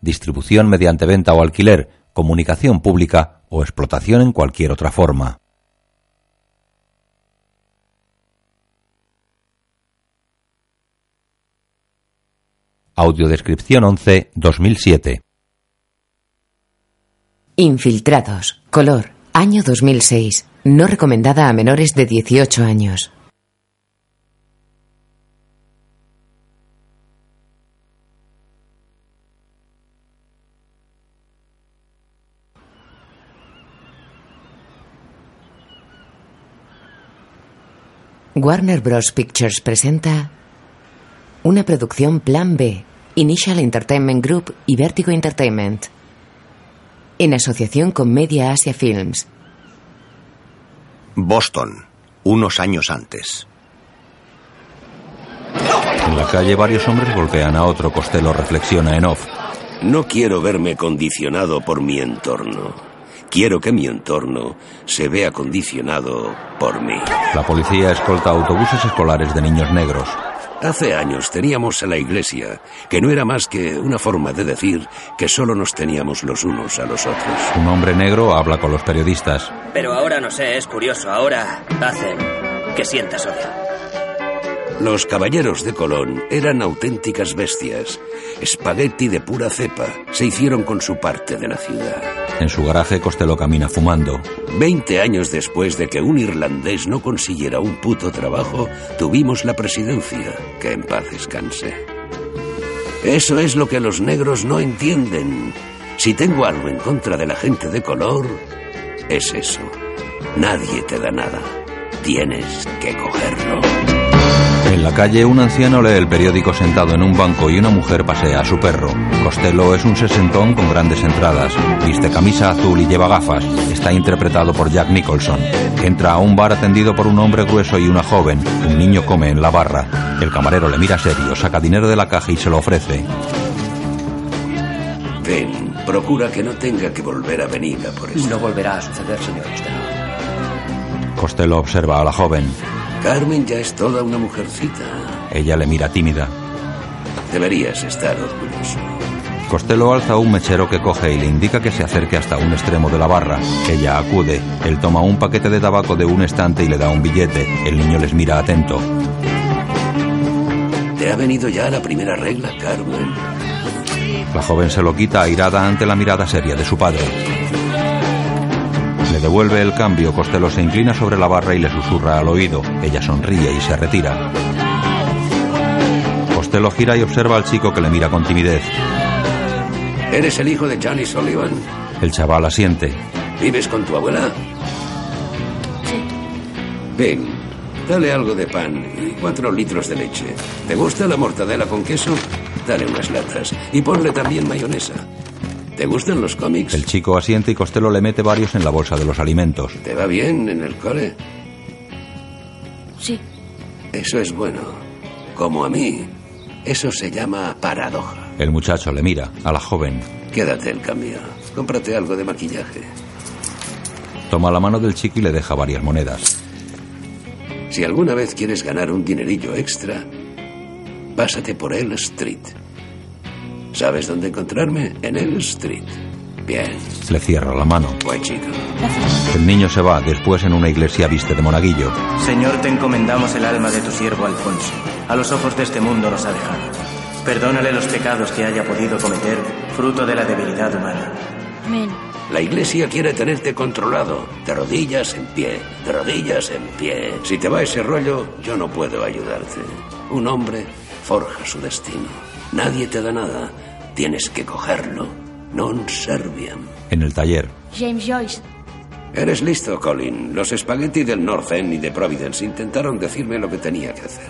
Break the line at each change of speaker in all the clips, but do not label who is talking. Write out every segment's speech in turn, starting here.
distribución mediante venta o alquiler, comunicación pública o explotación en cualquier otra forma. Audiodescripción 11 2007
Infiltrados. Color. Año 2006. No recomendada a menores de 18 años. Warner Bros. Pictures presenta una producción Plan B, Initial Entertainment Group y Vertigo Entertainment, en asociación con Media Asia Films.
Boston, unos años antes.
En la calle varios hombres golpean a otro. Costello reflexiona en off.
No quiero verme condicionado por mi entorno. Quiero que mi entorno se vea condicionado por mí.
La policía escolta autobuses escolares de niños negros.
Hace años teníamos a la iglesia, que no era más que una forma de decir que solo nos teníamos los unos a los otros.
Un hombre negro habla con los periodistas.
Pero ahora no sé, es curioso. Ahora hacen que sientas odio.
Los caballeros de Colón eran auténticas bestias. Espagueti de pura cepa se hicieron con su parte de la ciudad.
En su garaje Costello camina fumando.
Veinte años después de que un irlandés no consiguiera un puto trabajo, tuvimos la presidencia. Que en paz descanse. Eso es lo que los negros no entienden. Si tengo algo en contra de la gente de color, es eso. Nadie te da nada. Tienes que cogerlo.
En la calle, un anciano lee el periódico sentado en un banco y una mujer pasea a su perro. Costello es un sesentón con grandes entradas. Viste camisa azul y lleva gafas. Está interpretado por Jack Nicholson. Entra a un bar atendido por un hombre grueso y una joven. Un niño come en la barra. El camarero le mira serio, saca dinero de la caja y se lo ofrece.
Ven, procura que no tenga que volver a venir a por esto.
No volverá a suceder, señor Costello.
Costello observa a la joven.
Carmen ya es toda una mujercita.
Ella le mira tímida.
Deberías estar orgulloso.
Costello alza un mechero que coge y le indica que se acerque hasta un extremo de la barra. Ella acude. Él toma un paquete de tabaco de un estante y le da un billete. El niño les mira atento.
¿Te ha venido ya la primera regla, Carmen?
La joven se lo quita airada ante la mirada seria de su padre. Le devuelve el cambio. Costello se inclina sobre la barra y le susurra al oído. Ella sonríe y se retira. Costello gira y observa al chico que le mira con timidez.
¿Eres el hijo de Johnny Sullivan?
El chaval asiente.
¿Vives con tu abuela? Ven, dale algo de pan y cuatro litros de leche. ¿Te gusta la mortadela con queso? Dale unas latas y ponle también mayonesa. ¿Te gustan los cómics?
El chico asiente y Costello le mete varios en la bolsa de los alimentos.
¿Te va bien en el cole?
Sí.
Eso es bueno. Como a mí. Eso se llama paradoja.
El muchacho le mira a la joven.
Quédate el cambio. Cómprate algo de maquillaje.
Toma la mano del chico y le deja varias monedas.
Si alguna vez quieres ganar un dinerillo extra, pásate por el street. ¿Sabes dónde encontrarme? En el street. Bien.
Le cierra la mano.
Buen chico.
El niño se va, después en una iglesia viste de monaguillo.
Señor, te encomendamos el alma de tu siervo Alfonso. A los ojos de este mundo nos ha dejado. Perdónale los pecados que haya podido cometer, fruto de la debilidad humana.
Amén.
La iglesia quiere tenerte controlado. De rodillas en pie, de rodillas en pie. Si te va ese rollo, yo no puedo ayudarte. Un hombre forja su destino. Nadie te da nada. Tienes que cogerlo. Non serviam.
En el taller,
James Joyce.
Eres listo, Colin. Los espagueti del North End y de Providence intentaron decirme lo que tenía que hacer.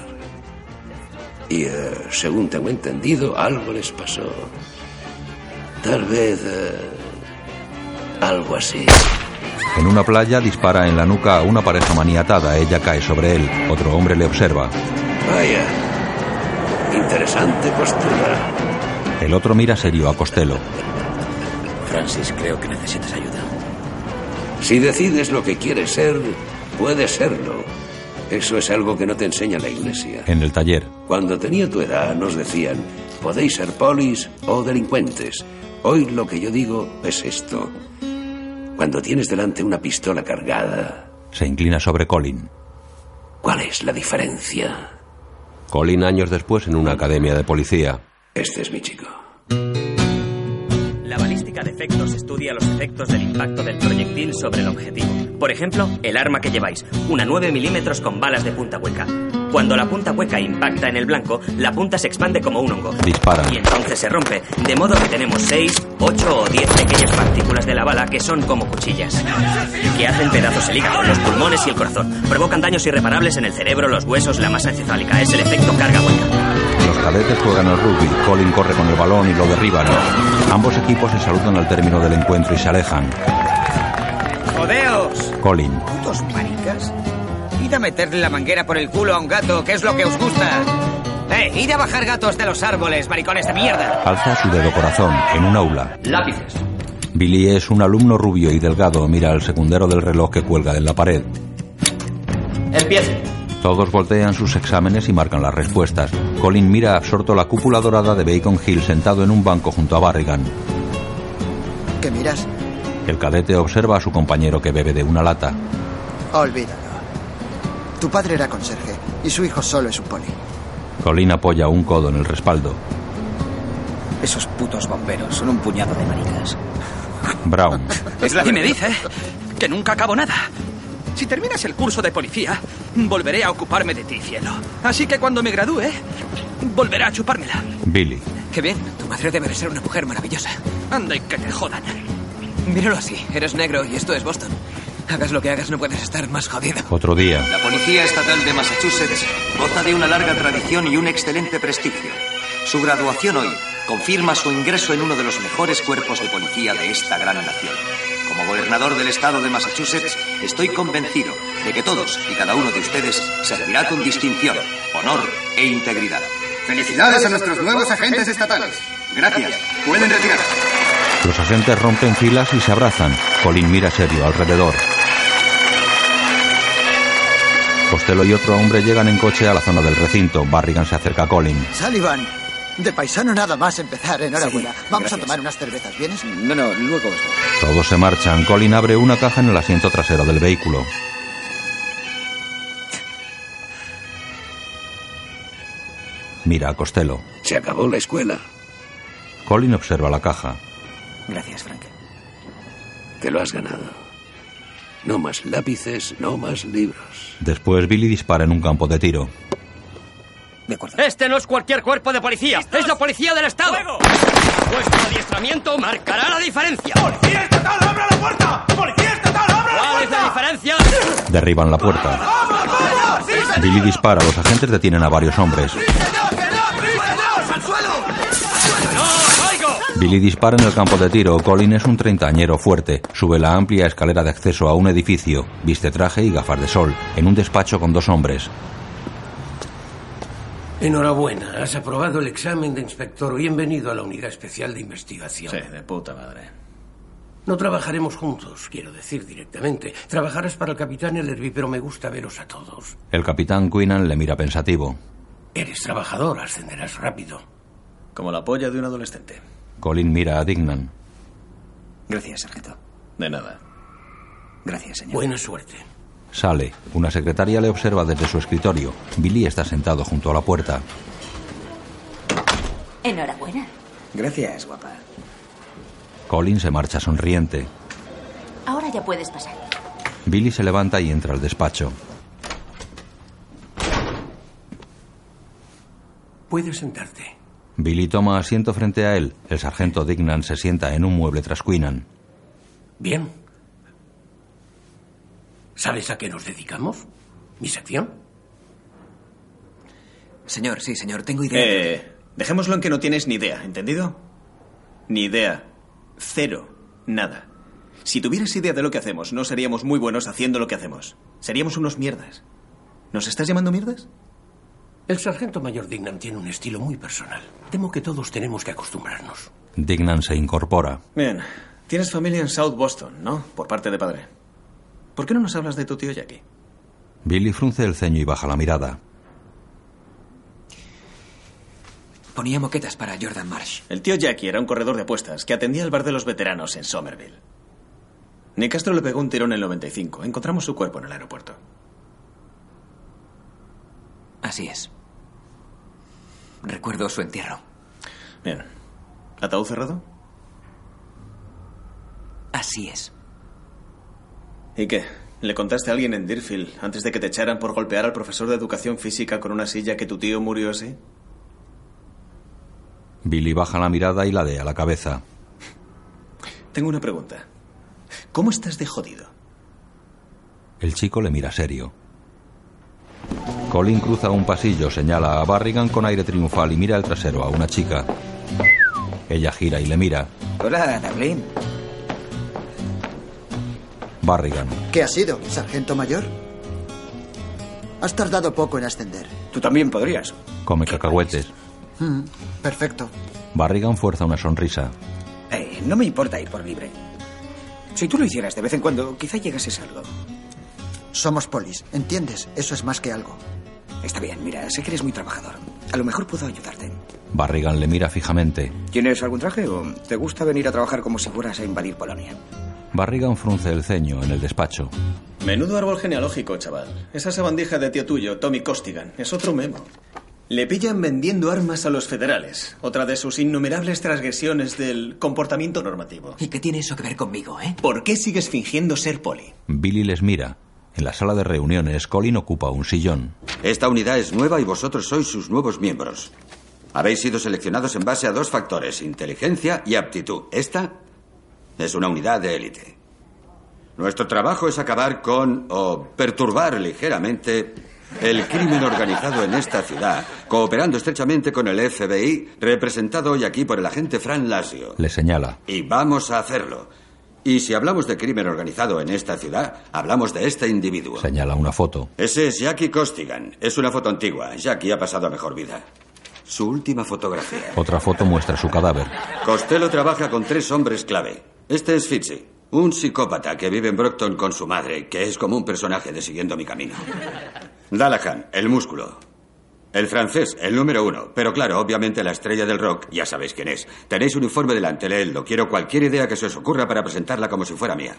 Y eh, según tengo entendido, algo les pasó. Tal vez eh, Algo así.
En una playa dispara en la nuca a una pareja maniatada. Ella cae sobre él. Otro hombre le observa.
Vaya. Interesante postura.
El otro mira serio a Costello.
Francis, creo que necesitas ayuda.
Si decides lo que quieres ser, puedes serlo. Eso es algo que no te enseña la iglesia.
En el taller,
Cuando tenía tu edad nos decían, podéis ser polis o delincuentes. Hoy lo que yo digo es esto. Cuando tienes delante una pistola cargada,
se inclina sobre Colin.
¿cuál es la diferencia?
Colin años después en una academia de policía.
Este es mi chico.
La balística de efectos estudia los efectos del impacto del proyectil sobre el objetivo. Por ejemplo, el arma que lleváis, una 9 milímetros con balas de punta hueca. Cuando la punta hueca impacta en el blanco, la punta se expande como un hongo.
Dispara.
Y entonces se rompe, de modo que tenemos 6, 8 o 10 pequeñas partículas de la bala que son como cuchillas. Que hacen pedazos el hígado, los pulmones y el corazón. Provocan daños irreparables en el cerebro, los huesos, la masa encefálica. Es el efecto carga hueca.
Los cadetes juegan al rugby. Colin corre con el balón y lo derriban. Ambos equipos se saludan al término del encuentro y se alejan.
¡Jodeos!
Colin,
¡Putos maricas! Id a meterle la manguera por el culo a un gato, que es lo que os gusta. ¡Eh! Id a bajar gatos de los árboles, maricones de mierda.
alza su dedo corazón en un aula.
Lápices.
Billy es un alumno rubio y delgado. Mira el secundero del reloj que cuelga de la pared.
Empiece.
Todos voltean sus exámenes y marcan las respuestas. Colin mira absorto la cúpula dorada de Bacon Hill sentado en un banco junto a Barrigan.
¿Qué miras?
El cadete observa a su compañero que bebe de una lata.
Olvídalo. Tu padre era conserje y su hijo solo es un poli.
Colin apoya un codo en el respaldo.
Esos putos bomberos son un puñado de maricas.
Brown,
Es la que me dice que nunca acabo nada. Si terminas el curso de policía, volveré a ocuparme de ti, cielo. Así que cuando me gradúe, volveré a chupármela.
Billy,
Qué bien, tu madre debe de ser una mujer maravillosa.
Anda y que te jodan.
Míralo así, eres negro y esto es Boston. Hagas lo que hagas, no puedes estar más jodido.
otro día.
La Policía Estatal de Massachusetts goza de una larga tradición y un excelente prestigio. Su graduación hoy confirma su ingreso en uno de los mejores cuerpos de policía de esta gran nación. Como gobernador del estado de Massachusetts, estoy convencido de que todos y cada uno de ustedes servirá con distinción, honor e integridad.
Felicidades a nuestros nuevos agentes estatales.
Gracias. Pueden retirar.
Los agentes rompen filas y se abrazan. Colin mira serio alrededor. Costello y otro hombre llegan en coche a la zona del recinto. Barrigan se acerca a Colin.
Sullivan, de paisano nada más empezar, enhorabuena. Vamos a tomar unas cervezas, ¿vienes?
No, no, luego os
Todos se marchan. Colin abre una caja en el asiento trasero del vehículo. Mira a Costello.
Se acabó la escuela.
Colin observa la caja.
Gracias, Frank.
Te lo has ganado. No más lápices, no más libros.
Después Billy dispara en un campo de tiro.
De acuerdo.
Este no es cualquier cuerpo de policía, es la policía del Estado. Vuestro adiestramiento marcará la diferencia.
¡Policía estatal, abre la puerta! ¡Policía estatal, abre
¿Cuál es la diferencia?
Derriban la puerta. Billy dispara. Los agentes detienen a varios hombres. Billy dispara en el campo de tiro. Colin es un treintañero fuerte. Sube la amplia escalera de acceso a un edificio. Viste traje y gafas de sol. En un despacho con dos hombres.
Enhorabuena, has aprobado el examen de inspector. Bienvenido a la Unidad Especial de Investigación.
Sí, de puta madre.
No trabajaremos juntos, quiero decir directamente. Trabajarás para el capitán Ellerby, pero me gusta veros a todos.
El capitán Quinnan le mira pensativo.
Eres trabajador, ascenderás rápido.
Como la polla de un adolescente.
Colin mira a Dignan.
Gracias, sargento.
De nada.
Gracias, señor.
Buena suerte.
Sale. Una secretaria le observa desde su escritorio. Billy está sentado junto a la puerta.
Enhorabuena.
Gracias, guapa.
Colin se marcha sonriente.
Ahora ya puedes pasar.
Billy se levanta y entra al despacho.
Puedes sentarte.
Billy toma asiento frente a él. El sargento Dignan se sienta en un mueble tras Quinnan.
Bien. ¿Sabes a qué nos dedicamos? ¿Mi sección?
Señor, sí, señor, tengo idea.
Eh, dejémoslo en que no tienes ni idea, ¿entendido? Ni idea. Cero. Nada. Si tuvieras idea de lo que hacemos, no seríamos muy buenos haciendo lo que hacemos. Seríamos unos mierdas. ¿Nos estás llamando mierdas?
El sargento mayor Dignam tiene un estilo muy personal. Temo que todos tenemos que acostumbrarnos.
Dignan se incorpora.
Bien. Tienes familia en South Boston, ¿no? Por parte de padre. ¿Por qué no nos hablas de tu tío Jackie?
Billy frunce el ceño y baja la mirada.
Ponía moquetas para Jordan Marsh.
El tío Jackie era un corredor de apuestas que atendía al bar de los veteranos en Somerville. Nick Castro le pegó un tirón en el 95. Encontramos su cuerpo en el aeropuerto.
Así es. Recuerdo su entierro.
Bien. ¿Ataúd cerrado?
Así es.
¿Y qué? ¿Le contaste a alguien en Deerfield antes de que te echaran por golpear al profesor de educación física con una silla que tu tío murió así?
Billy baja la mirada y ladea la cabeza.
Tengo una pregunta. ¿Cómo estás de jodido?
El chico le mira serio. Colin cruza un pasillo, señala a Barrigan con aire triunfal y mira el trasero a una chica. Ella gira y le mira.
Hola, Darlene.
Barrigan.
¿Qué ha sido, sargento mayor? Has tardado poco en ascender.
Tú también podrías.
Come cacahuetes.
Mm, perfecto.
Barrigan fuerza una sonrisa.
Eh, no me importa ir por libre. Si tú lo hicieras de vez en cuando, quizá llegases a algo.
Somos polis, ¿entiendes? Eso es más que algo.
Está bien, mira, sé que eres muy trabajador. A lo mejor puedo ayudarte.
Barrigan le mira fijamente.
¿Tienes algún traje o te gusta venir a trabajar como si fueras a invadir Polonia?
Barrigan frunce el ceño en el despacho.
Menudo árbol genealógico, chaval. Esa sabandija de tío tuyo, Tommy Costigan, es otro memo. Le pillan vendiendo armas a los federales, otra de sus innumerables transgresiones del comportamiento normativo.
¿Y qué tiene eso que ver conmigo, eh?
¿Por qué sigues fingiendo ser poli?
Billy les mira. En la sala de reuniones, Colin ocupa un sillón.
Esta unidad es nueva y vosotros sois sus nuevos miembros. Habéis sido seleccionados en base a dos factores, inteligencia y aptitud. Esta es una unidad de élite. Nuestro trabajo es acabar con o perturbar ligeramente el crimen organizado en esta ciudad, cooperando estrechamente con el FBI, representado hoy aquí por el agente Fran Lasio.
Le señala.
Y vamos a hacerlo. Y si hablamos de crimen organizado en esta ciudad, hablamos de este individuo.
Señala una foto.
Ese es Jackie Costigan. Es una foto antigua. Jackie ha pasado a mejor vida. Su última fotografía.
Otra foto muestra su cadáver.
Costello trabaja con tres hombres clave. Este es Fitzy, un psicópata que vive en Brockton con su madre, que es como un personaje de Siguiendo mi camino. Dallahan, el músculo. El francés, el número uno. Pero claro, obviamente la estrella del rock, ya sabéis quién es. Tenéis un informe delante, leedlo. Quiero cualquier idea que se os ocurra para presentarla como si fuera mía.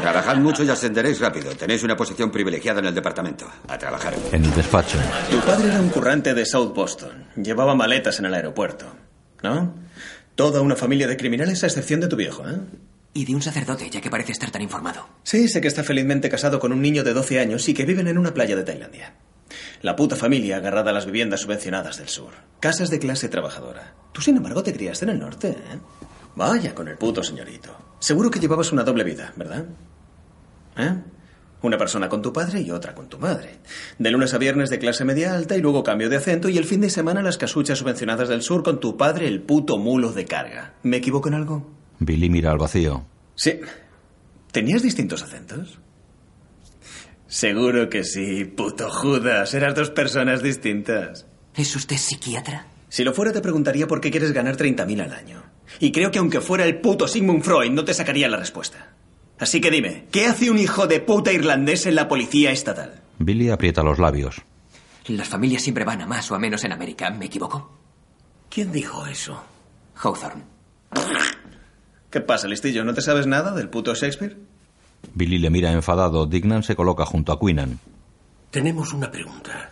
Trabajad mucho y ascenderéis rápido. Tenéis una posición privilegiada en el departamento. A trabajar.
En el despacho.
Tu padre era un currante de South Boston. Llevaba maletas en el aeropuerto. ¿No? Toda una familia de criminales a excepción de tu viejo, ¿eh?
Y de un sacerdote, ya que parece estar tan informado.
Sí, sé que está felizmente casado con un niño de 12 años y que viven en una playa de Tailandia. La puta familia agarrada a las viviendas subvencionadas del sur. Casas de clase trabajadora. Tú, sin embargo, te criaste en el norte, ¿eh? Vaya con el puto señorito. Seguro que llevabas una doble vida, ¿verdad? ¿Eh? Una persona con tu padre y otra con tu madre. De lunes a viernes de clase media alta y luego cambio de acento y el fin de semana las casuchas subvencionadas del sur con tu padre el puto mulo de carga. ¿Me equivoco en algo?
Billy mira al vacío.
Sí. ¿Tenías distintos acentos? Seguro que sí, puto Judas. Eras dos personas distintas.
¿Es usted psiquiatra?
Si lo fuera, te preguntaría por qué quieres ganar 30.000 al año. Y creo que aunque fuera el puto Sigmund Freud, no te sacaría la respuesta. Así que dime, ¿qué hace un hijo de puta irlandés en la policía estatal?
Billy aprieta los labios.
Las familias siempre van a más o a menos en América, ¿me equivoco?
¿Quién dijo eso?
Hawthorne.
¿Qué pasa, listillo? ¿No te sabes nada del puto Shakespeare?
Billy le mira enfadado. Dignan se coloca junto a Quinnan.
Tenemos una pregunta.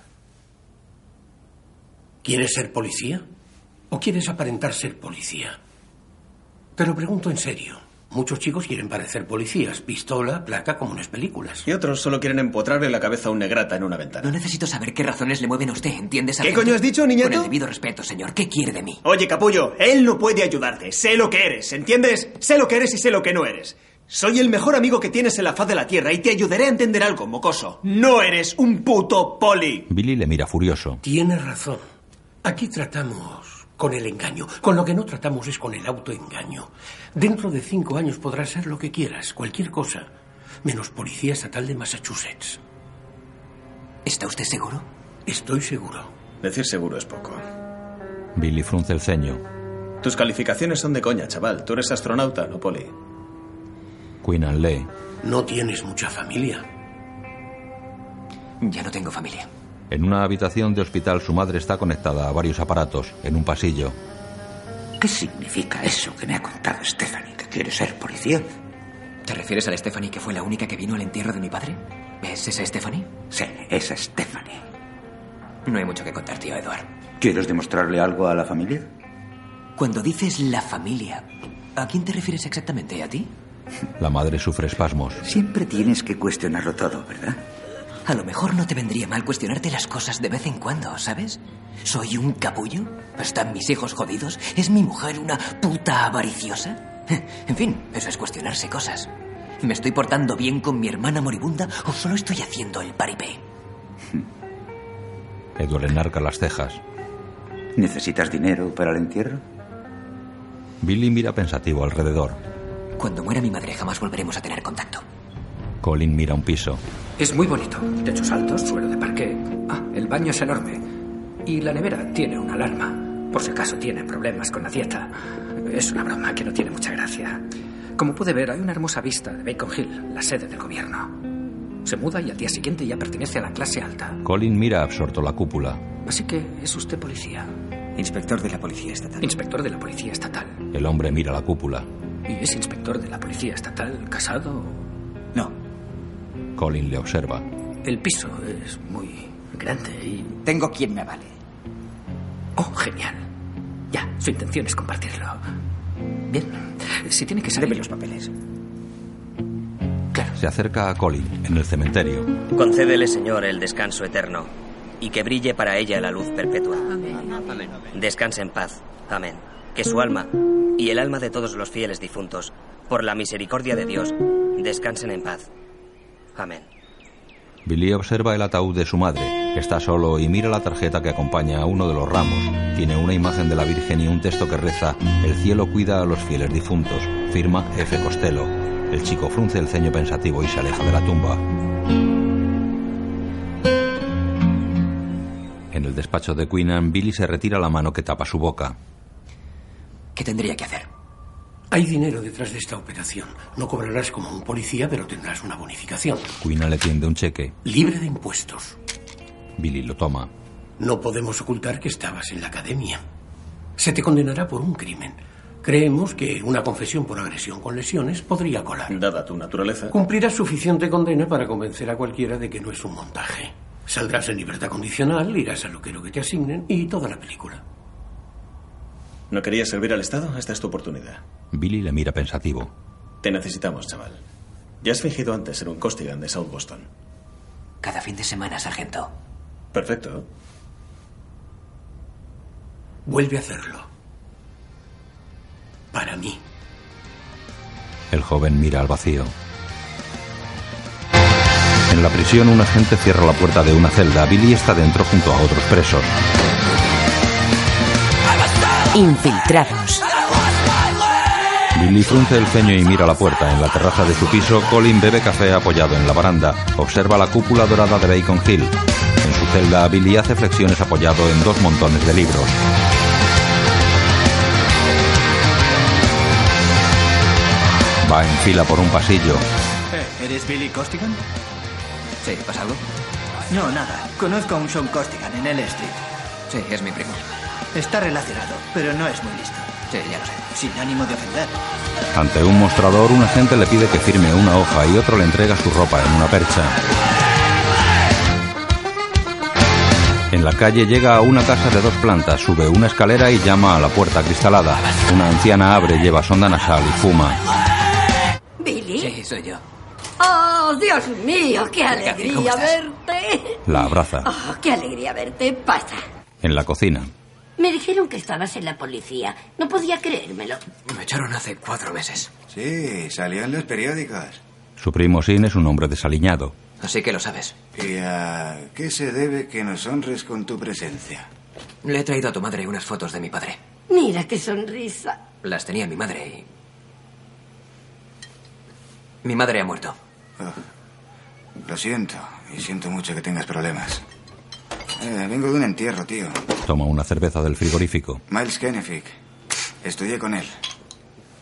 ¿Quieres ser policía? ¿O quieres aparentar ser policía? Te lo pregunto en serio. Muchos chicos quieren parecer policías, pistola, placa, como en las películas.
Y otros solo quieren empotrarle la cabeza a un negrata en una ventana.
No necesito saber qué razones le mueven a usted, ¿entiendes?
¿Qué coño has dicho, niñato?
Con el debido respeto, señor. ¿Qué quiere de mí?
Oye, capullo, él no puede ayudarte. Sé lo que eres, ¿entiendes? Sé lo que eres y sé lo que no eres. Soy el mejor amigo que tienes en la faz de la Tierra y te ayudaré a entender algo, mocoso. No eres un puto poli.
Billy le mira furioso.
Tienes razón. Aquí tratamos
con el engaño. Con lo que no tratamos es con el autoengaño. Dentro de cinco años podrás ser lo que quieras, cualquier cosa, menos policía estatal de Massachusetts.
¿Está usted seguro?
Estoy seguro.
Decir seguro es poco.
Billy frunce el ceño.
Tus calificaciones son de coña, chaval. Tú eres astronauta, no poli.
Queen and Lee.
No tienes mucha familia.
Ya no tengo familia.
En una habitación de hospital su madre está conectada a varios aparatos en un pasillo.
¿Qué significa eso que me ha contado Stephanie, que quiere ser policía?
¿Te refieres a la Stephanie que fue la única que vino al entierro de mi padre? ¿Es esa Stephanie?
Sí, es Stephanie.
No hay mucho que contar, tío Edward.
¿Quieres demostrarle algo a la familia?
Cuando dices la familia, ¿a quién te refieres exactamente? ¿A ti?
La madre sufre espasmos.
Siempre tienes que cuestionarlo todo, ¿verdad?
A lo mejor no te vendría mal cuestionarte las cosas de vez en cuando, ¿sabes? ¿Soy un capullo? ¿Están mis hijos jodidos? ¿Es mi mujer una puta avariciosa? En fin, eso es cuestionarse cosas. ¿Me estoy portando bien con mi hermana moribunda o solo estoy haciendo el paripé?
Edward enarca las cejas.
¿Necesitas dinero para el entierro?
Billy mira pensativo alrededor.
Cuando muera mi madre jamás volveremos a tener contacto.
Colin mira un piso.
Es muy bonito. Techos altos, suelo de parqué. Ah, el baño es enorme. Y la nevera tiene una alarma, por si acaso tiene problemas con la dieta. Es una broma que no tiene mucha gracia. Como puede ver, hay una hermosa vista de Bacon Hill, la sede del gobierno. Se muda y al día siguiente ya pertenece a la clase alta.
Colin mira absorto la cúpula.
Así que es usted policía.
Inspector de la Policía Estatal.
Inspector de la Policía Estatal.
El hombre mira la cúpula.
¿Y es inspector de la Policía Estatal casado?
No,
Colin le observa.
El piso es muy grande y...
Tengo quien me avale.
Oh, genial. Ya, su intención es compartirlo. Bien, si tiene que salir...
Deme los papeles.
Se acerca a Colin en el cementerio.
Concédele, Señor, el descanso eterno y que brille para ella la luz perpetua. Descanse en paz. Amén. Que su alma y el alma de todos los fieles difuntos, por la misericordia de Dios, descansen en paz. Amén.
Billy observa el ataúd de su madre. Está solo y mira la tarjeta que acompaña a uno de los ramos. Tiene una imagen de la Virgen y un texto que reza: El cielo cuida a los fieles difuntos. Firma F. Costello. El chico frunce el ceño pensativo y se aleja de la tumba. En el despacho de Queenan, Billy se retira la mano que tapa su boca.
¿Qué tendría que hacer?
Hay dinero detrás de esta operación. No cobrarás como un policía, pero tendrás una bonificación.
Queenan le tiende un cheque.
Libre de impuestos.
Billy lo toma.
No podemos ocultar que estabas en la academia. Se te condenará por un crimen. Creemos que una confesión por agresión con lesiones podría colar.
Dada tu naturaleza.
Cumplirás suficiente condena para convencer a cualquiera de que no es un montaje. Saldrás en libertad condicional, irás a lo que lo que te asignen y toda la película.
¿No querías servir al Estado? Esta es tu oportunidad.
Billy le mira pensativo.
Te necesitamos, chaval. Ya has fingido antes ser un Costigan de South Boston.
Cada fin de semana, sargento.
Perfecto.
Vuelve a hacerlo. Para mí.
El joven mira al vacío. En la prisión, un agente cierra la puerta de una celda. Billy está dentro junto a otros presos.
Infiltrados.
Billy frunce el ceño y mira la puerta. En la terraza de su piso, Colin bebe café apoyado en la baranda. Observa la cúpula dorada de Bacon Hill. En su celda, Billy hace flexiones apoyado en dos montones de libros. Va en fila por un pasillo.
Eh, ¿Eres Billy Costigan?
Sí, ¿pasa algo?
No, nada. Conozco a un Sean Costigan en el Street.
Sí, es mi primo.
Está relacionado, pero no es muy listo.
Sí, ya lo sé.
Sin ánimo de ofender.
Ante un mostrador, un agente le pide que firme una hoja y otro le entrega su ropa en una percha. En la calle llega a una casa de dos plantas, sube una escalera y llama a la puerta cristalada. Una anciana abre, lleva sonda nasal y fuma.
¿Billy?
Sí, soy yo.
¡Oh, Dios mío! ¡Qué
¿Cómo
alegría
estás?
verte!
La abraza.
Oh, ¡Qué alegría verte! Pasa.
En la cocina,
Me dijeron que estabas en la policía. No podía creérmelo.
Me echaron hace cuatro meses.
Sí, salió en los periódicos.
su primo Sin es un hombre desaliñado.
Así que lo sabes.
¿Y a qué se debe que nos honres con tu presencia?
Le he traído a tu madre unas fotos de mi padre.
Mira qué sonrisa.
Las tenía mi madre y... Mi madre ha muerto.
Ah, Lo siento, y siento mucho que tengas problemas. Eh, vengo de un entierro, tío.
Toma una cerveza del frigorífico.
Miles Kennefic. Estudié con él.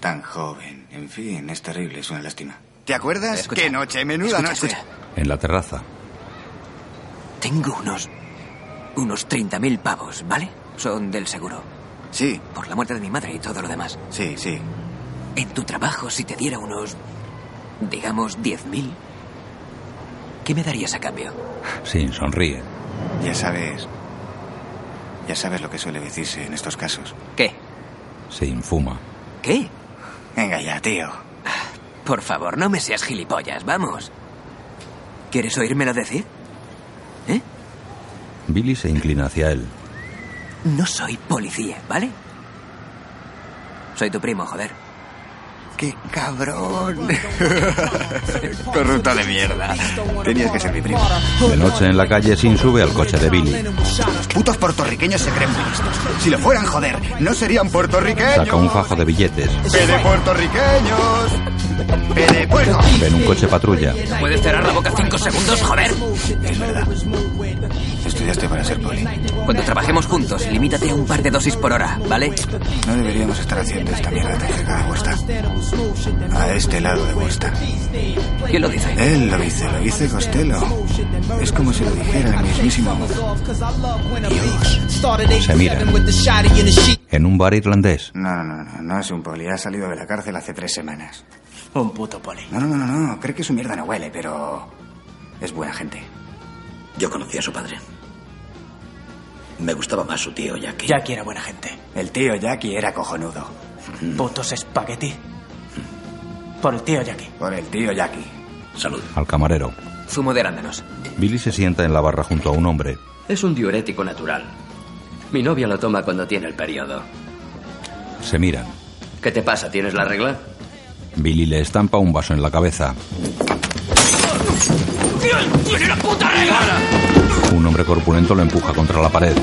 Tan joven. En fin, es terrible, es una lástima.
¿Te acuerdas? ¡Qué noche! ¡Menuda
Escucha,
noche!
escucha.
En la terraza.
Tengo unos... Unos 30.000 pavos, ¿vale? Son del seguro.
Sí.
Por la muerte de mi madre y todo lo demás.
Sí, sí.
En tu trabajo, si te diera unos... Digamos, 10.000... ¿Qué me darías a cambio?
Sí, sonríe.
Ya sabes. Ya sabes lo que suele decirse en estos casos.
¿Qué?
Se infuma.
¿Qué? Ah,
Venga ya, tío.
Por favor, no me seas gilipollas, vamos. ¿Quieres oírmelo decir?
Billy se inclina hacia él.
No soy policía, ¿vale? Soy tu primo, joder.
¡Qué cabrón! Corrupto de mierda. Tenías que ser mi primo.
De noche en la calle, Sin sube al coche de Billy.
Los putos puertorriqueños se creen muy listos. Si lo fueran, joder, no serían puertorriqueños.
Saca un fajo de billetes.
¡Pede puertorriqueños! ¡Pede puerto!
Ven un coche patrulla.
¿Puedes cerrar la boca cinco segundos, joder?
Es verdad. Estudiaste para ser poli.
Cuando trabajemos juntos, limítate a un par de dosis por hora, ¿vale?
No deberíamos estar haciendo esta mierda tan cerca de Huerta. A este lado de Huerta.
¿Quién lo dice?
Él lo dice, lo dice Costello. Es como si lo dijera el mismísimo.
Se miran. En un bar irlandés.
No, no, no, no es un poli. Ha salido de la cárcel hace tres semanas.
Un puto poli.
No, no, no, no, no. Cree que su mierda no huele, pero. Es buena gente.
Yo conocí a su padre. Me gustaba más su tío Jackie.
Jackie era buena gente.
El tío Jackie era cojonudo.
Putos espagueti. Por el tío Jackie.
Por el tío Jackie.
Salud.
Al camarero.
Zumo de arándanos.
Billy se sienta en la barra junto a un hombre.
Es un diurético natural. Mi novia lo toma cuando tiene el periodo.
Se miran.
¿Qué te pasa? ¿Tienes la regla?
Billy le estampa un vaso en la cabeza.
¡Tiene la puta regla!
Un hombre corpulento lo empuja contra la pared.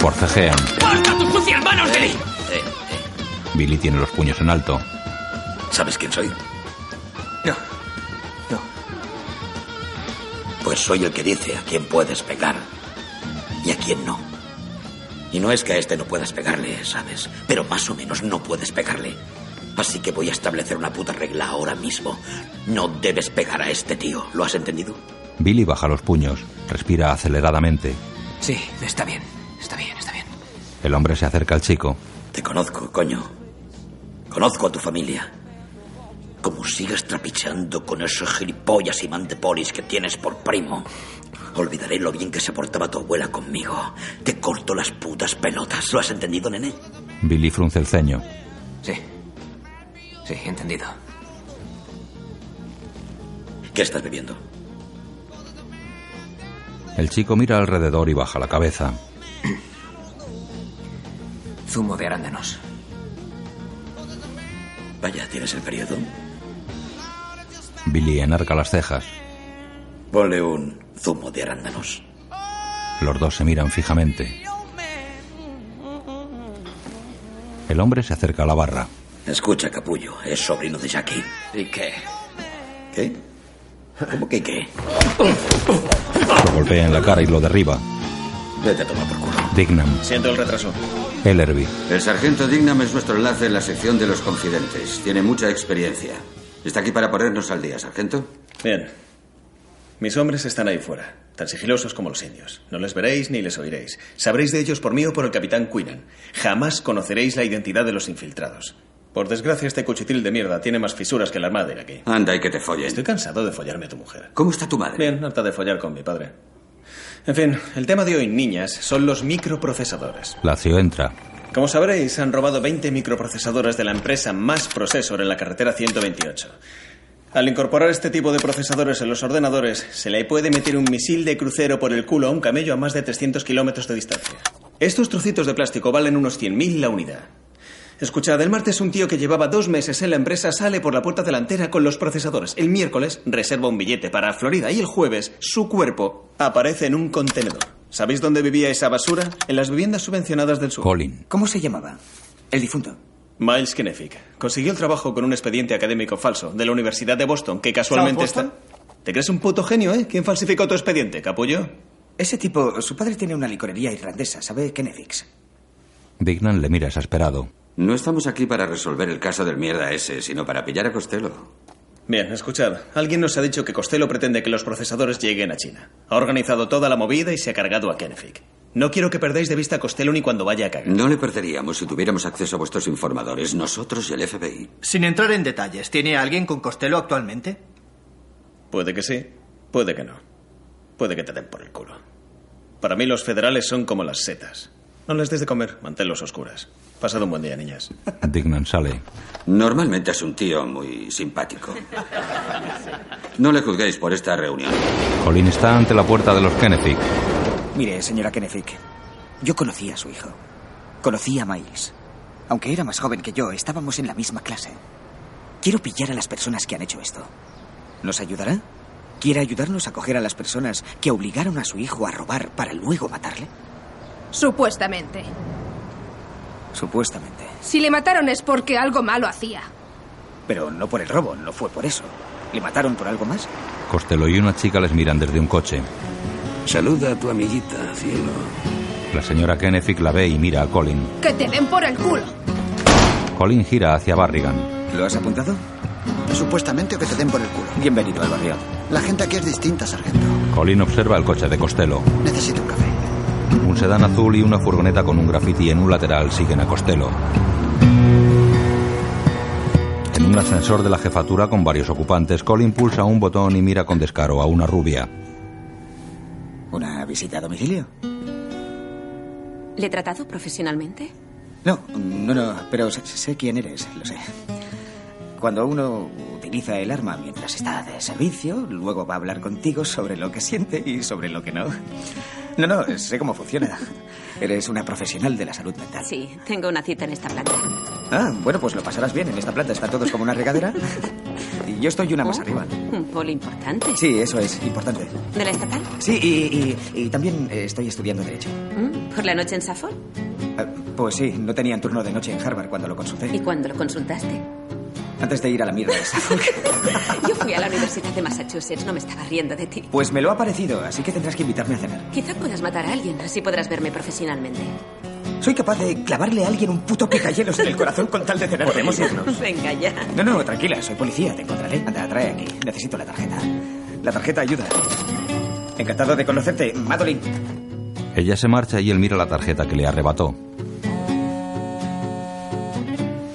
Forcejean.
¡Porta tus sucias manos de mí!
Billy tiene los puños en alto.
¿Sabes quién soy?
No.
No. Pues soy el que dice a quién puedes pegar y a quién no. Y no es que a este no puedas pegarle, ¿sabes? Pero más o menos no puedes pegarle. Así que voy a establecer una puta regla ahora mismo. No debes pegar a este tío. ¿Lo has entendido?
Billy baja los puños. Respira aceleradamente.
Sí, está bien. Está bien, está bien.
El hombre se acerca al chico.
Te conozco, coño. Conozco a tu familia. Como sigas trapicheando con esos gilipollas y mantepolis que tienes por primo, olvidaré lo bien que se portaba tu abuela conmigo. Te corto las putas pelotas. ¿Lo has entendido, nene?
Billy frunce el ceño.
Sí. Sí, entendido.
¿Qué estás bebiendo?
El chico mira alrededor y baja la cabeza.
Zumo de arándanos.
Vaya, ¿tienes el periodo?
Billy enarca las cejas.
Ponle un zumo de arándanos.
Los dos se miran fijamente. El hombre se acerca a la barra.
Escucha, capullo, es sobrino de Jackie.
¿Y qué?
¿Qué? ¿Cómo que qué?
Lo golpea en la cara y lo derriba.
Vete a tomar por culo.
Dignam.
Siento el retraso.
Ellerby.
El sargento Dignam es nuestro enlace en la sección de los confidentes. Tiene mucha experiencia. Está aquí para ponernos al día, sargento.
Bien. Mis hombres están ahí fuera, tan sigilosos como los indios. No les veréis ni les oiréis. Sabréis de ellos por mí o por el capitán Quinnan. Jamás conoceréis la identidad de los infiltrados. Por desgracia, este cuchitril de mierda tiene más fisuras que la madre aquí.
Anda y que te follen.
Estoy cansado de follarme a tu mujer.
¿Cómo está tu madre?
Bien, harta de follar con mi padre. En fin, el tema de hoy, niñas, son los microprocesadores.
Lacio entra.
Como sabréis, han robado 20 microprocesadores de la empresa Más Processor en la carretera 128. Al incorporar este tipo de procesadores en los ordenadores, se le puede meter un misil de crucero por el culo a un camello a más de 300 kilómetros de distancia. Estos trocitos de plástico valen unos 100.000 la unidad. Escuchad, el martes un tío que llevaba dos meses en la empresa sale por la puerta delantera con los procesadores. El miércoles reserva un billete para Florida y el jueves su cuerpo aparece en un contenedor. ¿Sabéis dónde vivía esa basura? En las viviendas subvencionadas del sur.
Colin.
¿Cómo se llamaba? El difunto. Miles Kennefic. Consiguió el trabajo con un expediente académico falso de la Universidad de Boston, que casualmente
¿South
está... ¿Te crees un puto genio, eh? ¿Quién falsificó tu expediente, capullo?
Ese tipo, su padre tiene una licorería irlandesa, ¿sabe? Kenefix.
Dignan le mira exasperado.
No estamos aquí para resolver el caso del mierda ese, sino para pillar a Costello.
Bien, escuchad. Alguien nos ha dicho que Costello pretende que los procesadores lleguen a China. Ha organizado toda la movida y se ha cargado a Kennefic. No quiero que perdáis de vista a Costello ni cuando vaya a cagar.
No le perderíamos si tuviéramos acceso a vuestros informadores, nosotros y el FBI.
Sin entrar en detalles, ¿tiene alguien con Costello actualmente?
Puede que sí, puede que no. Puede que te den por el culo. Para mí los federales son como las setas. No les des de comer, manténlos a oscuras. Pasad un buen día, niñas.
Dignan sale.
Normalmente es un tío muy simpático. No le juzguéis por esta reunión.
Colin está ante la puerta de los Kennefic.
Mire, señora Kennefic, yo conocía a su hijo. Conocí a Miles. Aunque era más joven que yo, estábamos en la misma clase. Quiero pillar a las personas que han hecho esto. ¿Nos ayudará? ¿Quiere ayudarnos a coger a las personas que obligaron a su hijo a robar para luego matarle?
Supuestamente.
Supuestamente.
Si le mataron es porque algo malo hacía.
Pero no por el robo, no fue por eso. ¿Le mataron por algo más?
Costello y una chica les miran desde un coche.
Saluda a tu amiguita, cielo.
La señora Kennefic la ve y mira a Colin.
Que te den por el culo.
Colin gira hacia Barrigan.
¿Lo has apuntado?
Supuestamente o que te den por el culo.
Bienvenido al barrio.
La gente aquí es distinta, sargento.
Colin observa el coche de Costello.
Necesito un café.
Un sedán azul y una furgoneta con un graffiti en un lateral siguen a Costello. En un ascensor de la jefatura con varios ocupantes, Colin pulsa un botón y mira con descaro a una rubia.
¿Una visita a domicilio?
¿Le he tratado profesionalmente?
No, no, no, pero sé, sé quién eres, lo sé. Cuando uno utiliza el arma mientras está de servicio, luego va a hablar contigo sobre lo que siente y sobre lo que no. No, no, sé cómo funciona. Eres una profesional de la salud mental.
Sí, tengo una cita en esta planta.
Ah, bueno, pues lo pasarás bien. En esta planta están todos como una regadera. Y yo estoy una más arriba.
Un polo importante.
Sí, eso es importante.
¿De la estatal?
Sí, y, y- y también eh, estoy estudiando Derecho.
Mm, ¿Por la noche en Safón?
Ah, Pues sí, no tenían turno de noche en Harvard cuando lo
¿Y
consulté.
cuándo lo consultaste?
Antes de ir a la mierda de Suffolk.
Yo fui a la Universidad de Massachusetts, no me estaba riendo de ti.
Pues me lo ha parecido, así que tendrás que invitarme a cenar.
Quizá puedas matar a alguien, así podrás verme profesionalmente.
Soy capaz de clavarle a alguien un puto picahielos en el corazón con tal de cenar. ¿Podemos irnos?
Venga ya.
No, no, tranquila, soy policía, te encontraré. Anda, trae aquí. Necesito la tarjeta. La tarjeta ayuda. Encantado de conocerte, Madeline.
Ella se marcha y él mira la tarjeta que le arrebató.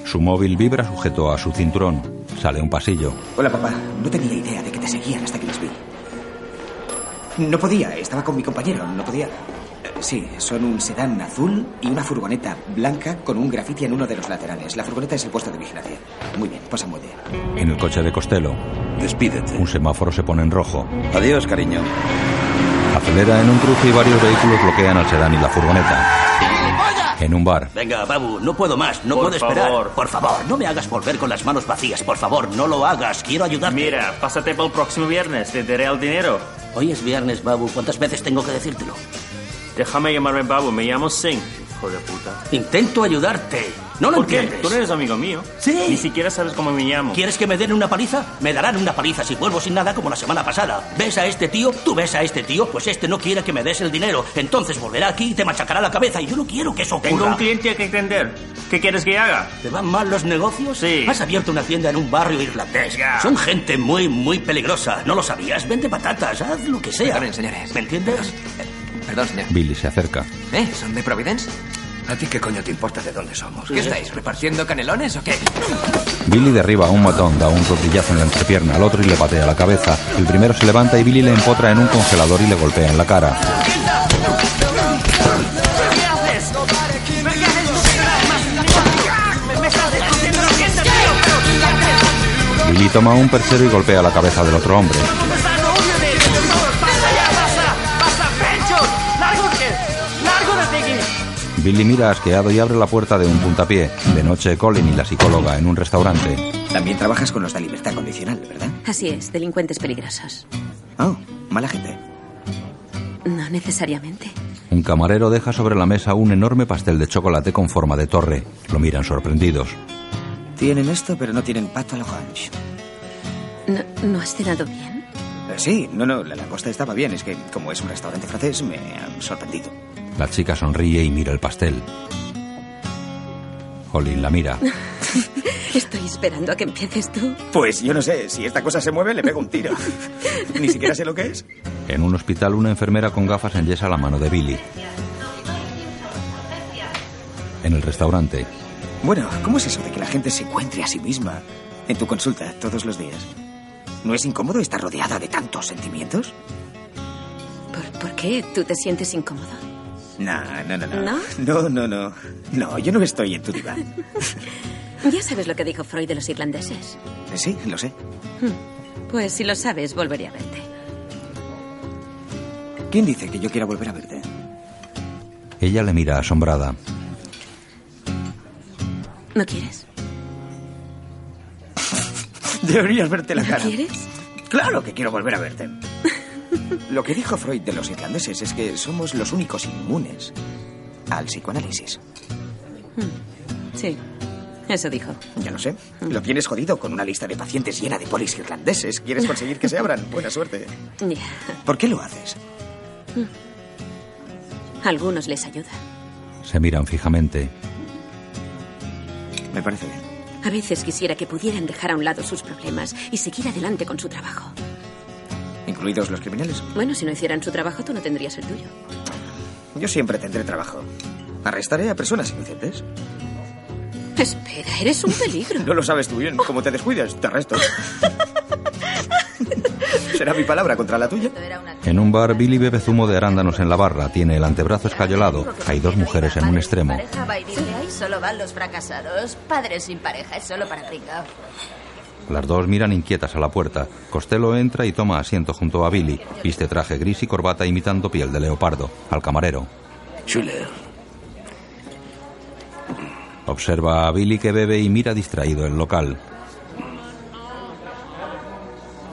Su móvil vibra sujeto a su cinturón. Sale un pasillo.
Hola, papá. No tenía idea de que te seguían hasta que les vi. No podía, estaba con mi compañero, no podía. Eh, Sí, son un sedán azul y una furgoneta blanca con un grafiti en uno de los laterales. La furgoneta es el puesto de vigilancia. Muy bien, pasa un buen día.
En el coche de Costello. Despídete. Un semáforo se pone en rojo. Adiós, cariño. Acelera en un cruce y varios vehículos bloquean al sedán y la furgoneta. En un bar.
Venga, Babu, no puedo más, no
Por
puedo esperar.
favor.
Por favor, no me hagas volver con las manos vacías, por favor, no lo hagas, quiero ayudarte. Mira, pásate para el próximo viernes, te daré el dinero. Hoy es viernes, Babu, ¿cuántas veces tengo que decírtelo?
Déjame llamarme Babu, me llamo Singh. Hijo de puta.
Intento ayudarte. No lo
¿Por qué?
entiendes.
Tú no eres amigo mío.
Sí.
Ni siquiera sabes cómo me llamo.
¿Quieres que me den una paliza? Me darán una paliza si vuelvo sin nada como la semana pasada. ¿Ves a este tío? ¿Tú ves a este tío? Pues este no quiere que me des el dinero. Entonces volverá aquí y te machacará la cabeza y yo no quiero que eso ocurra.
Tengo un cliente que atender. ¿Qué quieres que haga?
¿Te van mal los negocios? Sí. Has abierto una tienda en un barrio irlandés.
Ya.
Son gente muy, muy peligrosa. ¿No lo sabías? Vende patatas, haz lo que sea.
Perdonen, señores.
¿Me entiendes?
Perdón, señor.
Billy se acerca.
¿Eh? ¿Son de Providence? ¿A ti qué coño te importa de dónde somos? ¿Qué estáis, repartiendo canelones o qué?
Billy derriba a un matón, da un rotillazo en la entrepierna al otro y le patea la cabeza. El primero se levanta y Billy le empotra en un congelador y le golpea en la cara.
¿Qué haces? ¿Pero qué haces? No te hagas más. Me- Me estás descubriendo la gente, tío. Pero ¿qué haces?
Billy toma un perchero y golpea la cabeza del otro hombre.
Basta, no huyo de ellos, por favor. Basta ya, basta. Basta, Pencho. Lárgate. Lárgate de aquí.
Billy mira asqueado y abre la puerta de un puntapié. De noche, Colin y la psicóloga en un restaurante.
También trabajas con los de libertad condicional, ¿verdad?
Así es, delincuentes peligrosos.
Oh, mala gente.
No necesariamente.
Un camarero deja sobre la mesa un enorme pastel de chocolate con forma de torre. Lo miran sorprendidos.
Tienen esto, pero no tienen pato al hunch.
¿No, ¿No has cenado bien?
Eh, Sí, no, no, la langosta estaba bien. Es que, como es un restaurante francés, me han sorprendido.
La chica sonríe y mira el pastel. Colin la mira.
Estoy esperando a que empieces tú.
Pues yo no sé, si esta cosa se mueve, le pego un tiro. Ni siquiera sé lo que es.
En un hospital, una enfermera con gafas enyesa la mano de Billy. En el restaurante,
Bueno, ¿cómo es eso de que la gente se encuentre a sí misma en tu consulta todos los días? ¿No es incómodo estar rodeada de tantos sentimientos?
¿Por, por qué tú te sientes incómodo?
No, no, no, no.
¿No?
No, no, no. No, yo no estoy en tu diván.
Ya sabes lo que dijo Freud de los irlandeses.
Sí, lo sé.
Pues si lo sabes, volveré a verte.
¿Quién dice que yo quiera volver a verte?
ella le mira asombrada.
¿No quieres?
Deberías verte la cara.
¿Quieres?
Claro que quiero volver a verte. Lo que dijo Freud de los irlandeses es que somos los únicos inmunes al psicoanálisis.
Sí, eso dijo.
Ya lo sé. Lo tienes jodido con una lista de pacientes llena de polis irlandeses. ¿Quieres conseguir que se abran? Buena suerte.
Ya.
¿Por qué lo haces?
A Algunos les ayuda.
Se miran fijamente.
Me parece bien.
A veces quisiera que pudieran dejar a un lado sus problemas y seguir adelante con su trabajo.
¿Incluidos los criminales?
Bueno, si no hicieran su trabajo, tú no tendrías el tuyo.
Yo siempre tendré trabajo. Arrestaré a personas inocentes.
Espera, eres un peligro.
No lo sabes tú bien. Como te descuides, te arresto. ¿Será mi palabra contra la tuya?
En un bar, Billy bebe zumo de arándanos en la barra. Tiene el antebrazo escayolado. Hay dos mujeres en un extremo.
Pareja va y viene, ahí solo van los fracasados. Padres sin pareja, es solo para pringao.
Las dos miran inquietas a la puerta. Costello entra y toma asiento junto a Billy. Viste traje gris y corbata imitando piel de leopardo. Al camarero.
Schiller.
Observa a Billy que bebe y mira distraído el local.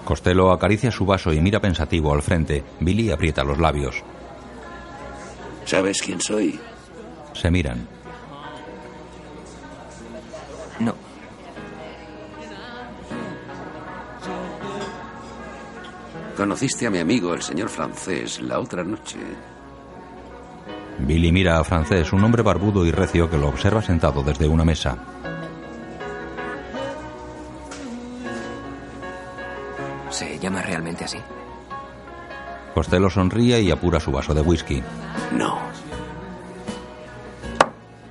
Costello acaricia su vaso y mira pensativo al frente. Billy aprieta los labios.
¿Sabes quién soy?
Se miran.
No. Conociste a mi amigo, el señor francés, la otra noche.
Billy mira a Francés, un hombre barbudo y recio que lo observa sentado desde una mesa.
¿Se llama realmente así?
Costello sonríe y apura su vaso de whisky.
No.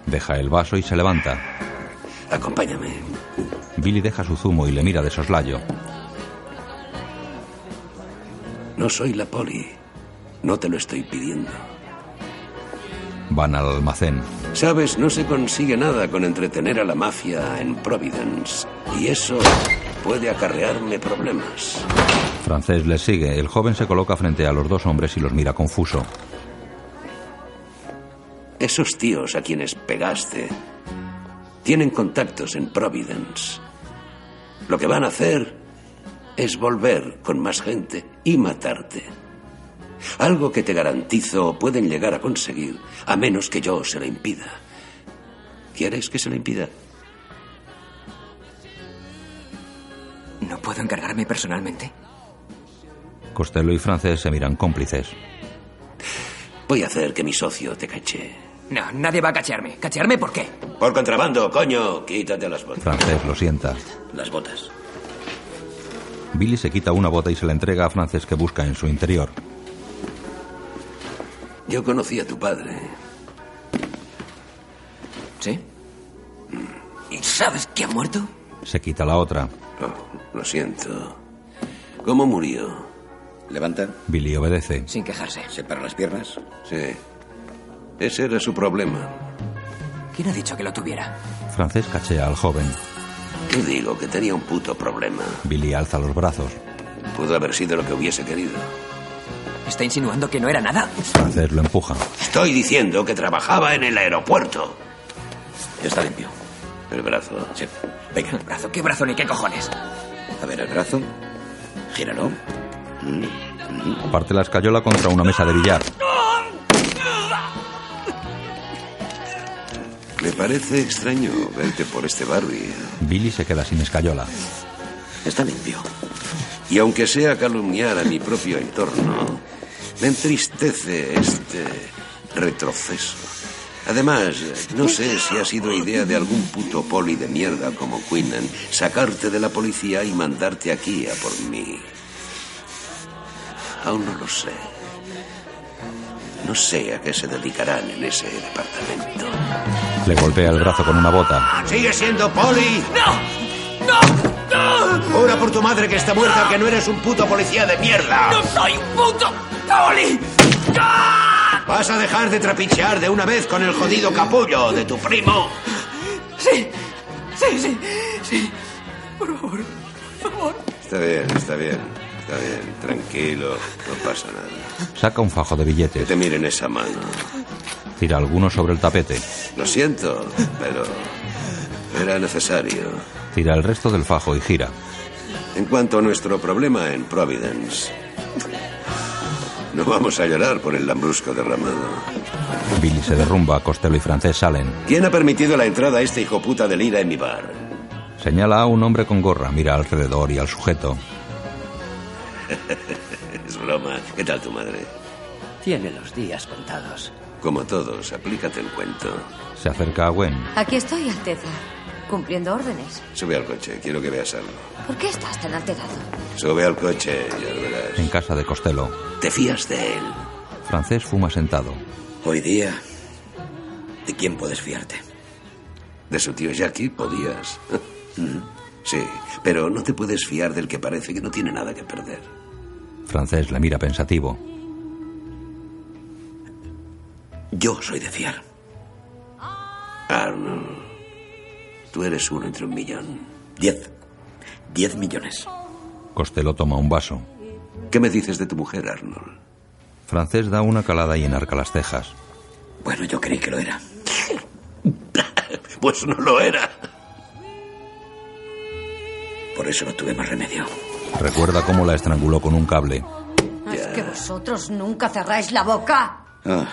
Deja el vaso y se levanta.
Acompáñame.
Billy deja su zumo y le mira de soslayo.
No soy la poli. No te lo estoy pidiendo.
Van al almacén.
Sabes, no se consigue nada con entretener a la mafia en Providence. Y eso puede acarrearme problemas.
Francés les sigue. El joven se coloca frente a los dos hombres y los mira confuso.
Esos tíos a quienes pegaste tienen contactos en Providence. Lo que van a hacer es volver con más gente y matarte. Algo que te garantizo pueden llegar a conseguir, a menos que yo se lo impida. ¿Quieres que se lo impida?
¿No puedo encargarme personalmente?
Costello y Francés se miran cómplices.
Voy a hacer que mi socio te cache.
No, nadie va a cachearme. ¿Cachearme por qué?
Por contrabando, coño, quítate las botas.
Francés lo sienta.
Las botas.
Billy se quita una bota y se la entrega a Francés que busca en su interior.
Yo conocí a tu padre.
¿Sí? ¿Y sabes que ha muerto?
Se quita la otra.
Oh, lo siento. ¿Cómo murió?
Levanta.
Billy obedece.
Sin quejarse.
Separa las piernas.
Sí. Ese era su problema.
¿Quién ha dicho que lo tuviera?
Francés cachea al joven.
¿Qué digo? Que tenía un puto problema.
Billy alza los brazos.
Pudo haber sido lo que hubiese querido.
¿Está insinuando que no era nada?
Francés lo empuja.
Estoy diciendo que trabajaba en el aeropuerto.
Está limpio.
El brazo.
Sí. Venga.
El brazo, ¿qué brazo ni qué cojones?
A ver, el brazo. Gíralo.
Parte la escayola contra una mesa de billar.
Le parece extraño verte por este barrio.
Billy se queda sin escayola.
Está limpio. Y aunque sea calumniar a mi propio entorno, me entristece este retroceso. Además, no sé si ha sido idea de algún puto poli de mierda como Quinnan sacarte de la policía y mandarte aquí a por mí. Aún no lo sé. No sé a qué se dedicarán en ese departamento.
Le golpea el brazo con una bota.
¡Sigue siendo poli! ¡No! ¡No! ¡No! Jura por tu madre que está muerta que no eres un puto policía de mierda.
¡No soy un puto poli!
Vas a dejar de trapichear de una vez con el jodido capullo de tu primo.
Sí, sí, sí, sí. Por favor, por favor.
Está bien, está bien. Está bien, tranquilo, no pasa nada.
Saca un fajo de
Que
billetes.
te miren esa mano.
Tira algunos sobre el tapete.
Lo siento, pero era necesario.
Tira el resto del fajo y gira.
En cuanto a nuestro problema en Providence, no vamos a llorar por el lambrusco derramado.
Billy se derrumba, Costello y Francés salen.
¿Quién ha permitido la entrada a este hijo puta de Lira en mi bar?
Señala a un hombre con gorra, mira alrededor y al sujeto.
Es broma. ¿Qué tal tu madre?
Tiene los días contados.
Como todos, aplícate el cuento.
Se acerca a Gwen.
Aquí estoy, Alteza, cumpliendo órdenes.
Sube al coche, quiero que veas algo.
¿Por qué estás tan alterado?
Sube al coche, ya lo verás.
En casa de Costello.
¿Te fías de él?
Francés fuma sentado.
Hoy día, ¿de quién puedes fiarte? De su tío Jackie podías. Mm. Sí, pero no te puedes fiar del que parece que no tiene nada que perder.
Francés le mira pensativo.
Yo soy de fiar. Ah, Arnold, tú eres uno entre un millón. Diez. Diez millones.
Costello toma un vaso.
¿Qué me dices de tu mujer, Arnold?
Francés da una calada y enarca las cejas.
Bueno, yo creí que lo era. pues no lo era. Por eso no tuve más remedio.
Recuerda cómo la estranguló con un cable.
Es que vosotros nunca cerráis la boca.
Ah,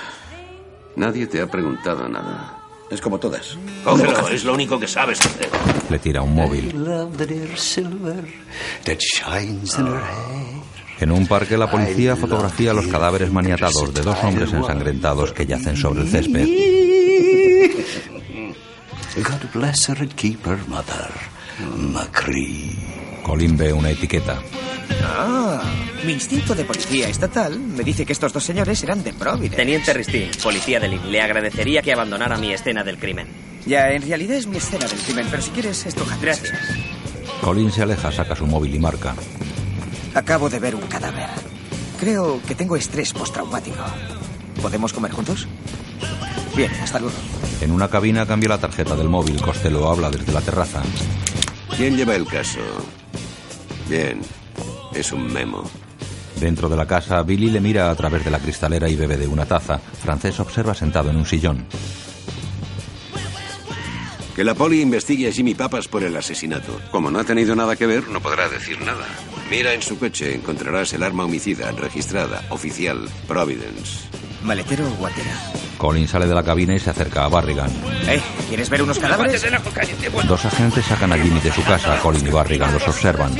nadie te ha preguntado nada. Es como todas.
Cógelo, es lo único que sabes hacer.
Le tira un móvil. En un parque la policía fotografía los cadáveres maniatados de dos hombres ensangrentados que yacen sobre el césped.
God bless her and keep her mother, McCree.
Colin ve una etiqueta.
Ah, mi instinto de policía estatal me dice que estos dos señores eran de Providence.
Teniente Ristin, policía de Lynn, le agradecería que abandonara mi escena del crimen.
Ya, en realidad es mi escena del crimen, pero si quieres es tu jardín. Gracias.
Colin se aleja, saca su móvil y marca.
Acabo de ver un cadáver. Creo que tengo estrés postraumático. ¿Podemos comer juntos? Bien, hasta luego.
En una cabina cambia la tarjeta del móvil. Costello habla desde la terraza.
¿Quién lleva el caso? Bien, es un memo.
Dentro de la casa, Billy le mira a través de la cristalera y bebe de una taza. Francés observa sentado en un sillón.
Que la poli investigue a Jimmy Papas por el asesinato. Como no ha tenido nada que ver, no podrá decir nada. Mira en su coche, encontrarás el arma homicida registrada, oficial, Providence.
Maletero o guatera.
Colin sale de la cabina y se acerca a Barrigan.
¿Eh? ¿Quieres ver unos cadáveres?
Dos agentes sacan a Jimmy de su casa. Colin y Barrigan los observan.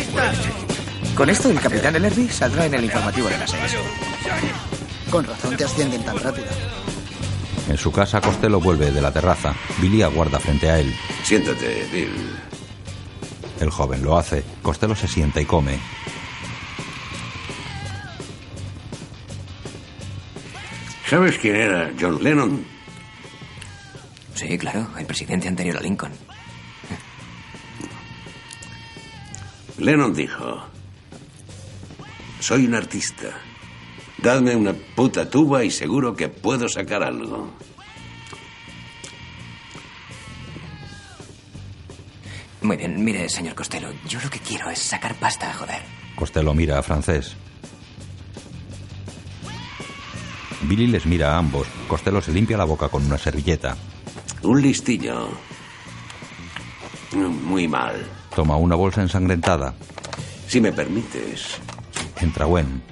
Con esto el capitán Ellerby saldrá en el informativo de las seis.
Con razón te ascienden tan rápido.
En su casa, Costello vuelve de la terraza. Billy aguarda frente a él.
Siéntate, Bill.
El joven lo hace. Costello se sienta y come.
¿Sabes quién
Eh,
era John Lennon?
Sí, claro, el presidente anterior a Lincoln.
Lennon dijo, soy un artista. Dadme una puta tuba y seguro que puedo sacar algo.
Muy bien, mire, señor Costello, yo lo que quiero es sacar pasta, joder.
Costello mira a Francés. Billy les mira a ambos. Costello se limpia la boca con una servilleta.
Un listillo. Muy mal.
Toma una bolsa ensangrentada.
Si me permites.
Entra Gwen.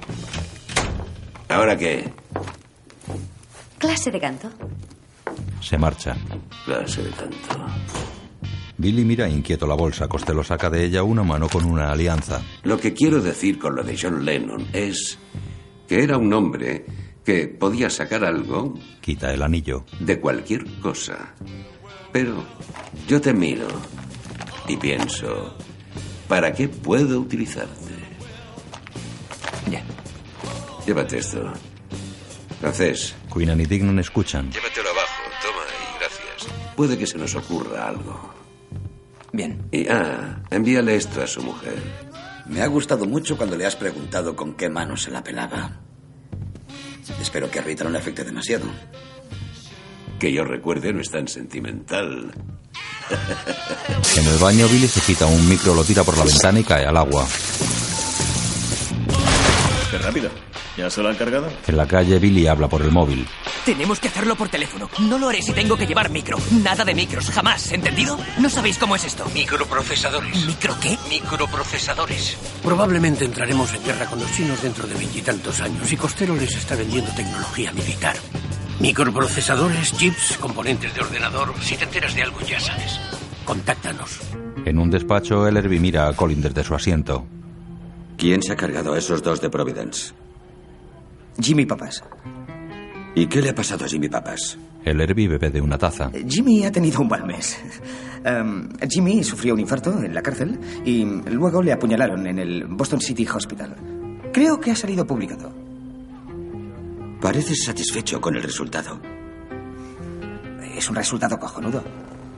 ¿Ahora qué?
Clase de canto.
Se marcha.
Clase de tanto.
Billy mira inquieto la bolsa. Costello saca de ella una mano con una alianza.
Lo que quiero decir con lo de John Lennon es que era un hombre que podía sacar algo.
Quita el anillo.
De cualquier cosa. Pero yo te miro y pienso, ¿para qué puedo utilizarte?
Ya.
Llévate esto. Francés,
Queenan y Dignan escuchan.
llévatelo abajo. Toma y gracias. Puede que se nos ocurra algo.
Bien.
Y, ah, envíale esto a su mujer.
Me ha gustado mucho cuando le has preguntado con qué mano se la pelaba. Espero que a Rita no le afecte demasiado.
Que yo recuerde no es tan sentimental.
En el baño, Billy se quita un micro, lo tira por la ventana y cae al agua.
Qué rápido. ¿Ya se lo han cargado?
En la calle, Billy habla por el móvil.
Tenemos que hacerlo por teléfono. No lo haré si tengo que llevar micro. Nada de micros, jamás, ¿entendido? No sabéis cómo es esto.
Microprocesadores.
¿Micro qué?
Microprocesadores. Probablemente entraremos en guerra con los chinos dentro de veintitantos años y Costero les está vendiendo tecnología militar. Microprocesadores, chips, componentes de ordenador. Si te enteras de algo, ya sabes. Contáctanos.
En un despacho, Ellerby mira a Colin desde su asiento.
¿Quién se ha cargado a esos dos de Providence?
Jimmy Papas.
¿Y qué le ha pasado a Jimmy Papas?
Ellerby bebe de una taza.
Jimmy ha tenido un mal mes. Em, Jimmy sufrió un infarto en la cárcel y luego le apuñalaron en el Boston City Hospital. Creo que ha salido publicado.
Pareces satisfecho con el resultado.
Es un resultado cojonudo.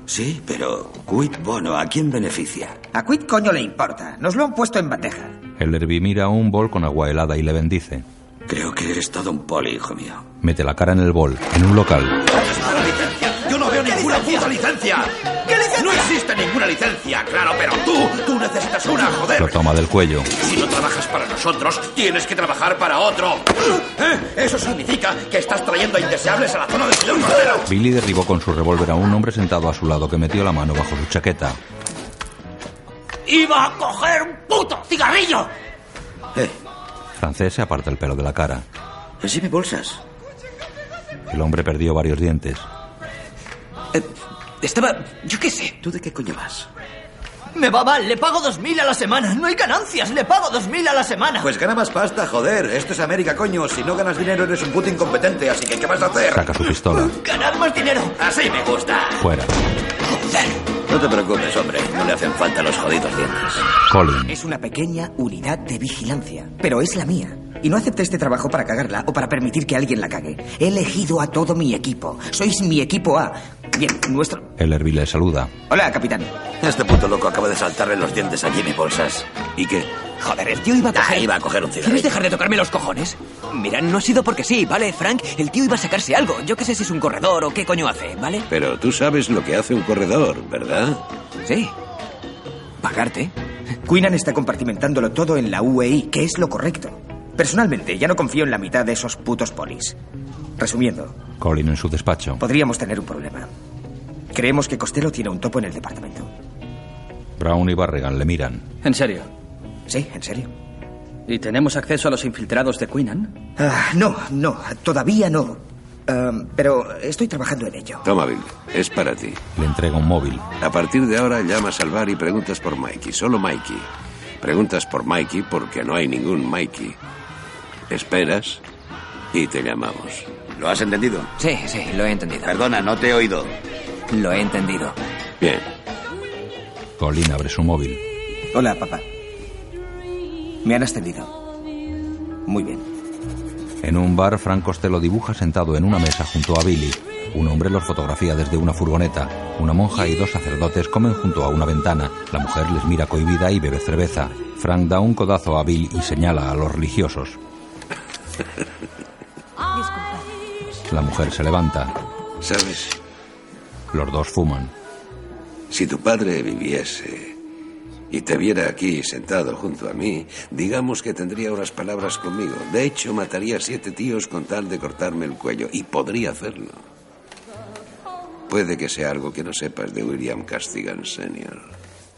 Sí, pero quid bono, ¿a quién beneficia?
A Quid coño le importa. Nos lo han puesto en bandeja.
Ellerby mira un bol con agua helada y le bendice.
Creo que eres todo un poli, hijo mío.
Mete la cara en el bol, en un local.
Yo no veo ninguna puta licencia. ¿Qué licencia? No existe ninguna licencia, claro, pero tú, tú necesitas una, joder.
Lo toma del cuello.
Si no trabajas para nosotros, tienes que trabajar para otro. ¿Eh? Eso significa que estás trayendo a indeseables a la zona del señor Cordero.
Billy derribó con su revólver a un hombre sentado a su lado que metió la mano bajo su chaqueta.
¡Iba a coger un puto cigarrillo!
Francés se aparta el pelo de la cara.
Pues
Así me bolsas.
El hombre perdió varios dientes.
Eh,
Estaba. Yo qué sé. ¿Tú de qué coño vas?
Me va mal, le pago 2.000 a la semana. No hay ganancias, le pago 2.000 a la semana.
Pues gana más pasta, joder. Esto es América, coño. Si no ganas dinero, eres un puto incompetente. Así que, ¿qué vas a hacer?
Saca su pistola.
Ganar más dinero.
Así me gusta.
Fuera.
No te preocupes, hombre. No le hacen falta los jodidos dientes.
Colin.
Es una pequeña unidad de vigilancia, pero es la mía. Y no acepté este trabajo para cagarla o para permitir que alguien la cague. He elegido a todo mi equipo. Sois mi equipo A. Bien, nuestro...
Ellerby le saluda.
Hola, capitán.
Este puto loco acaba de saltarle los dientes a Jimmy Bolsas. ¿Y qué?
Joder, el tío iba a coger...
Ah, iba a coger un
¿Quieres
cigarrillo.
dejar de tocarme los cojones? Mira, no ha sido porque sí, ¿vale, Frank? El tío iba a sacarse algo. Yo qué sé si es un corredor o qué coño hace, ¿vale?
Pero tú sabes lo que hace un corredor, ¿verdad?
Sí. Pagarte.
Queenan está compartimentándolo todo en la UEI, que es lo correcto. Personalmente, ya no confío en la mitad de esos putos polis. Resumiendo,
Colin en su despacho.
podríamos tener un problema. Creemos que Costello tiene un topo en el departamento.
Brown y Barregan le miran.
En serio.
Sí, en serio.
¿Y tenemos acceso a los infiltrados de Queenan?
Ah, no, no, todavía no. Ehm, pero estoy trabajando en ello.
Toma, Bill. Es para ti.
Le entrega un móvil.
A partir de ahora llamas al bar y preguntas por Mikey. Solo Mikey. Preguntas por Mikey porque no hay ningún Mikey. Esperas y te llamamos.
¿Lo has entendido?
Sí, sí, lo he entendido.
Perdona, no te he oído.
Lo he entendido.
Bien.
Colin abre su móvil.
Hola, papá. Me han ascendido. Muy bien.
En un bar, Frank Costello dibuja sentado en una mesa junto a Billy. Un hombre los fotografía desde una furgoneta. Una monja y dos sacerdotes comen junto a una ventana. La mujer les mira cohibida y bebe cerveza. Frank da un codazo a Bill y señala a los religiosos.
Disculpad.
La mujer se levanta.
¿Sabes?
Los dos fuman.
Si tu padre viviese y te viera aquí sentado junto a mí, digamos que tendría unas palabras conmigo. De hecho, mataría a siete tíos con tal de cortarme el cuello. Y podría hacerlo. Puede que sea algo que no sepas de William Castigan Sr.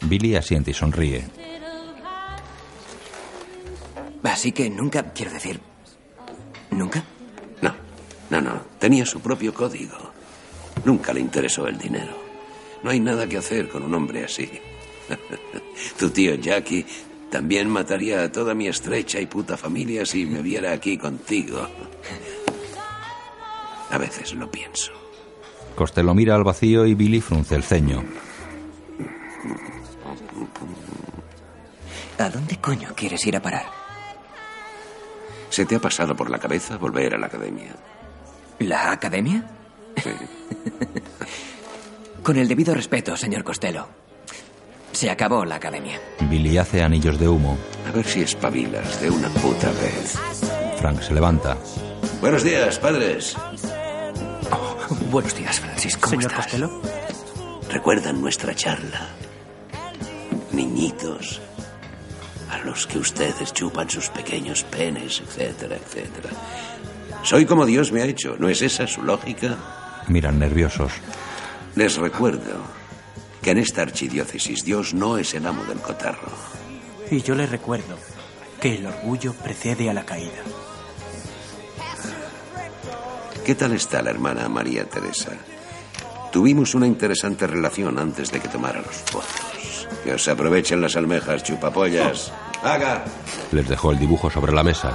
Billy asiente y sonríe.
Así que nunca, quiero decir... ¿Nunca?
No, no, no. Tenía su propio código. Nunca le interesó el dinero. No hay nada que hacer con un hombre así. tu tío Jackie también mataría a toda mi estrecha y puta familia si me viera aquí contigo. A veces lo pienso.
Costello mira al vacío y Billy frunce el ceño.
¿A dónde coño quieres ir a parar?
¿Se te ha pasado por la cabeza volver a la academia?
¿La academia? Con el debido respeto, señor Costello. Se acabó la academia.
Billy hace anillos de humo.
A ver si espabilas de una puta vez.
Frank se levanta.
Buenos días, padres.
buenos días, Francisco.
¿Cómo estás? ¿Recuerdan nuestra charla? Niñitos a los que ustedes chupan sus pequeños penes, etcétera, etcétera. Soy como Dios me ha hecho, ¿no es esa su lógica?
Miran nerviosos.
Les recuerdo que en esta archidiócesis Dios no es el amo del cotarro.
Y yo les recuerdo que el orgullo precede a la caída.
¿Qué tal está la hermana María Teresa? Tuvimos una interesante relación antes de que tomara los pozos. Que os aprovechen las almejas, chupapollas. ¡Haga!
Les dejó el dibujo sobre la mesa.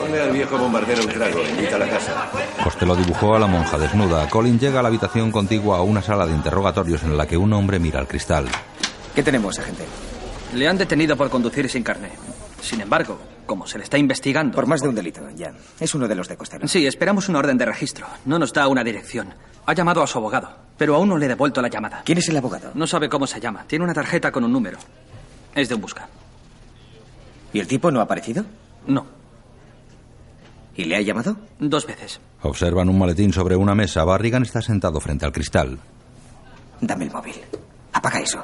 Ponle al viejo bombardero un trago, invita a la casa.
Costello dibujó a la monja desnuda. Colin llega a la habitación contigua a una sala de interrogatorios en la que un hombre mira al cristal.
¿Qué tenemos, agente? Le han detenido por conducir sin carné. Sin embargo, como se le está investigando... Por más de un delito, ya. Es uno de los de Costello. Sí, esperamos una orden de registro. No nos da una dirección. Ha llamado a su abogado, pero aún no le he devuelto la llamada.
¿Quién es el abogado?
No sabe cómo se llama. Tiene una tarjeta con un número. Es de un busca.
¿Y el tipo no ha aparecido?
No.
¿Y le ha llamado?
Dos veces.
Observan un maletín sobre una mesa. Barrigan está sentado frente al cristal.
Dame el móvil. Apaga eso.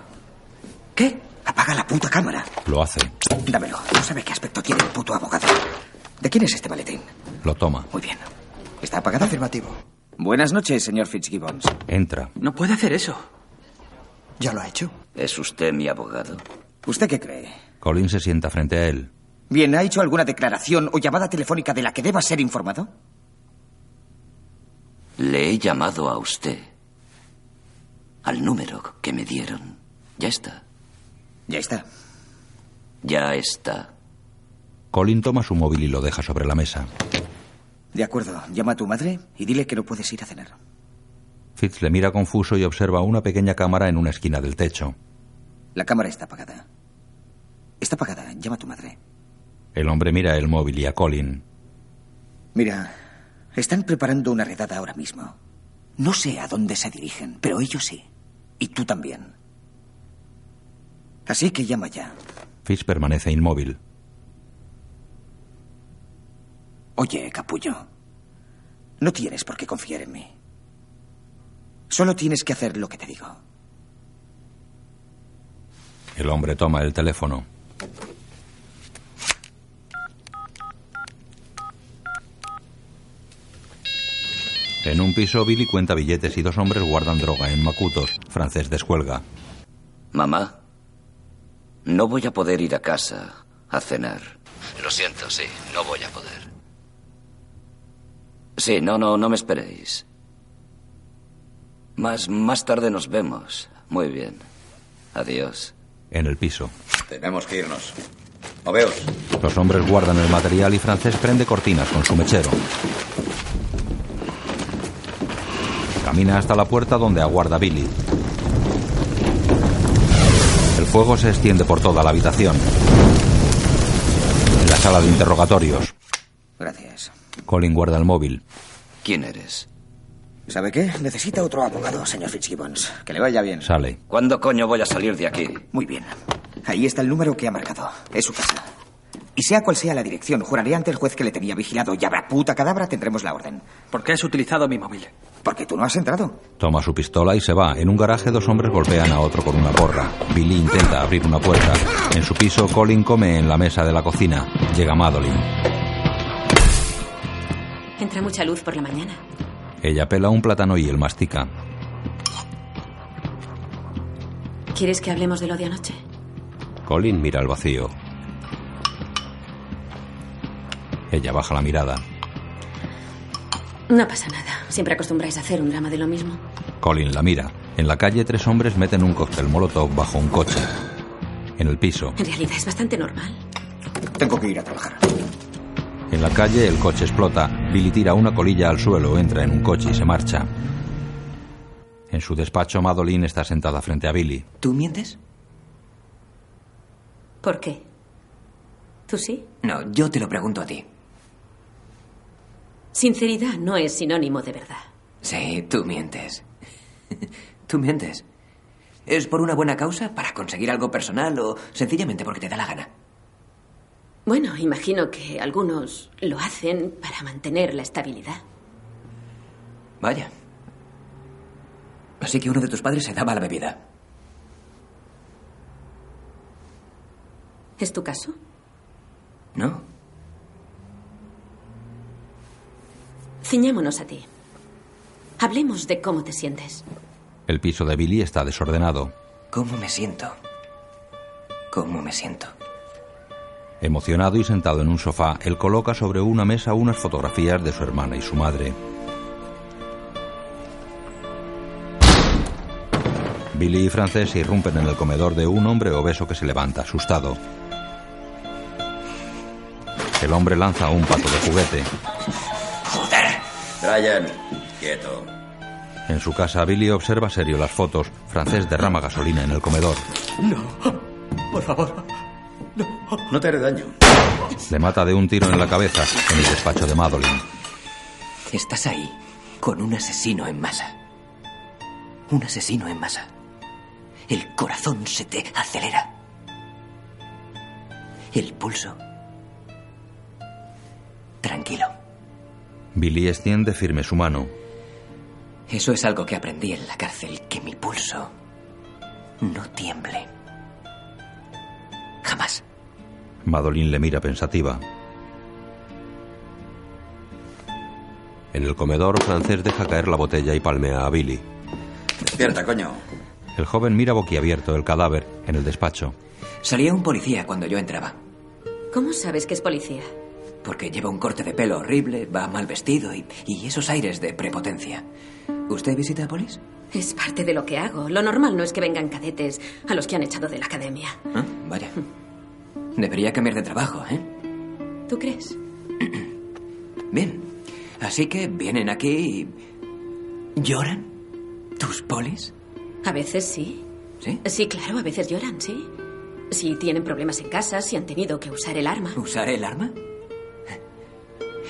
¿Qué? Apaga la puta cámara.
Lo hace.
Dámelo. No sabe qué aspecto tiene el puto abogado. ¿De quién es este maletín?
Lo toma.
Muy bien. ¿Está apagado? Afirmativo. Buenas noches, señor Fitzgibbons.
Entra.
No puede hacer eso.
Ya lo ha hecho.
¿Es usted mi abogado?
¿Usted qué cree?
Colin se sienta frente a él.
Bien, ¿ha hecho alguna declaración o llamada telefónica de la que deba ser informado?
Le he llamado a usted. Al número que me dieron. Ya está.
Ya está.
Ya está.
Colin toma su móvil y lo deja sobre la mesa.
De acuerdo, llama a tu madre y dile que no puedes ir a cenar.
Fitz le mira confuso y observa una pequeña cámara en una esquina del techo.
La cámara está apagada. Está apagada, llama a tu madre.
El hombre mira el móvil y a Colin.
Mira, están preparando una redada ahora mismo. No sé a dónde se dirigen, pero ellos sí. Y tú también. Así que llama ya.
Fitz permanece inmóvil.
Oye, capullo, no tienes por qué confiar en mí. Solo tienes que hacer lo que te digo.
El hombre toma el teléfono. En un piso, Billy cuenta billetes y dos hombres guardan droga en macutos. Francés descuelga.
Mamá, no voy a poder ir a casa a cenar.
Lo siento, sí, no voy a poder.
Sí, no, no, no me esperéis. Más, más tarde nos vemos. Muy bien. Adiós.
En el piso.
Tenemos que irnos. Moveos.
Los hombres guardan el material y Francés prende cortinas con su mechero. Camina hasta la puerta donde aguarda Billy. El fuego se extiende por toda la habitación. En la sala de interrogatorios,
Gracias.
Colin guarda el móvil.
¿Quién eres?
¿Sabe qué? Necesita otro abogado, señor Fitzgibbons. Que le vaya bien.
Sale.
¿Cuándo coño voy a salir de aquí?
Muy bien. Ahí está el número que ha marcado. Es su casa. Y sea cual sea la dirección, juraré ante el juez que le tenía vigilado y habrá puta cadabra, tendremos la orden.
¿Por qué has utilizado mi móvil?
Porque tú no has entrado.
Toma su pistola y se va. En un garaje dos hombres golpean a otro con una porra. Billy intenta abrir una puerta. En su piso, Colin come en la mesa de la cocina. Llega Madeline.
Entra mucha luz por la mañana.
Ella pela un plátano y él mastica.
¿Quieres que hablemos de lo de anoche?
Colin mira al vacío. Ella baja la mirada.
No pasa nada. Siempre acostumbráis a hacer un drama de lo mismo.
Colin la mira. En la calle, tres hombres meten un cóctel molotov bajo un coche. En el piso.
En realidad es bastante normal.
Tengo que ir a trabajar.
En la calle, el coche explota. Billy tira una colilla al suelo, entra en un coche y se marcha. En su despacho, Madeline está sentada frente a Billy.
¿Tú mientes?
¿Por qué? ¿Tú sí?
No, yo te lo pregunto a ti.
Sinceridad no es sinónimo de verdad.
Sí, tú mientes. tú mientes. ¿Es por una buena causa? ¿Para conseguir algo personal o sencillamente porque te da la gana?
Bueno, imagino que algunos lo hacen para mantener la estabilidad.
Vaya. Así que uno de tus padres se daba la bebida.
¿Es tu caso?
¿No?
Ciñámonos a ti. Hablemos de cómo te sientes.
El piso de Billy está desordenado.
¿Cómo me siento? ¿Cómo me siento?
Emocionado y sentado en un sofá, él coloca sobre una mesa unas fotografías de su hermana y su madre. Billy y Frances irrumpen en el comedor de un hombre obeso que se levanta asustado. El hombre lanza un pato de juguete.
Brian, quieto.
En su casa, Billy observa serio las fotos. Frances derrama gasolina en el comedor.
No, por favor.
No te haré daño.
Le mata de un tiro en la cabeza en el despacho de Madeline.
Estás ahí con un asesino en masa. Un asesino en masa. El corazón se te acelera. El pulso. Tranquilo.
Billy extiende firme su mano.
Eso es algo que aprendí en la cárcel, que mi pulso no tiemble. Jamás.
Madeline le mira pensativa. En el comedor, Francés deja caer la botella y palmea a Billy.
Despierta, coño.
El joven mira boquiabierto el cadáver en el despacho.
Salía un policía cuando yo entraba,
¿Cómo sabes que es policía?
porque lleva un corte de pelo horrible, va mal vestido y, y esos aires de prepotencia. ¿Usted visita a Polis?
Es parte de lo que hago. Lo normal no es que vengan cadetes a los que han echado de la academia.
Ah, Vaya. Debería cambiar de trabajo, ¿eh?
¿Tú crees?
Bien. Así que vienen aquí y... ¿Lloran? ¿Tus polis?
A veces sí.
¿Sí?
Sí, claro, a veces lloran, sí. Si tienen problemas en casa, si han tenido que usar el arma.
¿Usar el arma?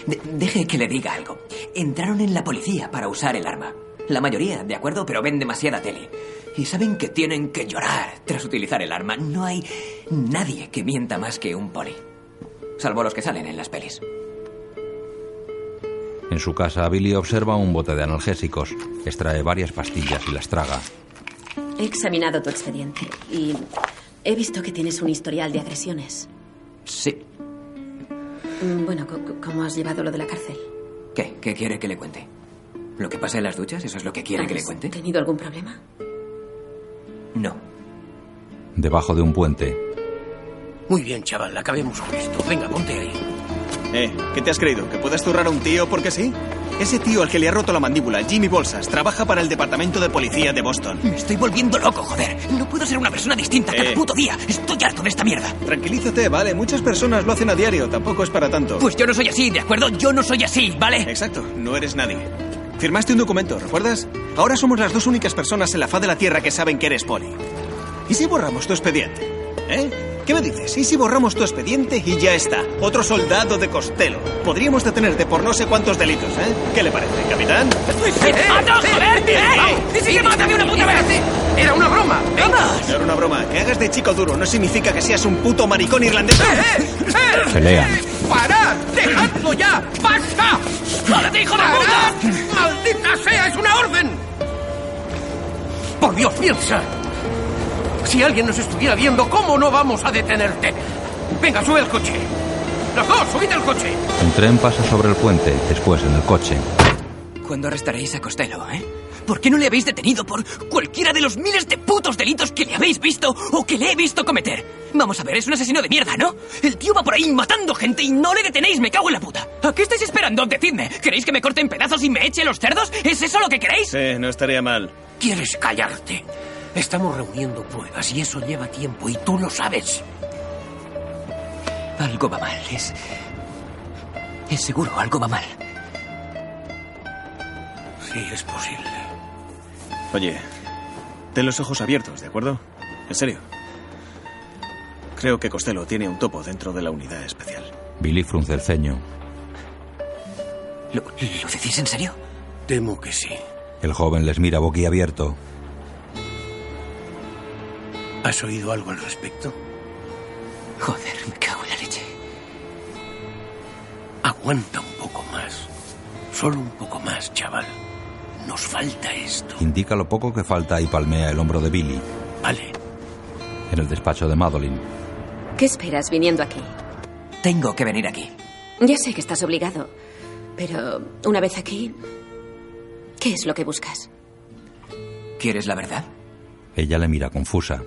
De- deje que le diga algo. Entraron en la policía para usar el arma. La mayoría, de acuerdo, pero ven demasiada tele. Y saben que tienen que llorar tras utilizar el arma. No hay nadie que mienta más que un poli. Salvo los que salen en las pelis.
En su casa, Billy observa un bote de analgésicos, extrae varias pastillas y las traga.
He examinado tu expediente y he visto que tienes un historial de agresiones.
Sí.
Mm, Bueno, co- co- ¿cómo has llevado lo de la cárcel?
¿Qué? ¿Qué quiere que le cuente? ¿Lo que pasa en las duchas? ¿Eso es lo que quiere que le cuente?
¿Has tenido algún problema?
No.
Debajo de un puente,
Muy bien, chaval, acabemos con esto. Venga, ponte ahí.
Eh, ¿qué te has creído? ¿Que puedes zurrar a un tío porque sí? Ese tío al que le ha roto la mandíbula, Jimmy Bolsas, trabaja para el Departamento de Policía de Boston.
Me estoy volviendo loco, joder. No puedo ser una persona distinta cada
Eh.
puto día. Estoy harto de esta mierda.
Tranquilízate, vale, muchas personas lo hacen a diario, tampoco es para tanto.
Pues yo no soy así, ¿de acuerdo? Yo no soy así, ¿vale?
Exacto, no eres nadie. Firmaste un documento, ¿recuerdas? Ahora somos las dos únicas personas en la faz de la Tierra que saben que eres poli. ¿Y si borramos tu expediente? ¿Eh? ¿Qué me dices? ¿Y si borramos tu expediente y ya está? Otro soldado de Costello. Podríamos detenerte por no sé cuántos delitos, ¿eh? ¿Qué le parece, capitán? ¡Eh!
¡Mata, joder! ¡Eh! ¡Ni siquiera mátame una puta vez! ¡Era una broma!
No era una broma. Que hagas de chico duro no significa que seas un puto maricón irlandés.
¡Eh!
pelean.
Eh, ¡Parad! ¡Dejadlo ya! ¡Basta! ¡Jódete, hijo de puta! ¡Maldita sea! ¡Es una orden!
Por Dios, piensa. Si alguien nos estuviera viendo, ¿cómo no vamos a detenerte? Venga, sube al coche. Los dos, subid al coche.
Un tren pasa sobre el puente, después en el coche.
¿Cuándo arrestaréis a Costello, eh?
¿Por qué no le habéis detenido por cualquiera de los miles de putos delitos que le habéis visto o que le he visto cometer? Vamos a ver, es un asesino de mierda, ¿no? El tío va por ahí matando gente y no le detenéis, me cago en la puta. ¿A qué estáis esperando? Decidme. ¿Queréis que me corte en pedazos y me eche los cerdos? ¿Es eso lo que queréis?
Sí, no estaría mal.
¿Quieres callarte? Estamos reuniendo pruebas y eso lleva tiempo y tú lo sabes.
Algo va mal, es... Es seguro, algo va mal.
Sí, es posible.
Oye, ten los ojos abiertos, ¿de acuerdo? En serio. Creo que Costello tiene un topo dentro de la unidad especial.
Billy frunce el ceño.
¿Lo, decís en serio? Temo que sí.
El joven les mira boquiabierto.
¿Has oído algo al respecto?
Joder, me cago en la leche.
Aguanta un poco más. Solo un poco más, chaval. Nos falta esto.
Indica lo poco que falta y palmea el hombro de Billy.
Vale.
En el despacho de Madeline,
¿Qué esperas viniendo aquí?
Tengo que venir aquí.
Ya sé que estás obligado, pero una vez aquí, ¿qué es lo que buscas?
¿Quieres la verdad?
ella le mira confusa.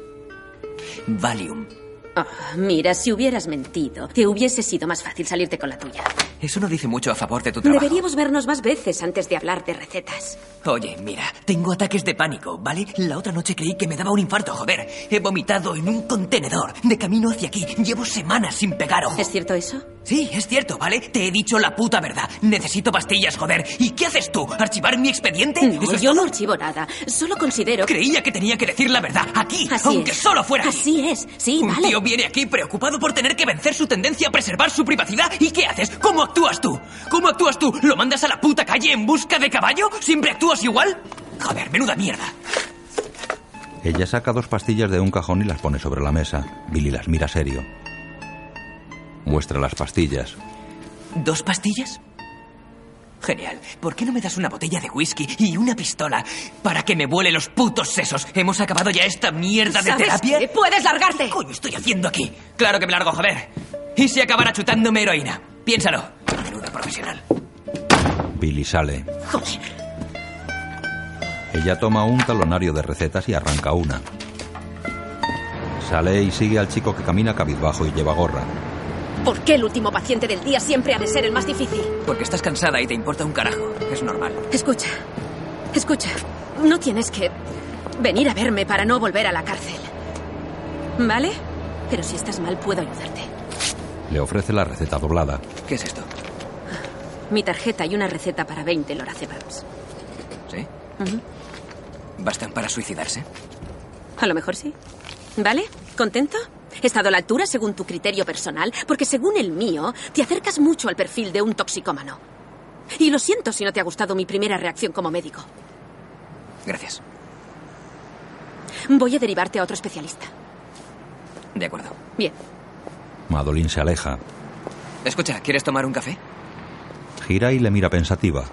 Valium.
Ah, mira, si hubieras mentido, te hubiese sido más fácil salirte con la tuya.
Eso no dice mucho a favor de tu trabajo.
Deberíamos vernos más veces antes de hablar de recetas.
Oye, mira, tengo ataques de pánico, ¿vale? La otra noche creí que me daba un infarto, joder. He vomitado en un contenedor, de camino hacia aquí. Llevo semanas sin pegar ojo.
¿Es cierto eso?
Sí, es cierto, ¿vale? Te he dicho la puta verdad. Necesito pastillas, joder. ¿Y qué haces tú? ¿Archivar mi expediente?
No,
Eso es
yo no
todo.
archivo nada. Solo considero.
Creía que tenía que decir la verdad, aquí,
Así
aunque
es.
solo fuera aquí.
Así es, sí,
Un
vale.
tío viene aquí preocupado por tener que vencer su tendencia a preservar su privacidad. ¿Y qué haces? ¿Cómo actúas tú? ¿Cómo actúas tú? ¿Lo mandas a la puta calle en busca de caballo? ¿Siempre actúas igual? Joder, menuda mierda.
Ella saca dos pastillas de un cajón y las pone sobre la mesa. Billy las mira serio. Muestra las pastillas.
¿Dos pastillas? Genial. ¿Por qué no me das una botella de whisky y una pistola para que me vuele los putos sesos? ¿Hemos acabado ya esta mierda de
¿Sabes
terapia?
qué?
Eh, ¡Puedes largarte! ¿Qué coño estoy haciendo aquí? Claro que me largo, joder. Y si acabará chutándome heroína. Piénsalo. Menuda profesional.
Billy sale.
Joder.
Ella toma un talonario de recetas y arranca una. Sale y sigue al chico que camina cabizbajo y lleva gorra.
¿Por qué el último paciente del día siempre ha de ser el más difícil?
Porque estás cansada y te importa un carajo. Es normal.
Escucha, escucha. No tienes que venir a verme para no volver a la cárcel. ¿Vale? Pero si estás mal, puedo ayudarte.
Le ofrece la receta doblada.
¿Qué es esto?
Mi tarjeta y una receta para 20 lorazepams.
¿Sí?
Ujú.
¿Bastan para suicidarse?
A lo mejor sí. ¿Vale? ¿Contento? He estado a la altura según tu criterio personal, porque según el mío, te acercas mucho al perfil de un toxicómano. Y lo siento si no te ha gustado mi primera reacción como médico.
Gracias.
Voy a derivarte a otro especialista.
De acuerdo.
Bien.
Madeline se aleja.
Escucha, ¿quieres tomar un café?
Gira y le mira pensativa.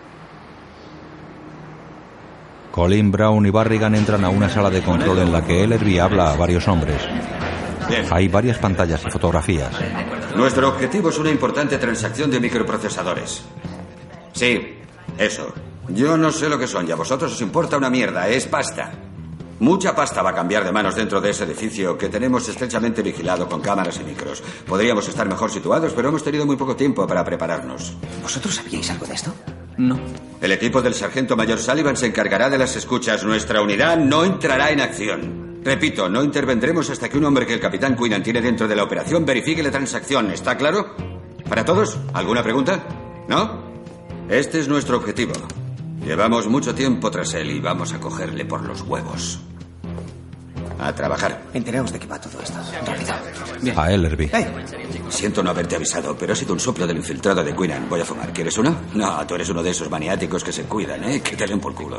Colin, Brown y Barrigan entran a una sala de control en la que Ellerby habla a varios hombres. Hay varias pantallas y fotografías.
Nuestro objetivo es una importante transacción de microprocesadores. Sí, eso. Yo no sé lo que son y a vosotros os importa una mierda, es pasta. Mucha pasta va a cambiar de manos dentro de ese edificio que tenemos estrechamente vigilado con cámaras y micros. Podríamos estar mejor situados, pero hemos tenido muy poco tiempo para prepararnos.
¿Vosotros sabíais algo de esto?
No.
El equipo del sargento mayor Sullivan se encargará de las escuchas. Nuestra unidad no entrará en acción. Repito, no intervendremos hasta que un hombre que el capitán Quinnan tiene dentro de la operación verifique la transacción. ¿Está claro? ¿Para todos? ¿Alguna pregunta? ¿No? Este es nuestro objetivo. Llevamos mucho tiempo tras él y vamos a cogerle por los huevos. A trabajar.
Enteraos de qué va todo esto.
A Ellerby.
Siento no haberte avisado, pero ha sido un soplo del infiltrado de Quinnan. Voy a fumar. ¿Quieres uno? No, tú eres uno de esos maniáticos que se cuidan, ¿eh? Que te den por culo.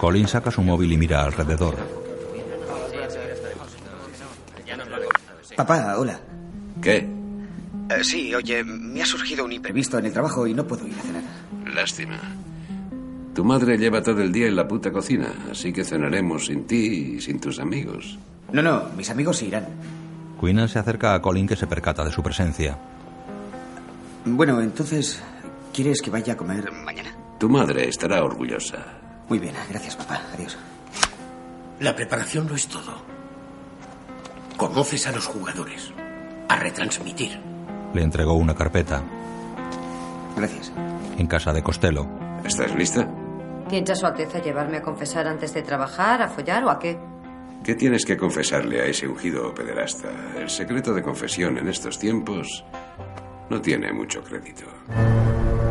Colin saca su móvil y mira alrededor.
Papá, hola.
¿Qué?
Eh, sí, oye, me ha surgido un imprevisto en el trabajo y no puedo ir a cenar.
Lástima. Tu madre lleva todo el día en la puta cocina, así que cenaremos sin ti y sin tus amigos.
No, no, mis amigos se irán.
Quinnan se acerca a Colin que se percata de su presencia.
Bueno, entonces, ¿quieres que vaya a comer mañana?
Tu madre estará orgullosa.
Muy bien, gracias, papá. Adiós.
La preparación lo es todo. Conoces a los jugadores. A retransmitir.
Le entregó una carpeta.
Gracias.
En casa de Costello.
¿Estás lista?
¿Piensa su Alteza llevarme a confesar antes de trabajar, a follar o a qué?
¿Qué tienes que confesarle a ese ungido pederasta? El secreto de confesión en estos tiempos no tiene mucho crédito.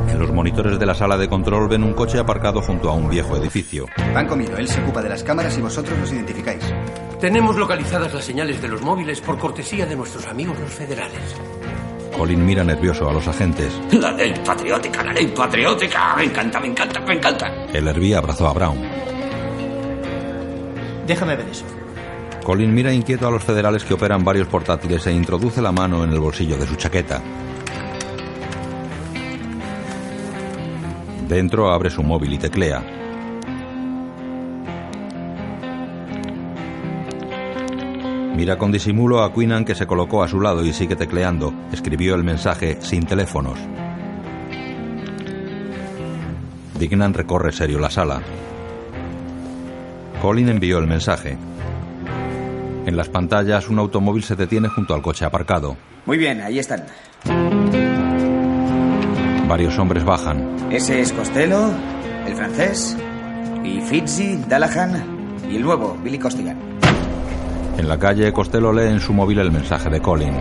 En los monitores de la sala de control ven un coche aparcado junto a un viejo edificio.
Han comido, él se ocupa de las cámaras y vosotros los identificáis.
Tenemos localizadas las señales de los móviles por cortesía de nuestros amigos los federales.
Colin mira nervioso a los agentes.
La ley patriótica, la ley patriótica. Me encanta, me encanta, me encanta.
El Herbie abrazó a Brown.
Déjame ver eso.
Colin mira inquieto a los federales que operan varios portátiles e introduce la mano en el bolsillo de su chaqueta. Dentro abre su móvil y teclea. Mira con disimulo a Queenan que se colocó a su lado y sigue tecleando. Escribió el mensaje sin teléfonos. Dignan recorre serio la sala. Colin envió el mensaje. En las pantallas un automóvil se detiene junto al coche aparcado.
Muy bien, ahí están.
Varios hombres bajan.
Ese es Costello, el francés, y Fitzy, Dallahan, y el nuevo, Billy Costigan.
En la calle, Costello lee en su móvil el mensaje de Colin.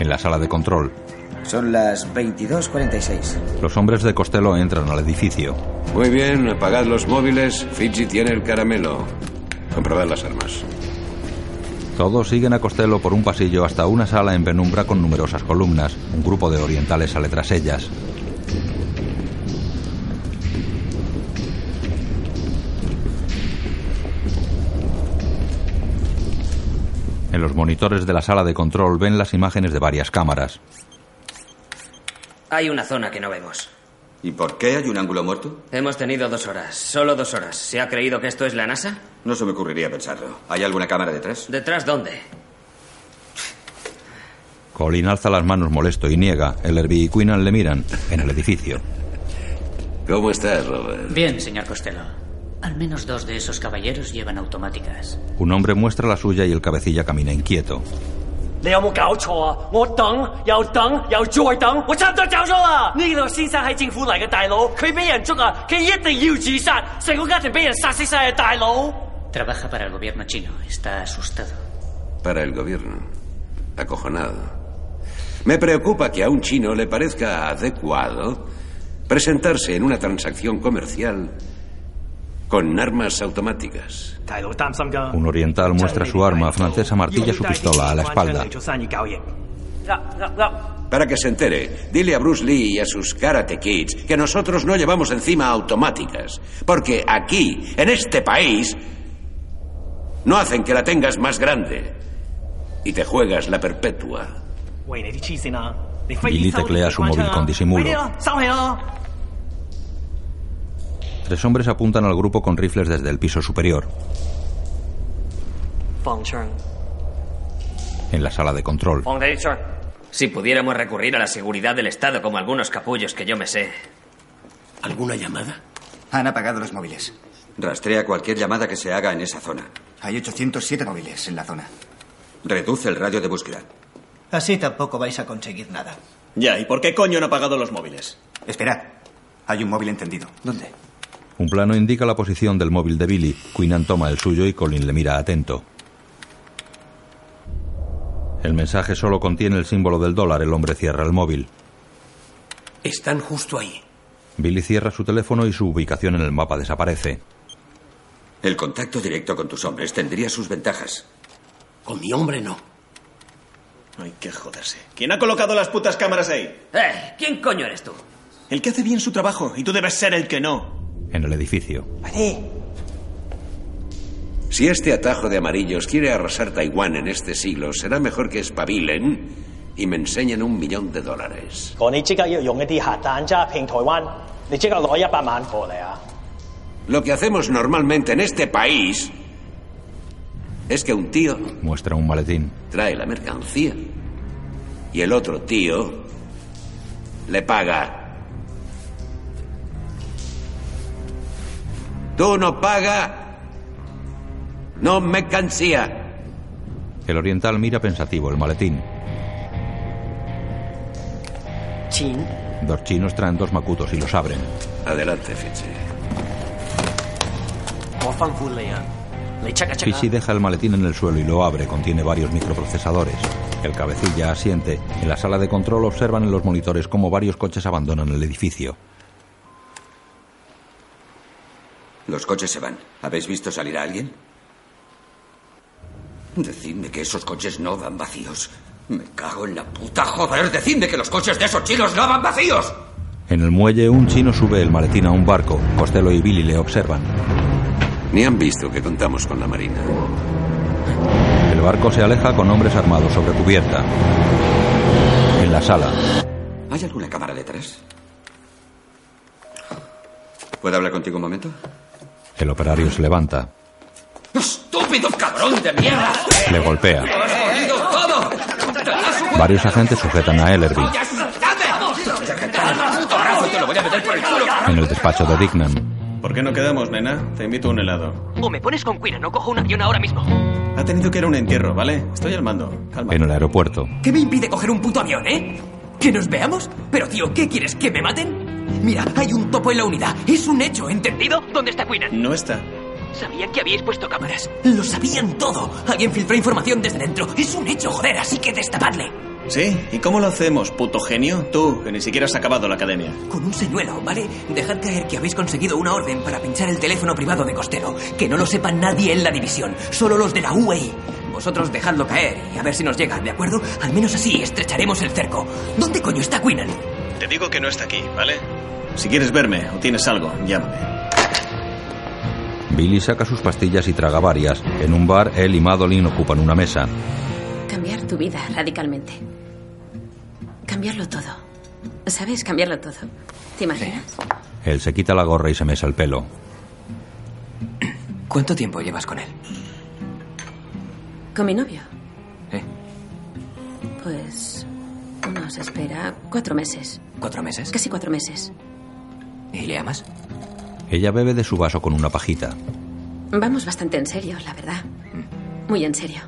En la sala de control,
Son las 22.46.
los hombres de Costello entran al edificio.
Muy bien, apagad los móviles. Fiji tiene el caramelo. Comprobad las armas.
Todos siguen a Costello por un pasillo hasta una sala en penumbra con numerosas columnas. Un grupo de orientales sale tras ellas. En los monitores de la sala de control ven las imágenes de varias cámaras.
Hay una zona que no vemos.
¿Y por qué hay un ángulo muerto?
Hemos tenido dos horas, solo dos horas. ¿Se ha creído que esto es la NASA?
No se me ocurriría pensarlo. ¿Hay alguna cámara detrás?
¿Detrás dónde?
Colin alza las manos molesto y niega. Ellerby y Queenan le miran en el edificio.
¿Cómo estás, Robert?
Bien, señor Costello. Al menos dos de esos caballeros llevan automáticas.
Un hombre muestra la suya y el cabecilla camina inquieto.
你有冇搞錯啊？我等又等又再等，我差唔多走咗啦！呢度先生係政府嚟嘅大佬，佢俾人捉啊，佢一定要自殺，成個家庭俾人殺死
e
晒啊，大佬！ Trabaja para el gobierno chino. Está asustado.
Para el gobierno. Acojonado. Me preocupa que a un chino le parezca adecuado presentarse en una transacción comercial con armas automáticas.
大佬擔心㗎
Un oriental muestra su arma, francés amartilla su pistola a la espalda.
做生意交易。
Para que se entere, dile a Bruce Lee y a sus Karate Kids que nosotros no llevamos encima automáticas. Porque aquí, en este país, no hacen que la tengas más grande. Y te juegas la perpetua.
喂，你啲黐線啊！你非
Billy
收
teclea su móvil con
快
disimulo.
啲啦，收起啦！
Tres hombres apuntan al grupo con rifles desde el piso superior.
放槍，
En la sala de control,
Si pudiéramos recurrir a la seguridad del Estado como algunos capullos que yo me sé.
¿Alguna llamada?
Han apagado los móviles.
Rastrea cualquier llamada que se haga en esa zona.
Hay 807 móviles en la zona.
Reduce el radio de búsqueda.
Así tampoco vais a conseguir nada.
Ya, ¿y por qué coño no ha pagado los móviles?
Esperad. Hay un móvil encendido. ¿Dónde?
un plano indica la posición del móvil de Billy. Queenan toma el suyo y Colin le mira atento. El mensaje solo contiene el símbolo del dólar. El hombre cierra el móvil.
Están justo ahí.
Billy cierra su teléfono y su ubicación en el mapa desaparece.
El contacto directo con tus hombres tendría sus ventajas.
Con mi hombre no. Hay que joderse. ¿Quién ha colocado las putas cámaras ahí?
¡Eh! ¿Quién coño eres tú?
El que hace bien su trabajo, y tú debes ser el que no.
En el edificio.
Si este atajo de amarillos quiere arrasar Taiwán en este siglo, será mejor que espabilen y me enseñen un millón de dólares.
我哦你即刻要用一啲核彈渣拼台灣，你即刻攞一百萬過嚟啊！
Lo que hacemos normalmente en este país es que un tío
Muestra un maletín.
trae la mercancía y el otro tío le paga. Tú no paga, no mercancía.
El oriental mira pensativo el maletín.
Chin.
Dos chinos traen dos macutos y los abren.
Adelante, Fitzy.
Fishy deja el maletín en el suelo y lo abre. Contiene varios microprocesadores. El cabecilla asiente. En la sala de control observan en los monitores cómo varios coches abandonan el edificio.
Los coches se van. ¿Habéis visto salir a alguien? Decidme que esos coches no van vacíos. Me cago en la puta joder. Decidme que los coches de esos chinos no van vacíos.
En el muelle, un chino sube el maletín a un barco. Costello y Billy le observan.
Ni han visto que contamos con la Marina.
El barco se aleja con hombres armados sobre cubierta. En la sala,
¿Hay alguna cámara detrás? ¿Puedo hablar contigo un momento?
el operario se levanta,
¡Estúpido cabrón de mierda!
le golpea.
¡Lo has jodido todo!
Varios agentes sujetan a Ellerby.
¡Ya suéltame! ¡Te voy a cantar el puto brazo y te lo voy a meter por el culo!
En el despacho de Dignan,
¿Por qué no quedamos, nena? Te invito a un helado.
O me pones con cuina, no cojo un avión ahora mismo.
Ha tenido que ir a un entierro, ¿vale? Estoy al mando. Calma.
en el aeropuerto.
¿Qué me impide coger un puto avión, eh? ¿Que nos veamos? Pero, tío, ¿qué quieres? ¿Que me maten? Mira, hay un topo en la unidad. Es un hecho, ¿entendido? ¿Dónde está Quina?
No está.
Sabían que habíais puesto cámaras. Lo sabían todo. Alguien filtró información desde dentro. Es un hecho, joder, así que destapadle.
¿Sí? ¿Y cómo lo hacemos, puto genio? Tú, que ni siquiera has acabado la academia.
Con un señuelo, ¿vale? Dejad caer que habéis conseguido una orden para pinchar el teléfono privado de Costero. Que no lo sepa nadie en la división, solo los de la UAI. Vosotros dejadlo caer y a ver si nos llega, ¿de acuerdo? Al menos así estrecharemos el cerco. ¿Dónde coño está Quinnan?
Te digo que no está aquí, ¿vale? Si quieres verme o tienes algo, llámame.
Billy saca sus pastillas y traga varias. En un bar, él y Madeline ocupan una mesa.
Cambiar tu vida radicalmente. Cambiarlo todo. ¿Sabes? Cambiarlo todo. ¿Te imaginas?
Él se quita la gorra y se mesa el pelo.
¿Cuánto tiempo llevas con él?
Con mi novio.
¿Eh?
Pues. Uno se espera cuatro meses.
¿Cuatro meses?
Casi cuatro meses.
¿Y le amas?
Ella bebe de su vaso con una pajita.
Vamos bastante en serio, la verdad.
Mm.
Muy en serio.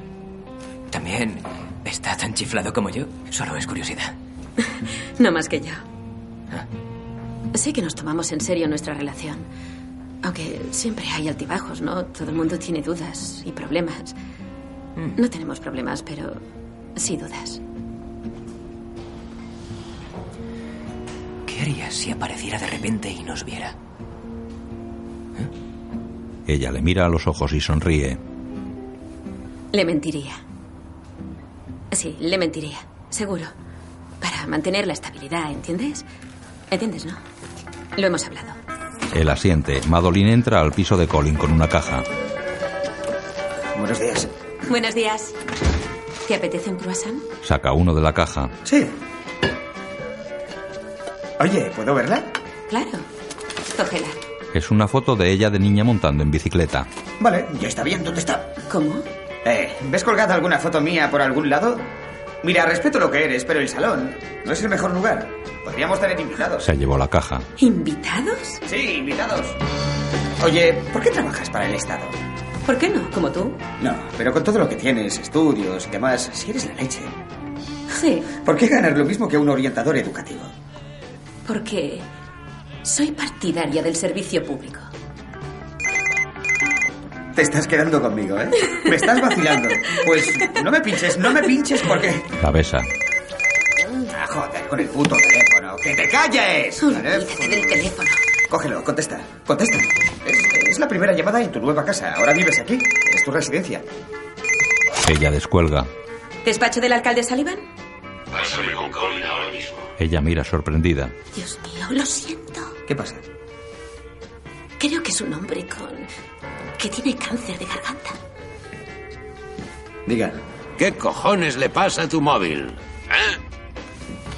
También está tan chiflado como yo. Solo es curiosidad.
No más que yo.
Ah.
Sé que nos tomamos en serio nuestra relación. Aunque siempre hay altibajos, ¿no? Todo el mundo tiene dudas y problemas.
Mm.
No tenemos problemas, pero sí dudas.
¿Qué harías si apareciera de repente y nos viera?
Ella le mira a los ojos y sonríe.
Le mentiría. Sí, le mentiría, seguro. Para mantener la estabilidad, ¿entiendes? ¿Entiendes, no? Lo hemos hablado.
Él asiente. Madeline entra al piso de Colin con una caja.
Buenos días.
Buenos días. ¿Te apetece un croissant?
Saca uno de la caja.
Sí. Oye, ¿puedo verla?
Claro. Cógela.
Es una foto de ella de niña montando en bicicleta.
Vale, ya está bien. ¿Dónde está?
¿Cómo?
Eh, ¿ves colgada alguna foto mía por algún lado? Mira, respeto lo que eres, pero el salón no es el mejor lugar. Podríamos tener invitados.
Se llevó la caja.
¿Invitados?
Sí, invitados. Oye, ¿por qué trabajas para el Estado?
¿Por qué no? Como tú.
No, pero con todo lo que tienes, estudios y demás, si eres la leche.
Sí,
¿Por qué ganar lo mismo que un orientador educativo?
porque soy partidaria del servicio público.
Te estás quedando conmigo, ¿eh? Me estás vacilando. Pues no me pinches, no me pinches porque...
La besa.
Ah, joder, con el puto teléfono. ¡Que te calles!
Olvídate del teléfono.
Cógelo, contesta, contesta. Es, es la primera llamada en tu nueva casa. Ahora vives aquí. Es tu residencia.
Ella descuelga.
¿Despacho del alcalde Sullivan?
Pásame con Colin ahora mismo.
Ella mira sorprendida.
Dios mío, lo siento.
¿Qué pasa?
Creo que es un hombre con... que tiene cáncer de garganta.
Diga.
¿Qué cojones le pasa a tu móvil?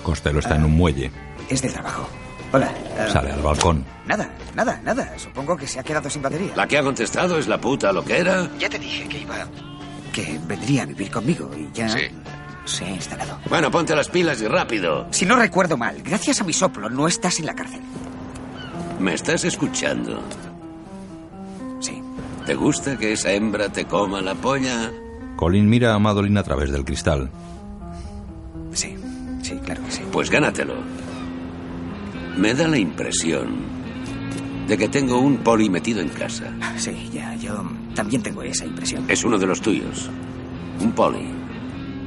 Costello está en un muelle.
Es del trabajo. Hola. eh,
Sale al balcón.
Nada, nada, nada. Supongo que se ha quedado sin batería.
La que ha contestado es la puta loquera.
Ya te dije que iba... Que vendría a vivir conmigo y ya...
Sí.
Se ha instalado.
Bueno, ponte las pilas y rápido.
Si no recuerdo mal, gracias a mi soplo no estás en la cárcel.
¿Me estás escuchando? ¿Te gusta que esa hembra te coma la polla?
Colin mira a Madeline a través del cristal.
Sí, sí, claro sí. Pues gánatelo. Me da la impresión de que tengo un poli metido en casa.
Ah, Sí, ya, yo también tengo esa impresión.
Es uno de los tuyos. Un poli.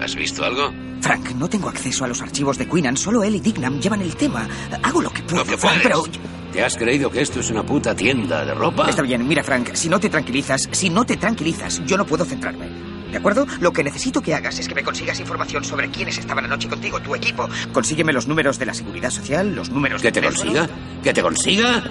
¿Has visto algo?
Frank, no tengo acceso a los archivos de Queenan. Solo él y Dignam llevan el tema. Hago lo que puedo,
Lo que
Frank,
puedes.
pero...
¿Te has creído que esto es una puta tienda de ropa?
Está bien, mira, Frank, si no te tranquilizas, si no te tranquilizas, yo no puedo centrarme. ¿De acuerdo? Lo que necesito que hagas es que me consigas información sobre quiénes estaban anoche contigo, tu equipo. Consígueme los números de la seguridad social, los números
¿Que
de
te
teléfono.
consiga? ¿Que te consiga?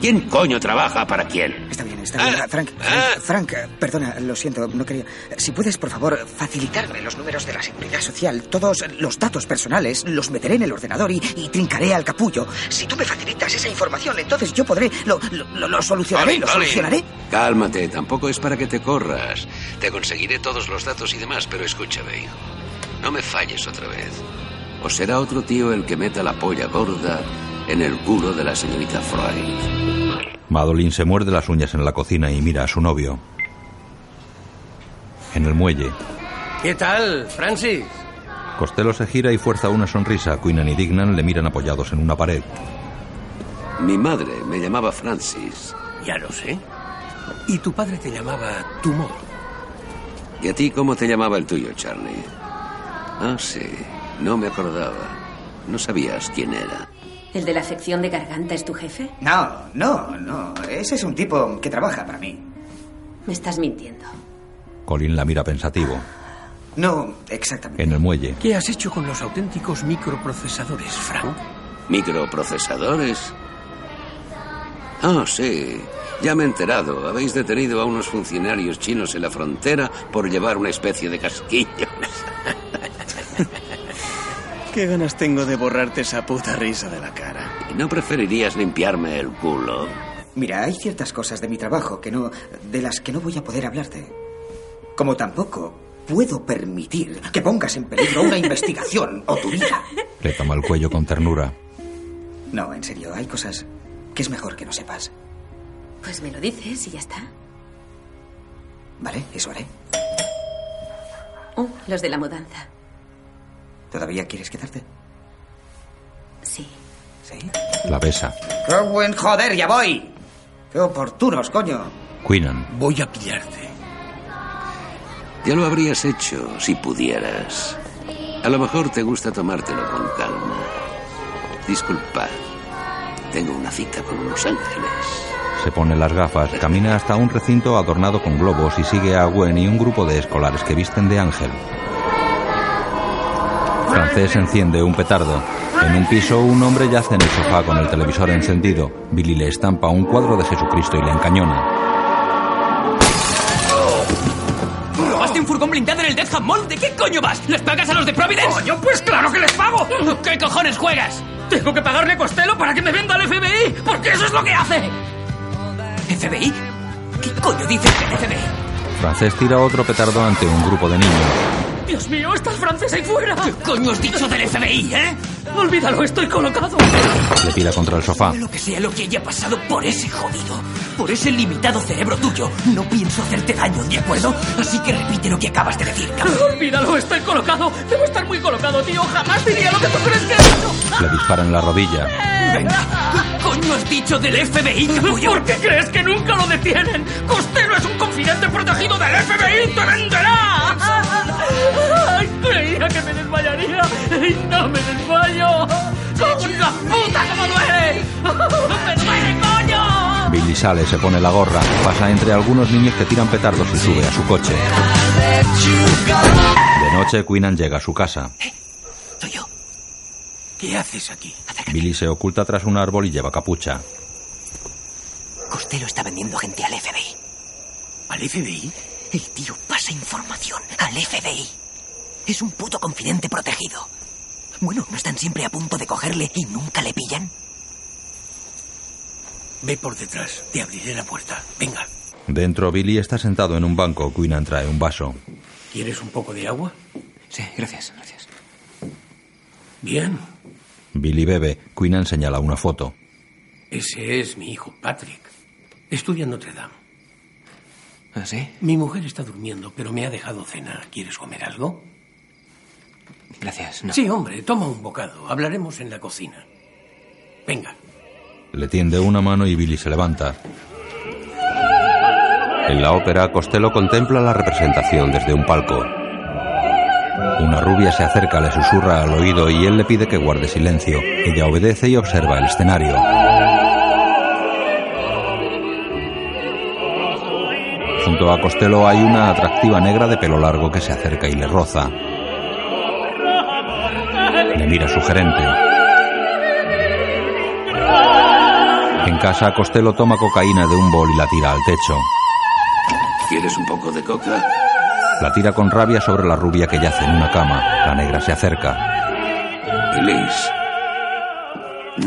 ¿Quién coño trabaja para quién?
Está bien, está bien. ah, Frank, Frank, Frank, eh, perdona, lo siento, no quería. Si puedes, por favor, facilitarme los números de la seguridad social, todos los datos personales, los meteré en el ordenador y, y trincaré al capullo. Si tú me facilitas esa información, entonces yo podré. Lo, lo, lo- lo solucionaré,
Vale,
lo
vale.
solucionaré.
Cálmate, tampoco es para que te corras. Te conseguiré todos los datos y demás, pero escúchame, hijo. No me falles otra vez. O será otro tío el que meta la polla gorda en el culo de la señorita Freud.
Madeline se muerde las uñas en la cocina y mira a su novio. En el muelle,
¿Qué tal, Francis?
Costello se gira y fuerza una sonrisa. Queenan y Dignan le miran apoyados en una pared.
Mi madre me llamaba Francis.
Ya lo sé. Y tu padre te llamaba Tumor.
¿Y a ti cómo te llamaba el tuyo, Charlie? Ah, sí. No me acordaba. No sabías quién era.
¿El de la afección de garganta es tu jefe?
No, no, no. Ese es un tipo que trabaja para mí.
Me estás mintiendo.
Colin la mira pensativo.
No, exactamente.
En el muelle,
¿Qué has hecho con los auténticos microprocesadores, Frank?
¿Microprocesadores? Ah, sí. Ya me he enterado. Habéis detenido a unos funcionarios chinos en la frontera por llevar una especie de casquillo.
Qué ganas tengo de borrarte esa puta risa de la cara.
¿Y no preferirías limpiarme el culo?
Mira, hay ciertas cosas de mi trabajo que no. de las que no voy a poder hablarte. Como tampoco puedo permitir que pongas en peligro una investigación o tu vida.
le toma el cuello con ternura.
No, en serio, hay cosas que es mejor que no sepas.
Pues me lo dices y ya está.
¿Vale? Eso haré.
Oh, los de la mudanza.
¿Todavía quieres quedarte?
Sí.
La besa.
¡Qué buen joder, ya voy! ¡Qué oportunos, coño!
Queenan.
Voy a pillarte.
Ya lo habrías hecho si pudieras. A lo mejor te gusta tomártelo con calma. Disculpad. Tengo una cita con unos ángeles.
Se pone las gafas, camina hasta un recinto adornado con globos y sigue a Gwen y un grupo de escolares que visten de ángel. Francés enciende un petardo. En un piso, un hombre yace en el sofá con el televisor encendido. Billy le estampa un cuadro de Jesucristo y le encañona.
¿Robaste un furgón blindado en el Deatham Mall? ¿De qué coño vas? ¿Les pagas a los de Providence? ¡Coño, pues claro que les pago! ¿Qué cojones juegas? Tengo que pagarle a Costello para que me venda al FBI, porque eso es lo que hace. ¿FBI? ¿Qué coño dices del FBI?
Francés tira otro petardo ante un grupo de niños.
Dios mío, está el francés ahí fuera. ¿Qué coño has dicho del FBI, eh? Olvídalo, estoy colocado.
Le tira contra el sofá.
Lo que sea lo que haya pasado por ese jodido, por ese limitado cerebro tuyo, no pienso hacerte daño, ¿de acuerdo? Así que repite lo que acabas de decir, cabrón. Olvídalo, estoy colocado. Debo estar muy colocado, tío. Jamás diría lo que tú crees que has hecho.
Le dispara en la rodilla.
Venga, ¿qué coño has dicho del FBI, capullo? ¿Por qué crees que nunca lo detienen? Costello es un confidente protegido del FBI, te venderá. Creía que me desmayaría y no me desmayo. ¡Soy una puta como duele! ¡Me duele, coño!
Billy sale, se pone la gorra, pasa entre algunos niños que tiran petardos y sube a su coche. De noche, Queenan llega a su casa.
¿Qué haces aquí?
Billy se oculta tras un árbol y lleva capucha.
Costello está vendiendo gente al FBI. ¿Al FBI? El tío pasa información al FBI. Es un puto confidente protegido. Bueno, ¿no están siempre a punto de cogerle y nunca le pillan?
Ve por detrás, te abriré la puerta. Venga.
Dentro, Billy está sentado en un banco. Queenan trae un vaso.
¿Quieres un poco de agua? Sí, gracias, gracias. Bien,
Billy bebe. Queenan señala una foto.
ese es mi hijo Patrick. Estudia en Notre Dame.
¿Ah, sí?
Mi mujer está durmiendo, pero me ha dejado cenar. ¿Quieres comer algo?
Gracias, no.
Sí, hombre, toma un bocado. Hablaremos en la cocina. Venga.
Le tiende una mano y Billy se levanta. En la ópera, Costello contempla la representación desde un palco. Una rubia se acerca, le susurra al oído y él le pide que guarde silencio. Ella obedece y observa el escenario. Junto a Costello hay una atractiva negra de pelo largo que se acerca y le roza. Le mira sugerente. En casa, Costello toma cocaína de un bol y la tira al techo.
¿Quieres un poco de coca?
La tira con rabia sobre la rubia que yace en una cama. La negra se acerca.
Elise,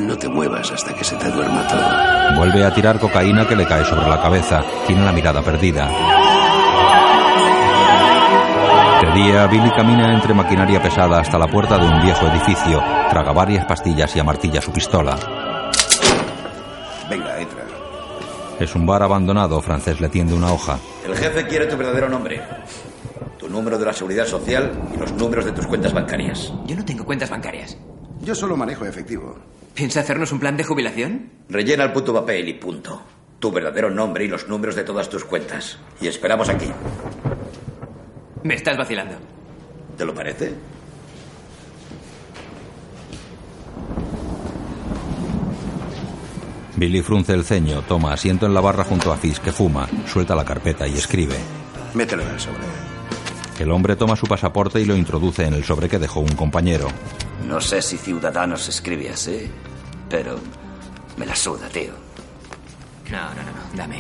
no te muevas hasta que se te duerma todo.
Vuelve a tirar cocaína que le cae sobre la cabeza. Tiene la mirada perdida. De día, Billy camina entre maquinaria pesada hasta la puerta de un viejo edificio. Traga varias pastillas y amartilla su pistola.
Venga, entra.
Es un bar abandonado. Francés le tiende una hoja.
El jefe quiere tu verdadero nombre, tu número de la seguridad social y los números de tus cuentas bancarias.
Yo no tengo cuentas bancarias.
Yo solo manejo efectivo.
¿Piensa hacernos un plan de jubilación?
Rellena el puto papel y punto. Tu verdadero nombre y los números de todas tus cuentas. Y esperamos aquí.
Me estás vacilando.
¿Te lo parece?
Billy frunce el ceño, toma asiento en la barra junto a Fizz que fuma, suelta la carpeta y escribe.
Mételo en el sobre.
El hombre toma su pasaporte y lo introduce en el sobre que dejó un compañero.
No sé si Ciudadanos escribe así, pero me la suda, tío.
No, no, no, no. Dame.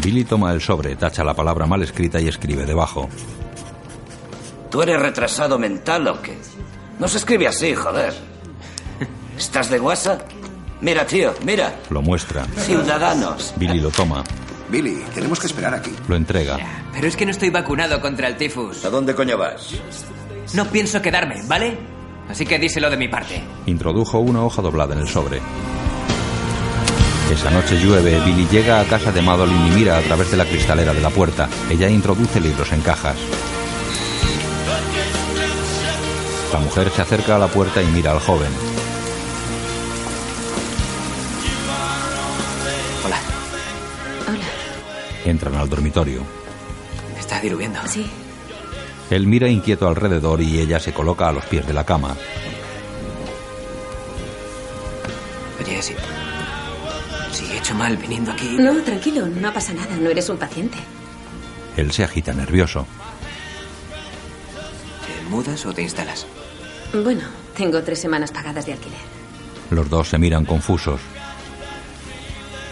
Billy toma el sobre, tacha la palabra mal escrita y escribe debajo.
¿Tú eres retrasado mental o qué? No se escribe así, joder. ¿Estás de guasa? Mira, tío, mira.
Lo muestra.
Ciudadanos.
Billy lo toma,
Billy, tenemos que esperar aquí.
lo entrega.
Pero es que no estoy vacunado contra el tifus.
¿A dónde coño vas?
No pienso quedarme, ¿vale? Así que díselo de mi parte.
Introdujo una hoja doblada en el sobre. Esa noche llueve, Billy llega a casa de Madeline y mira a través de la cristalera de la puerta. Ella introduce libros en cajas. La mujer se acerca a la puerta y mira al joven.
Hola.
Entran al dormitorio.
Está diluviando.
Sí.
Él mira inquieto alrededor y ella se coloca a los pies de la cama.
Oye, sí. Si he hecho mal viniendo aquí.
No, tranquilo, no pasa nada, no eres un paciente.
Él se agita nervioso.
¿Te mudas o te instalas?
Bueno, tengo tres semanas pagadas de alquiler.
Los dos se miran confusos.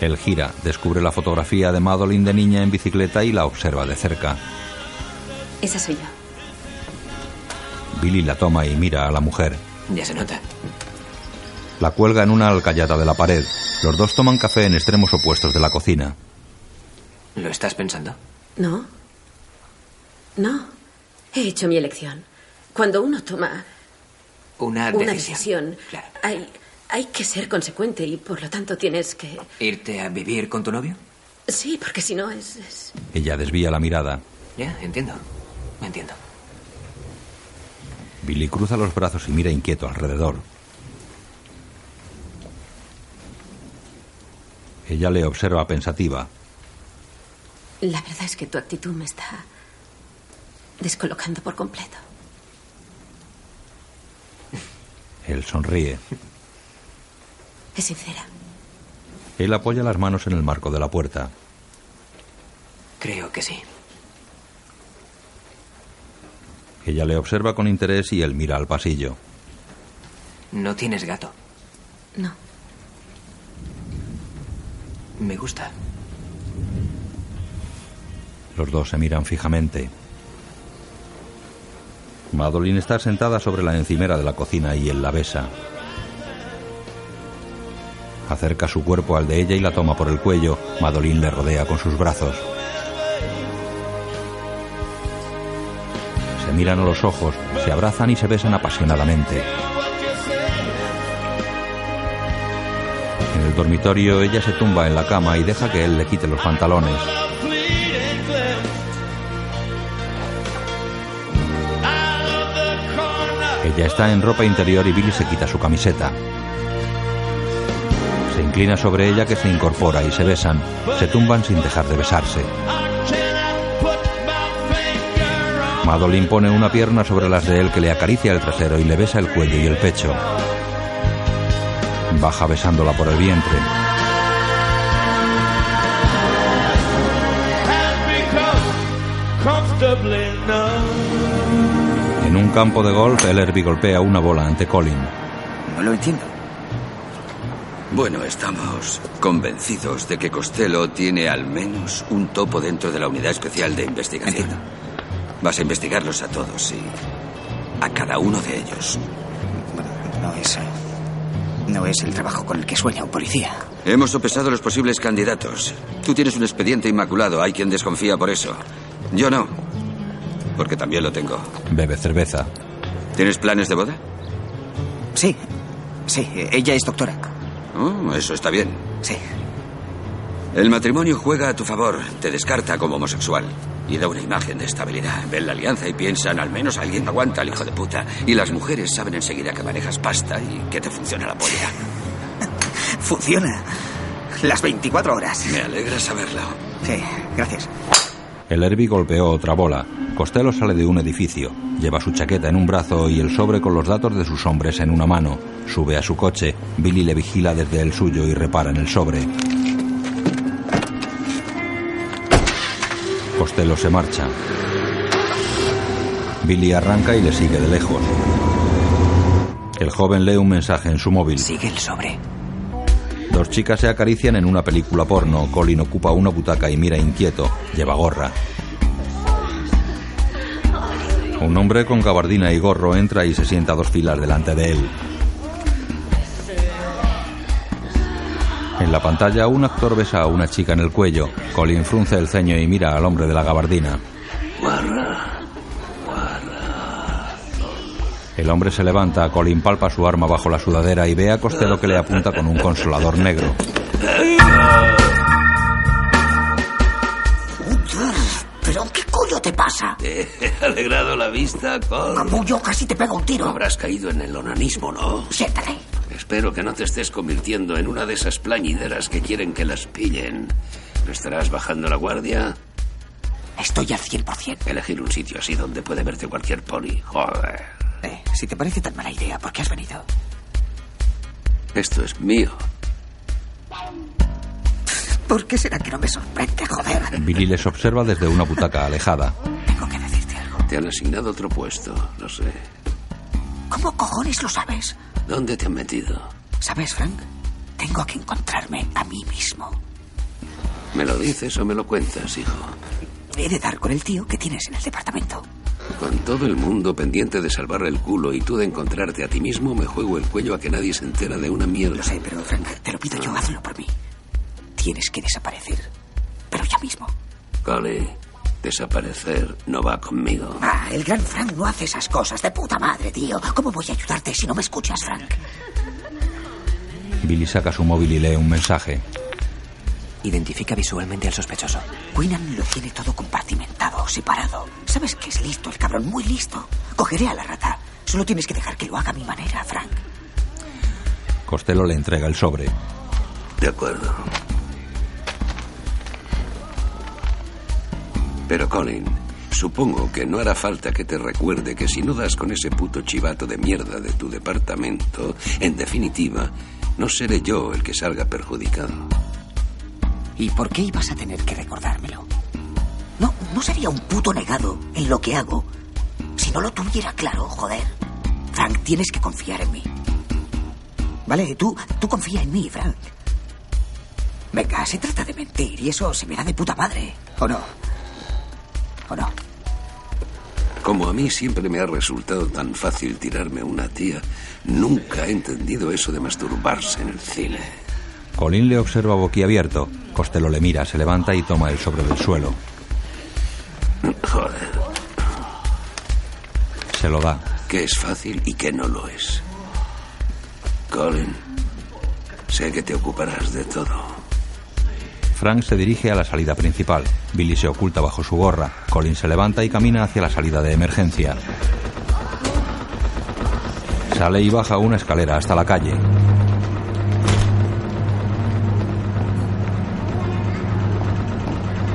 Él gira, descubre la fotografía de Madeline de niña en bicicleta y la observa de cerca.
Esa soy yo.
Billy la toma y mira a la mujer.
Ya se nota.
La cuelga en una alcayata de la pared. Los dos toman café en extremos opuestos de la cocina.
¿Lo estás pensando?
No. No. He hecho mi elección. Cuando uno toma
Ah,
Una,
una
decisión.
decisión, hay, hay que ser consecuente y por lo tanto tienes que...
¿Irte a vivir con tu novio?
Sí, porque si no es- es...
Ella desvía la mirada.
Ya, entiendo. Entiendo.
Billy cruza los brazos y mira inquieto alrededor. Ella le observa pensativa.
La verdad es que tu actitud me está descolocando por completo.
Él sonríe.
Es sincera.
Él apoya las manos en el marco de la puerta.
Creo que sí.
Ella le observa con interés y él mira al pasillo.
No tienes gato.
No.
Me gusta.
Los dos se miran fijamente. Madeline está sentada sobre la encimera de la cocina y él la besa. Acerca su cuerpo al de ella y la toma por el cuello. Madeline le rodea con sus brazos. Se miran a los ojos, se abrazan y se besan apasionadamente. En el dormitorio ella se tumba en la cama y deja que él le quite los pantalones. Ella está en ropa interior y Billy se quita su camiseta. Se inclina sobre ella que se incorpora y se besan. Se tumban sin dejar de besarse. Madeline pone una pierna sobre las de él que le acaricia el trasero y le besa el cuello y el pecho. Baja besándola por el vientre.
Comfortably numb.
En un campo de golf, el Herbie golpea una bola ante Colin.
No lo entiendo.
Bueno, estamos convencidos de que Costello tiene al menos un topo dentro de la unidad especial de investigación. Vas a investigarlos a todos y a cada uno de ellos.
No es. eh, No es el trabajo con el que sueña un policía.
Hemos sopesado los posibles candidatos. Tú tienes un expediente inmaculado, hay quien desconfía por eso. Yo no, porque también lo tengo.
Bebe cerveza.
¿Tienes planes de boda?
Sí, sí, ella es doctora.
Oh, eso está bien.
Sí.
El matrimonio juega a tu favor, te descarta como homosexual y da una imagen de estabilidad. Ven la alianza y piensan, al menos alguien aguanta al hijo de puta. Y las mujeres saben enseguida que manejas pasta y que te funciona la polla.
Funciona. Las 24 horas.
Me alegra saberlo.
Sí, gracias.
El Herbie golpeó otra bola. Costello sale de un edificio. Lleva su chaqueta en un brazo y el sobre con los datos de sus hombres en una mano. Sube a su coche. Billy le vigila desde el suyo y repara en el sobre. Costello se marcha. Billy arranca y le sigue de lejos. El joven lee un mensaje en su móvil.
Sigue el sobre.
Dos chicas se acarician en una película porno. Colin ocupa una butaca y mira inquieto. Lleva gorra. Un hombre con gabardina y gorro entra y se sienta a dos filas delante de él. En la pantalla un actor besa a una chica en el cuello. Colin frunce el ceño y mira al hombre de la gabardina. El hombre se levanta, Colin palpa su arma bajo la sudadera y ve a Costello que le apunta con un consolador negro.
¿Pero qué coño te pasa?
Te he alegrado la vista, Col.
Capullo, casi te pego un tiro.
Habrás caído en el onanismo, ¿no?
Siéntate.
Espero que no te estés convirtiendo en una de esas plañideras que quieren que las pillen. ¿No estarás bajando la guardia?
Estoy al 100%.
Elegir un sitio así donde puede verte cualquier poli. Joder.
Eh, si te parece tan mala idea, ¿por qué has venido?
Esto es mío.
¿Por qué será que no me sorprende, joder?
Billy les observa desde una butaca alejada.
Te han asignado otro puesto, no sé.
¿Cómo cojones lo sabes?
¿Dónde te han metido?
¿Sabes, Frank? Tengo que encontrarme a mí mismo.
¿Me lo dices o me lo cuentas, hijo?
He de dar con el tío que tienes en el departamento.
Con todo el mundo pendiente de salvar el culo y tú de encontrarte a ti mismo, me juego el cuello a que nadie se entera de una mierda. Lo
sé, pero Frank, te lo pido yo, hazlo por mí. Tienes que desaparecer. Pero ya mismo.
Cole, desaparecer no va conmigo.
Ah, el gran Frank no hace esas cosas. De puta madre, tío. ¿Cómo voy a ayudarte si no me escuchas, Frank?
Billy saca su móvil y lee un mensaje.
Identifica visualmente al sospechoso.
Winan lo tiene todo compartimentado, separado. ¿Sabes que es listo el cabrón? Muy listo. Cogeré a la rata. Solo tienes que dejar que lo haga a mi manera, Frank.
Costello le entrega el sobre.
De acuerdo. Pero Colin, supongo que no hará falta que te recuerde que si no das con ese puto chivato de mierda de tu departamento, en definitiva, no seré yo el que salga perjudicado.
¿Y por qué ibas a tener que recordármelo? No, no sería un puto negado en lo que hago si no lo tuviera claro, joder. Frank, tienes que confiar en mí. Vale, tú, tú confía en mí, Frank. Venga, se trata de mentir y eso se me da de puta madre, ¿o no? ¿O no?
Como a mí siempre me ha resultado tan fácil tirarme a una tía, nunca he entendido eso de masturbarse en el cine.
Colin le observa boquiabierto. Costello le mira, se levanta y toma el sobre del suelo.
Joder,
Se lo da.
que es fácil y que no lo es. Colin, sé que te ocuparás de todo.
Frank se dirige a la salida principal. Billy se oculta bajo su gorra. Colin se levanta y camina hacia la salida de emergencia. Sale y baja una escalera hasta la calle.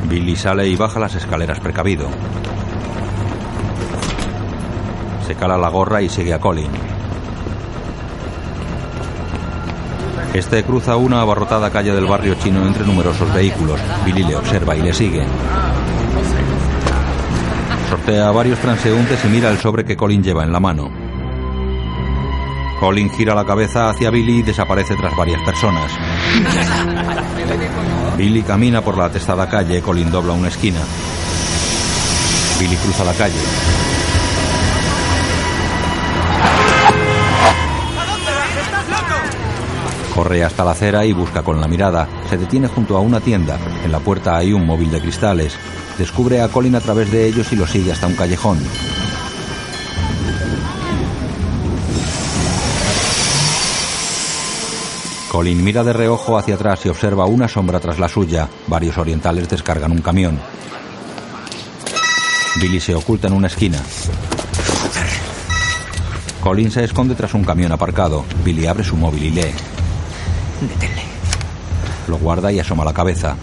Billy sale y baja las escaleras precavido. Se cala la gorra y sigue a Colin. Este cruza una abarrotada calle del barrio chino entre numerosos vehículos. Billy le observa y le sigue. Sortea a varios transeúntes y mira el sobre que Colin lleva en la mano. Colin gira la cabeza hacia Billy y desaparece tras varias personas. Billy camina por la atestada calle, Colin dobla una esquina. Billy cruza la calle. Corre hasta la acera y busca con la mirada. Se detiene junto a una tienda. En la puerta hay un móvil de cristales. Descubre a Colin a través de ellos y lo sigue hasta un callejón. Colin mira de reojo hacia atrás y observa una sombra tras la suya. Varios orientales descargan un camión. Billy se oculta en una esquina. Colin se esconde tras un camión aparcado. Billy abre su móvil y lee.
Deténle.
Lo guarda y asoma la cabeza.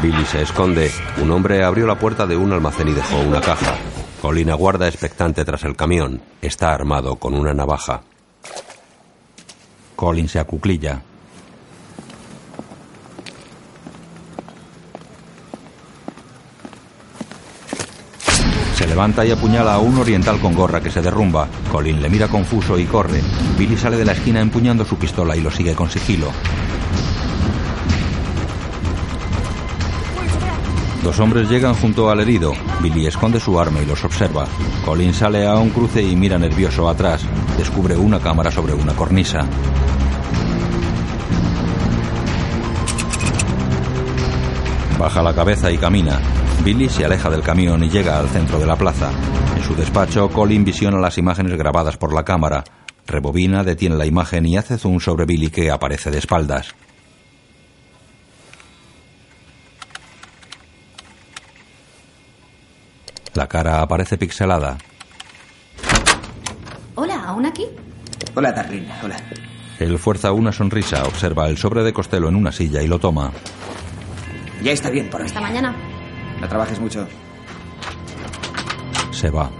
Billy se esconde. Un hombre abrió la puerta de un almacén y dejó una caja. Colin aguarda expectante tras el camión. Está armado con una navaja.
Colin se acuclilla. Se levanta y apuñala a un oriental con gorra que se derrumba. Colin le mira confuso y corre. Billy sale de la esquina empuñando su pistola y lo sigue con sigilo. Dos hombres llegan junto al herido. Billy esconde su arma y los observa. Colin sale a un cruce y mira nervioso atrás. Descubre una cámara sobre una cornisa. Baja la cabeza y camina. Billy se aleja del camión y llega al centro de la plaza. En su despacho, Colin visiona las imágenes grabadas por la cámara. Rebobina, detiene la imagen y hace zoom sobre Billy que aparece de espaldas. La cara aparece pixelada.
Hola, ¿aún aquí?
Hola, Darlene. Hola.
Él fuerza una sonrisa, observa el sobre de Costello en una silla y lo toma.
Ya está bien por hoy.
Hasta mañana.
No trabajes mucho.
Se va.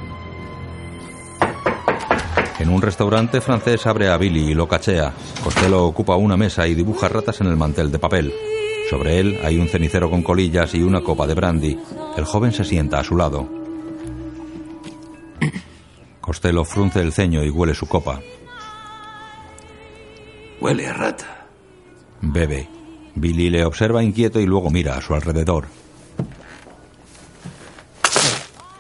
En un restaurante francés abre a Billy y lo cachea. Costello ocupa una mesa y dibuja ratas en el mantel de papel. Sobre él hay un cenicero con colillas y una copa de brandy. El joven se sienta a su lado. Costello frunce el ceño y huele su copa.
Huele a rata.
Bebe. Billy le observa inquieto y luego mira a su alrededor.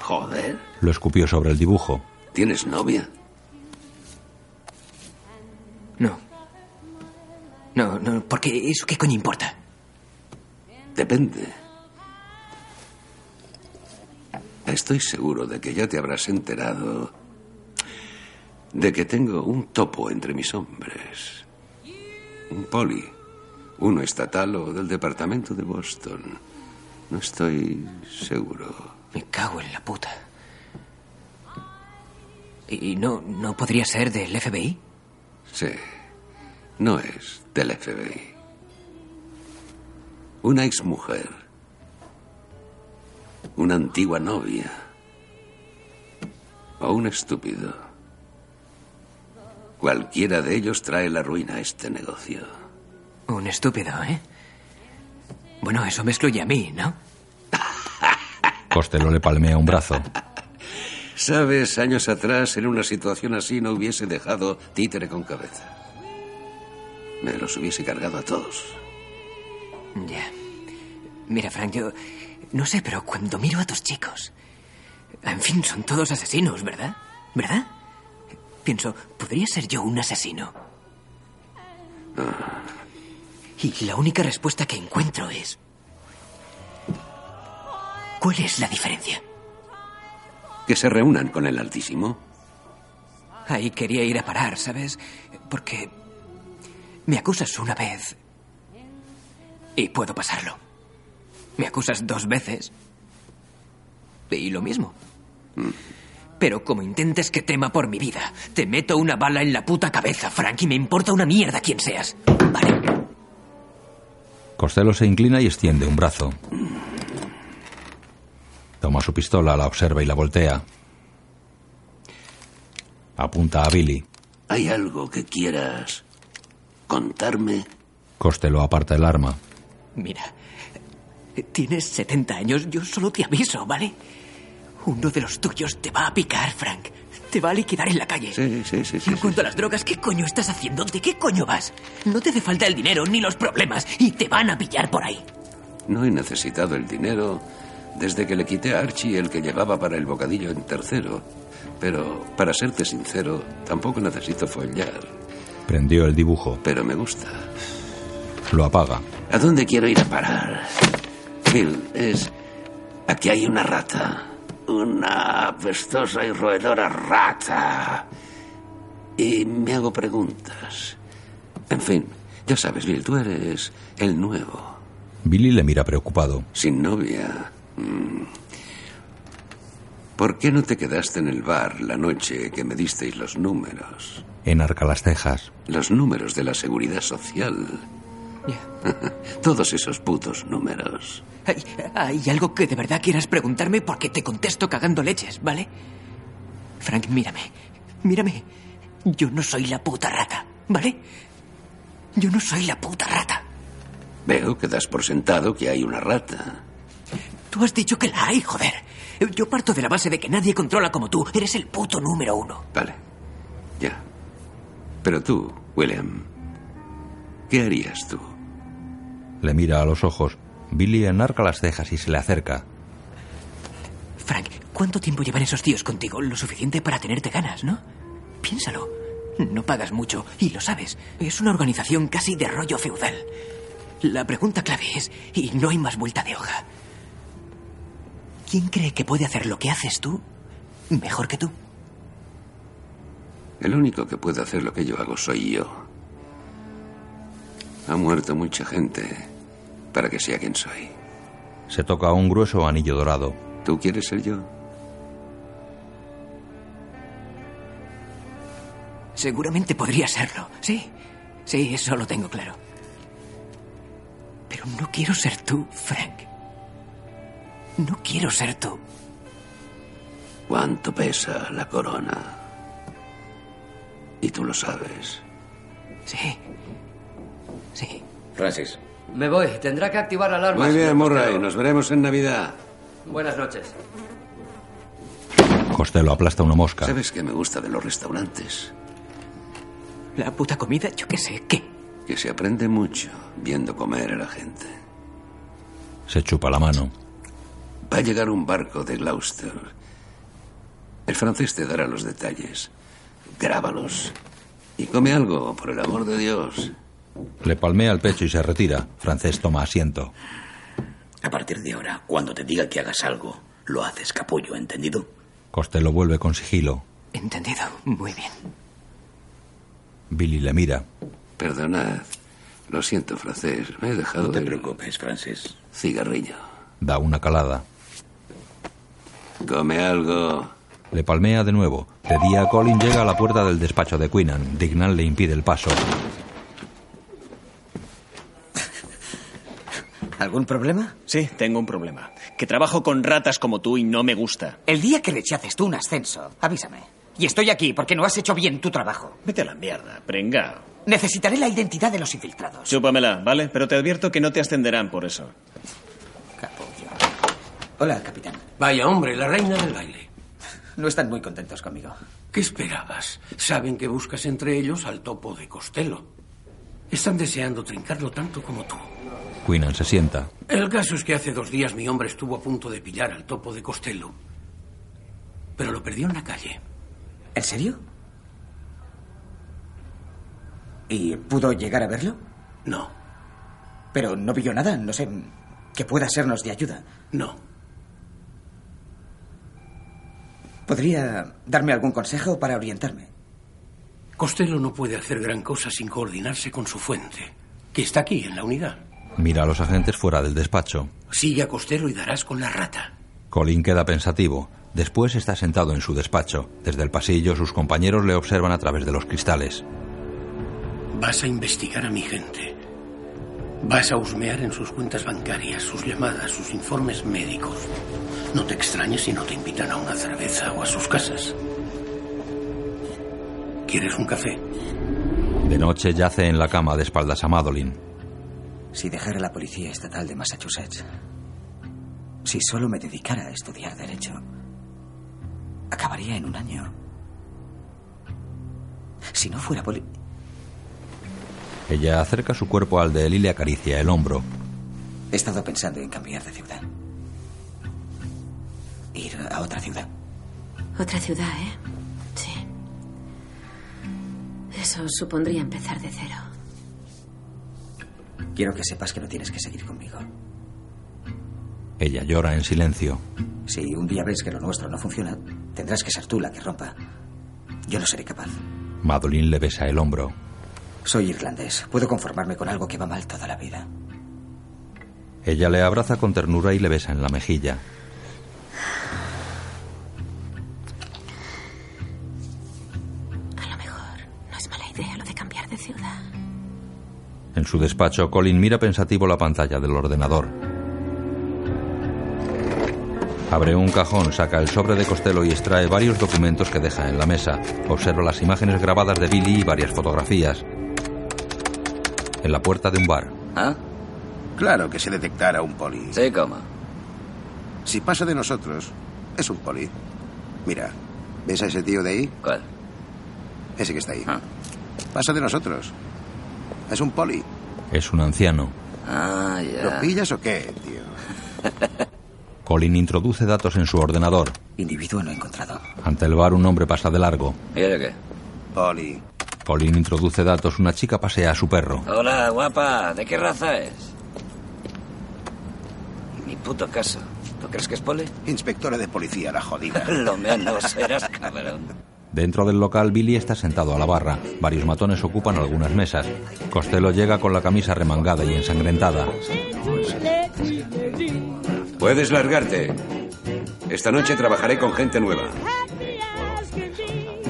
Joder.
Lo escupió sobre el dibujo.
¿Tienes novia?
No. No, no, porque eso qué coño importa.
Depende. Estoy seguro de que ya te habrás enterado de que tengo un topo entre mis hombres. Un poli. Uno estatal o del departamento de Boston. No estoy seguro.
Me cago en la puta. ¿Y no, no podría ser del FBI?
Sí. No es del FBI. Una exmujer. Una antigua novia. O un estúpido. Cualquiera de ellos trae la ruina a este negocio.
Un estúpido, ¿eh? Bueno, eso me excluye a mí, ¿no?
Costello le palmea un brazo.
Sabes, años atrás, en una situación así, no hubiese dejado títere con cabeza. Me los hubiese cargado a todos.
Ya. Mira, Frank, yo no sé, pero cuando miro a tus chicos... En fin, son todos asesinos, ¿verdad? ¿Verdad? Pienso, ¿podría ser yo un asesino?
Ah,
Y la única respuesta que encuentro es... ¿Cuál es la diferencia?
Que se reúnan con el Altísimo.
Ahí quería ir a parar, ¿sabes? Porque me acusas una vez y puedo pasarlo. Me acusas dos veces y lo mismo. Pero como intentes que tema por mi vida, te meto una bala en la puta cabeza, Frank, y me importa una mierda quién seas.
Costello se inclina y extiende un brazo. Toma su pistola, la observa y la voltea. Apunta a Billy.
¿Hay algo que quieras contarme?
Costello aparta el arma.
Mira, tienes 70 años, yo solo te aviso, ¿vale? Uno de los tuyos te va a picar, Frank. Te va a liquidar en la calle.
Sí, sí, sí.
Y en cuanto a las drogas, ¿qué coño estás haciendo? ¿De qué coño vas? No te hace falta el dinero ni los problemas y te van a pillar por ahí.
No he necesitado el dinero desde que le quité a Archie el que llevaba para el bocadillo en tercero. Pero, para serte sincero, tampoco necesito follar.
Prendió el dibujo.
Pero me gusta.
Lo apaga.
¿A dónde quiero ir a parar? Phil, es... Aquí hay una rata. Una apestosa y roedora rata. Y me hago preguntas. En fin, ya sabes, Bill, tú eres el nuevo.
Billy le mira preocupado.
Sin novia. Mm. ¿Por qué no te quedaste en el bar la noche que me disteis los números?
Enarca las cejas.
Los números de la seguridad social. Todos esos putos números.
¿Hay, hay algo que de verdad quieras preguntarme porque te contesto cagando leches, ¿vale? Frank, mírame. Mírame. Yo no soy la puta rata, ¿vale? Yo no soy la puta rata.
Veo que das por sentado que hay una rata.
Tú has dicho que la hay, joder. Yo parto de la base de que nadie controla como tú. Eres el puto número uno.
Vale. Ya. Pero tú, William, ¿qué harías tú?
Le mira a los ojos. Billy enarca las cejas y se le acerca.
Frank, ¿cuánto tiempo llevan esos tíos contigo? Lo suficiente para tenerte ganas, ¿no? Piénsalo. No pagas mucho, y lo sabes. Es una organización casi de rollo feudal. La pregunta clave es, y no hay más vuelta de hoja. ¿Quién cree que puede hacer lo que haces tú mejor que tú?
El único que puede hacer lo que yo hago soy yo. Ha muerto mucha gente para que sea quien soy.
Se toca un grueso anillo dorado.
¿Tú quieres ser yo?
Seguramente podría serlo, sí. Sí, eso lo tengo claro. Pero no quiero ser tú, Frank. No quiero ser tú.
¿Cuánto pesa la corona? Y tú lo sabes.
Sí. Sí.
Francis.
Me voy. Tendrá que activar la alarma.
Muy bien,
señor
Murray.
Costello.
Nos veremos en Navidad.
Buenas noches.
Costello aplasta una mosca.
¿Sabes qué me gusta de los restaurantes?
La puta comida, yo qué sé, ¿qué?
Que se aprende mucho viendo comer a la gente.
Se chupa la mano.
Va a llegar un barco de Gloucester. El francés te dará los detalles. Grábalos. Y come algo, por el amor de Dios.
Le palmea el pecho y se retira. Francés toma asiento.
A partir de ahora, cuando te diga que hagas algo, lo haces, capullo, ¿entendido?
Costello vuelve con sigilo.
Entendido. Muy bien.
Billy le mira.
Perdonad. Lo siento, francés. Me he dejado
No te
el
preocupes, Francis.
cigarrillo.
Da una calada.
Come algo.
Le palmea de nuevo. De día, Colin llega a la puerta del despacho de Queenan. Dignan le impide el paso.
¿Algún problema?
Sí, tengo un problema. Que trabajo con ratas como tú y no me gusta.
El día que rechaces tú un ascenso, avísame. Y estoy aquí porque no has hecho bien tu trabajo.
Vete a la mierda, prenga.
Necesitaré la identidad de los infiltrados.
Chúpamela, ¿vale? Pero te advierto que no te ascenderán por eso.
Hola, capitán.
Vaya hombre, la reina del baile.
No están muy contentos conmigo.
¿Qué esperabas? Saben que buscas entre ellos al topo de Costello. Están deseando trincarlo tanto como tú.
Queenan se sienta.
El caso es que hace dos días mi hombre estuvo a punto de pillar al topo de Costello. Pero lo perdió en la calle.
¿En serio? ¿Y pudo llegar a verlo?
No.
Pero no vio nada, no sé, que pueda sernos de ayuda.
No.
¿Podría darme algún consejo para orientarme?
Costello no puede hacer gran cosa sin coordinarse con su fuente, que está aquí, en la unidad.
Mira a los agentes fuera del despacho.
Sigue a Costello y darás con la rata.
Colin queda pensativo. Después está sentado en su despacho. Desde el pasillo sus compañeros le observan a través de los cristales.
Vas a investigar a mi gente. Vas a husmear en sus cuentas bancarias, sus llamadas, sus informes médicos. No te extrañes si no te invitan a una cerveza o a sus casas. ¿Quieres un café?
De noche yace en la cama de espaldas a Madeline.
Si dejara la Policía Estatal de Massachusetts, si solo me dedicara a estudiar derecho, acabaría en un año. Si no fuera poli...
Ella acerca su cuerpo al de él y le acaricia el hombro.
He estado pensando en cambiar de ciudad. Ir a otra ciudad.
Otra ciudad, ¿eh? Sí. Eso supondría empezar de cero.
Quiero que sepas que no tienes que seguir conmigo.
Ella llora en silencio.
Si un día ves que lo nuestro no funciona, tendrás que ser tú la que rompa. Yo no seré capaz.
Madeline le besa el hombro.
Soy irlandés. Puedo conformarme con algo que va mal toda la vida.
Ella le abraza con ternura y le besa en la mejilla.
A lo mejor no es mala idea lo de cambiar de ciudad.
En su despacho, Colin mira pensativo la pantalla del ordenador. Abre un cajón, saca el sobre de Costello y extrae varios documentos que deja en la mesa. Observa las imágenes grabadas de Billy y varias fotografías. En la puerta de un bar.
¿Ah?
Claro que se detectara un poli.
Sí, ¿cómo?
Si pasa de nosotros, es un poli. Mira, ¿ves a ese tío de ahí?
¿Cuál? Ah.
Ese que está ahí. Pasa de nosotros. Es un poli.
Es un anciano.
Ah, ya.
¿Lo pillas o qué, tío?
Colin introduce datos en su ordenador.
Individuo no encontrado.
Ante el bar un hombre pasa de largo.
¿Y ahora qué?
Poli.
Colin introduce datos. Una chica pasea a su perro.
Hola, guapa. ¿De qué raza es? Mi puto caso. ¿Tú crees que es poli?
Inspectora de policía, la jodida.
Lo menos eras cabrón.
Dentro del local, Billy está sentado a la barra. Varios matones ocupan algunas mesas. Costello llega con la camisa remangada y ensangrentada.
Puedes largarte. Esta noche trabajaré con gente nueva.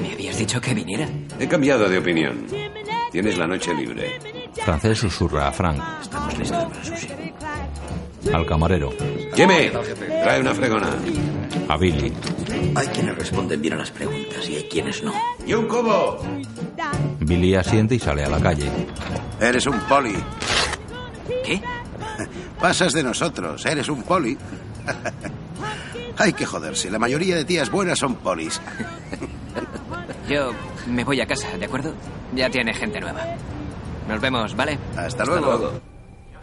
¿Me habías dicho que viniera?
He cambiado de opinión. Tienes la noche libre.
Francés susurra a Frank.
Estamos listos para sushi.
Al camarero.
Jimmy, trae una fregona.
A Billy.
Hay quienes responden bien a las preguntas y hay quienes no.
¡Y un cubo!
Billy asiente y sale a la calle.
Eres un poli.
¿Qué?
Pasas de nosotros, eres un poli. Hay que joderse, la mayoría de tías buenas son polis.
Yo me voy a casa, ¿de acuerdo? Ya tiene gente nueva. Nos vemos, ¿vale?
Hasta luego.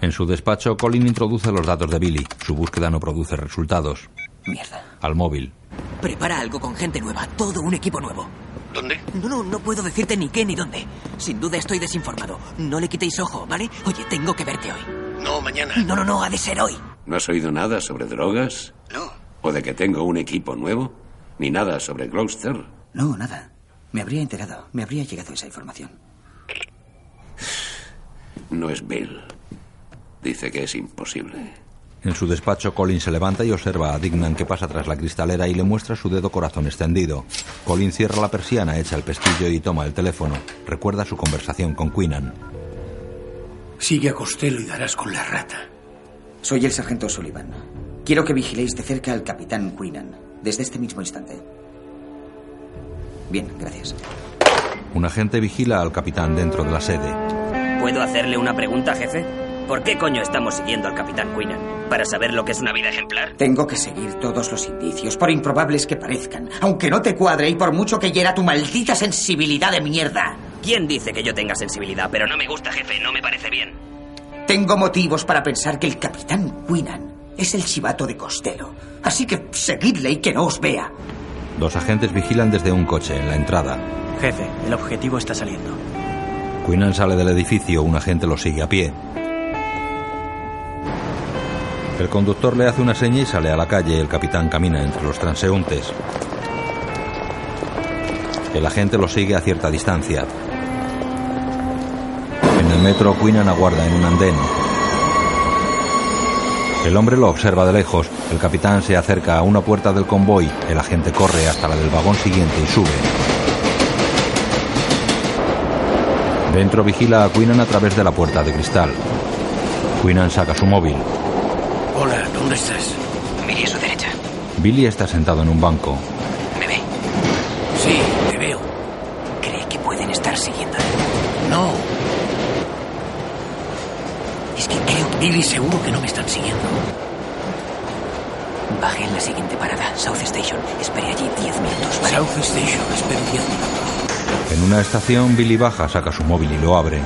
En su despacho, Colin introduce los datos de Billy. Su búsqueda no produce resultados.
Mierda.
Al móvil.
Prepara algo con gente nueva, todo un equipo nuevo.
¿Dónde?
No, no, no puedo decirte ni qué ni dónde. Sin duda estoy desinformado. No le quitéis ojo, ¿vale? Oye, tengo que verte hoy.
No, mañana.
No, no, no, ha de ser hoy.
¿No has oído nada sobre drogas?
No.
¿O de que tengo un equipo nuevo? ¿Ni nada sobre Gloucester?
No, nada. Me habría enterado, me habría llegado esa información.
No es Bill. Dice que es imposible.
En su despacho, Colin se levanta y observa a Dignan que pasa tras la cristalera y le muestra su dedo corazón extendido. Colin cierra la persiana, echa el pestillo y toma el teléfono. Recuerda su conversación con Quinnan.
Sigue a Costello y darás con la rata.
Soy el sargento Sullivan. Quiero que vigiléis de cerca al capitán Quinnan, desde este mismo instante. Bien, gracias.
Un agente vigila al capitán dentro de la sede.
¿Puedo hacerle una pregunta, jefe? ¿Por qué coño estamos siguiendo al capitán Quinnan? ¿Para saber lo que es una vida ejemplar?
Tengo que seguir todos los indicios, por improbables que parezcan, aunque no te cuadre y por mucho que hiera tu maldita sensibilidad de mierda.
¿Quién dice que yo tenga sensibilidad? Pero no me gusta, jefe, no me parece bien.
Tengo motivos para pensar que el capitán Quinnan es el chivato de Costello, así que seguidle y que no os vea.
Dos agentes vigilan desde un coche en la entrada.
Jefe, el objetivo está saliendo.
Quinnan sale del edificio, un agente lo sigue a pie. El conductor le hace una seña y sale a la calle. El capitán camina entre los transeúntes. El agente lo sigue a cierta distancia. En el metro, Quinnan aguarda en un andén. El hombre lo observa de lejos. El capitán se acerca a una puerta del convoy. El agente corre hasta la del vagón siguiente y sube. Dentro vigila a Quinnan a través de la puerta de cristal. Quinnan saca su móvil.
Hola, ¿dónde estás?
Mire a su derecha.
Billy está sentado en un banco.
¿Me ve?
Sí, te veo.
¿Cree que pueden estar siguiéndole?
No.
Es que creo...
Billy, seguro que no me están siguiendo.
Baje en la siguiente parada, South Station. Espere allí 10 minutos.
¿vale? South Station, espere 10 minutos.
En una estación, Billy baja, saca su móvil y lo abre.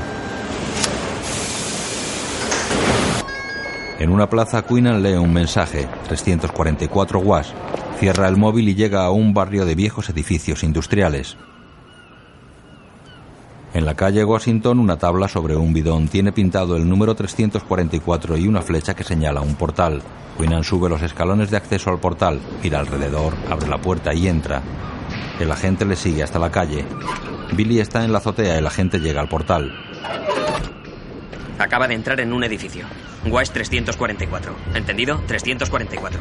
En una plaza, Quinnan lee un mensaje, 344 watts. Cierra el móvil y llega a un barrio de viejos edificios industriales. En la calle Washington, una tabla sobre un bidón tiene pintado el número 344 y una flecha que señala un portal. Quinnan sube los escalones de acceso al portal, gira alrededor, abre la puerta y entra. El agente le sigue hasta la calle. Billy está en la azotea, el agente llega al portal.
Acaba de entrar en un edificio. West 344. ¿Entendido? 344.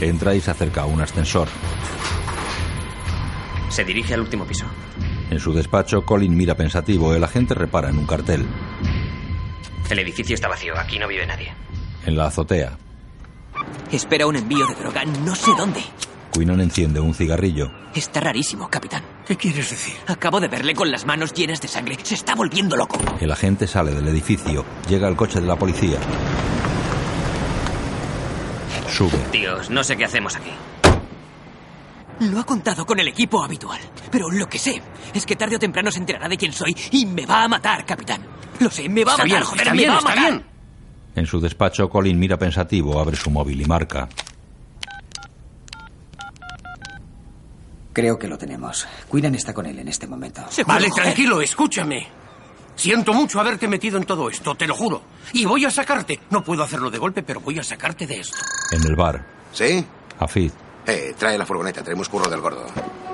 Entra y se acerca a un ascensor.
Se dirige al último piso.
En su despacho, Colin mira pensativo. El agente repara en un cartel.
El edificio está vacío. Aquí no vive nadie.
En la azotea.
Espera un envío de droga no sé dónde.
Quinnan enciende un cigarrillo.
Está rarísimo, capitán.
¿Qué quieres decir?
Acabo de verle con las manos llenas de sangre. Se está volviendo loco.
El agente sale del edificio. Llega al coche de la policía. Sube.
Dios, no sé qué hacemos aquí.
Lo ha contado con el equipo habitual. Pero lo que sé es que tarde o temprano se enterará de quién soy y me va a matar, capitán. Lo sé, me va
está
a matar,
bien,
joder,
está
me
bien,
va a
está
matar.
bien.
En su despacho, Colin mira pensativo, abre su móvil y marca.
Creo que lo tenemos. Quinnan está con él en este momento.
Vale, tranquilo, escúchame. Siento mucho haberte metido en todo esto, te lo juro. Y voy a sacarte. No puedo hacerlo de golpe, pero voy a sacarte de esto.
En el bar.
¿Sí?
Afid.
Eh, trae la furgoneta, traemos curro del gordo.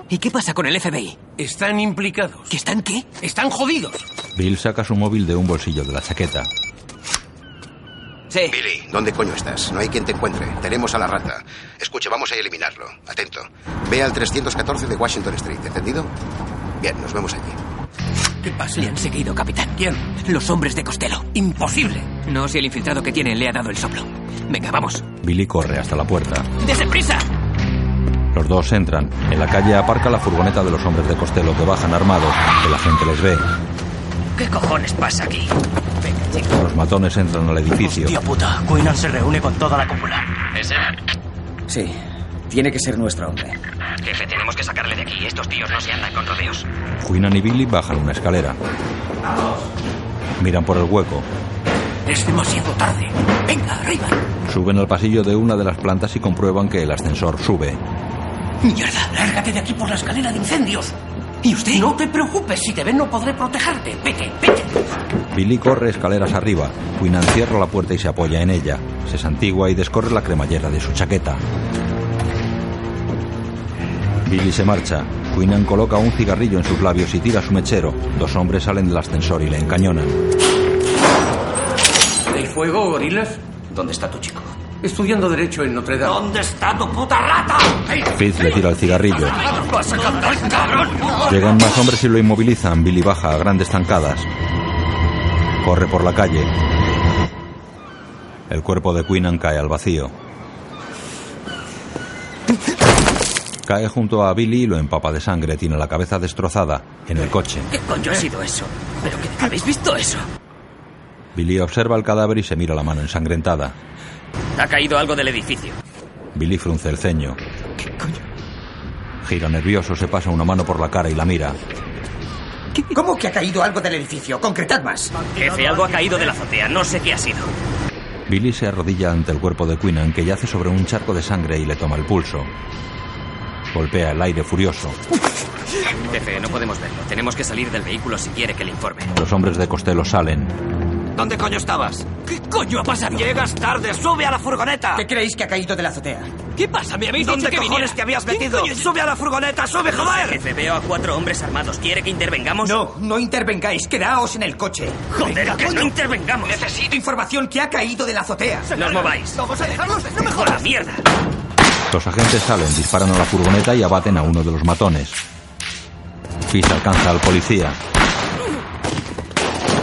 ¿Y qué pasa con el FBI?
Están implicados.
¿Que están qué?
Están jodidos.
Bill saca su móvil de un bolsillo de la chaqueta.
Sí.
Billy, ¿dónde coño estás? No hay quien te encuentre. Tenemos a la rata. Escuche, vamos a eliminarlo. Atento. Ve al 314 de Washington Street, ¿entendido? Bien, nos vemos allí.
¿Qué pasa?
Le han seguido, capitán.
¿Quién?
Los hombres de Costello.
Imposible.
No, si el infiltrado que tiene le ha dado el soplo. Venga, vamos.
Billy corre hasta la puerta.
¡Dese prisa!
Los dos entran. En la calle aparca la furgoneta de los hombres de Costello que bajan armados. El agente les ve.
¿Qué cojones pasa aquí? Venga, chico.
Los matones entran al edificio.
Tío puta, Quinnan se reúne con toda la cúpula.
¿Es
Sí, tiene que ser nuestro hombre.
Jefe, tenemos que sacarle de aquí. Estos tíos no se andan con rodeos.
Quinnan y Billy bajan una escalera. Miran por el hueco.
Es demasiado tarde. Venga, arriba.
Suben al pasillo de una de las plantas y comprueban que el ascensor sube.
Mierda, lárgate de aquí por la escalera de incendios. ¿Y usted? No te preocupes, si te ven no podré protegerte. Vete, vete.
Billy corre escaleras arriba. Quinnan cierra la puerta y se apoya en ella. Se santigua y descorre la cremallera de su chaqueta. Billy se marcha. Quinnan coloca un cigarrillo en sus labios y tira su mechero. Dos hombres salen del ascensor y le encañonan.
¿Hay fuego, gorilas?
¿Dónde está tu chico?
Estudiando Derecho en Notre Dame.
¿Dónde está tu puta rata?
Fitz le tira el cigarrillo.
¡Vas a cantar, cabrón!
Llegan más hombres y lo inmovilizan. Billy baja a grandes zancadas. Corre por la calle. El cuerpo de Quinnan cae al vacío. Cae junto a Billy y lo empapa de sangre. Tiene la cabeza destrozada en el coche.
¿Qué coño ha sido eso? ¿Pero qué? ¿Habéis visto eso?
Billy observa el cadáver y se mira la mano ensangrentada.
Ha caído algo del edificio.
Billy frunce el ceño. Gira nervioso, se pasa una mano por la cara y la mira.
¿Cómo que ha caído algo del edificio? Concretad más.
Jefe, algo ha caído de la azotea. No sé qué ha sido.
Billy se arrodilla ante el cuerpo de Quinnan, que yace sobre un charco de sangre y le toma el pulso. Golpea el aire furioso.
Jefe, no podemos verlo. Tenemos que salir del vehículo si quiere que le informe.
Los hombres de Costello salen.
¿Dónde coño estabas? ¿Qué coño ha pasado? Llegas tarde, sube a la furgoneta.
¿Qué creéis que ha caído de la azotea?
¿Qué pasa? ¿Me habéis
¿Dónde
dicho que
cojones
viniera?
te habías
¿Quién
metido?
coño es-
¡Sube a la furgoneta! ¡Sube,
No sé,
joder!
jefe,
veo a cuatro hombres armados. ¿Quiere que intervengamos?
No, no intervengáis. Quedaos en el coche.
¡Joder, que no intervengamos!
Necesito información que ha caído de la azotea.
No os mováis.
Vamos a dejarlos. No me
¡Joder, mierda!
Los agentes salen, disparan a la furgoneta y abaten a uno de los matones. Fizz alcanza al policía.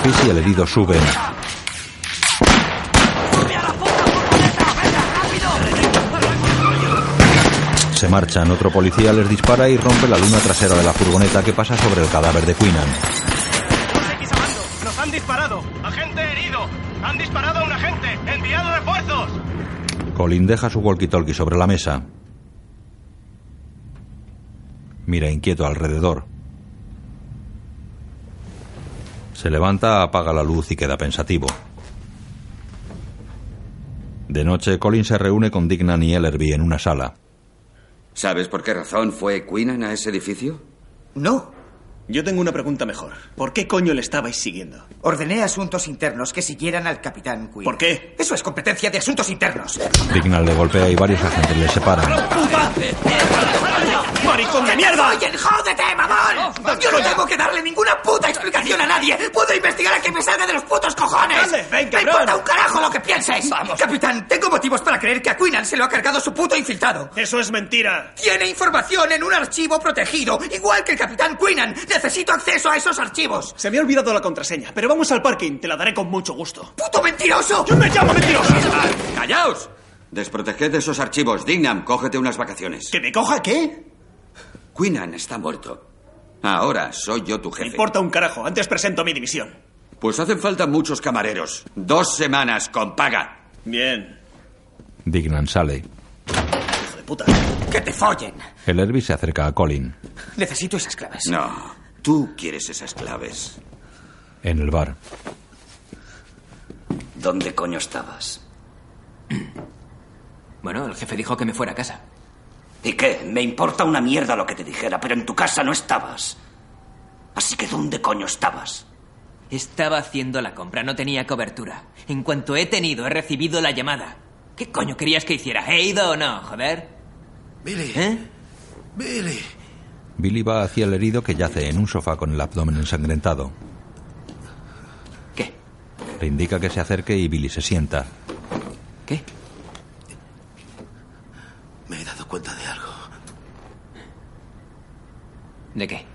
Fizz y el herido suben. Se marchan, otro policía les dispara y rompe la luna trasera de la furgoneta que pasa sobre el cadáver de Queenan.
¡Nos han disparado! ¡Agente herido! ¡Han disparado a un agente! ¡Enviado refuerzos!
Colin deja su walkie-talkie sobre la mesa. Mira inquieto alrededor. Se levanta, apaga la luz y queda pensativo. De noche, Colin se reúne con Dignan y Ellerby en una sala.
¿Sabes por qué razón fue Queenan a ese edificio?
No.
Yo tengo una pregunta mejor. ¿Por qué coño le estabais siguiendo?
Ordené asuntos internos que siguieran al capitán Quinn. ¿Por
qué?
Eso es competencia de asuntos internos.
Dignan le golpea y varios agentes le separan.
¡Maricón de mierda! ¡Oye, jódete, mamón! Yo no tengo que darle ninguna puta explicación a nadie. Puedo investigar a que me salga de los putos cojones.
Dale, ven,
¡Me
cabrón.
importa un carajo lo que pienses! Capitán, tengo motivos para creer que a Quinnan se lo ha cargado su puto infiltrado.
¡Eso es mentira!
Tiene información en un archivo protegido, igual que el capitán Quinnan. Necesito acceso a esos archivos.
Se me ha olvidado la contraseña, pero vamos al parking, te la daré con mucho gusto.
¡Puto mentiroso!
¡Yo me llamo mentiroso!
¡Ah, ¡Callaos! Desproteged esos archivos. Dignam, cógete unas vacaciones.
¿Que me coja qué?
Queenan está muerto. Ahora soy yo tu
Me
jefe.
importa un carajo, antes presento mi división.
Pues hacen falta muchos camareros. Dos semanas con paga.
Bien.
Dignan sale.
¡Que te follen!
Ellerby se acerca a Colin.
Necesito esas claves.
No, tú quieres esas claves.
En el bar.
¿Dónde coño estabas?
Bueno, el jefe dijo que me fuera a casa.
¿Y qué? Me importa una mierda lo que te dijera, pero en tu casa no estabas. Así que ¿dónde coño estabas?
Estaba haciendo la compra, no tenía cobertura. En cuanto he tenido, he recibido la llamada. ¿Qué coño querías que hiciera? ¿He ido o no? Joder. ¿Eh?
Billy. Billy.
Billy va hacia el herido que yace en un sofá con el abdomen ensangrentado.
¿Qué?
Le indica que se acerque y Billy se sienta.
Me he dado cuenta de algo.
¿De qué?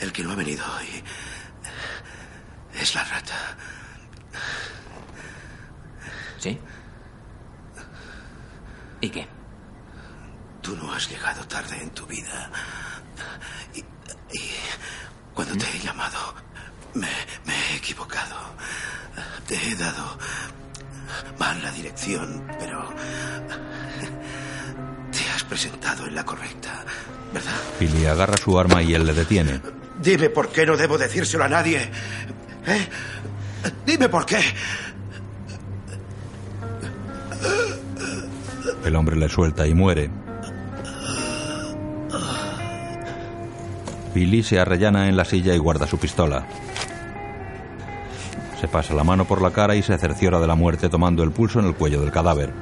El que no ha venido hoy es la rata.
¿Sí? ¿Y qué?
Tú no has llegado tarde en tu vida. Y, y cuando te he llamado, me, me he equivocado. Te he dado mal la dirección, pero te has presentado en la correcta, ¿verdad?
Billy agarra su arma y él le detiene.
Dime por qué no debo decírselo a nadie. ¿eh? Dime por qué.
El hombre le suelta y muere. Billy se arrellana en la silla y guarda su pistola. Se pasa la mano por la cara y se cerciora de la muerte tomando el pulso en el cuello del cadáver.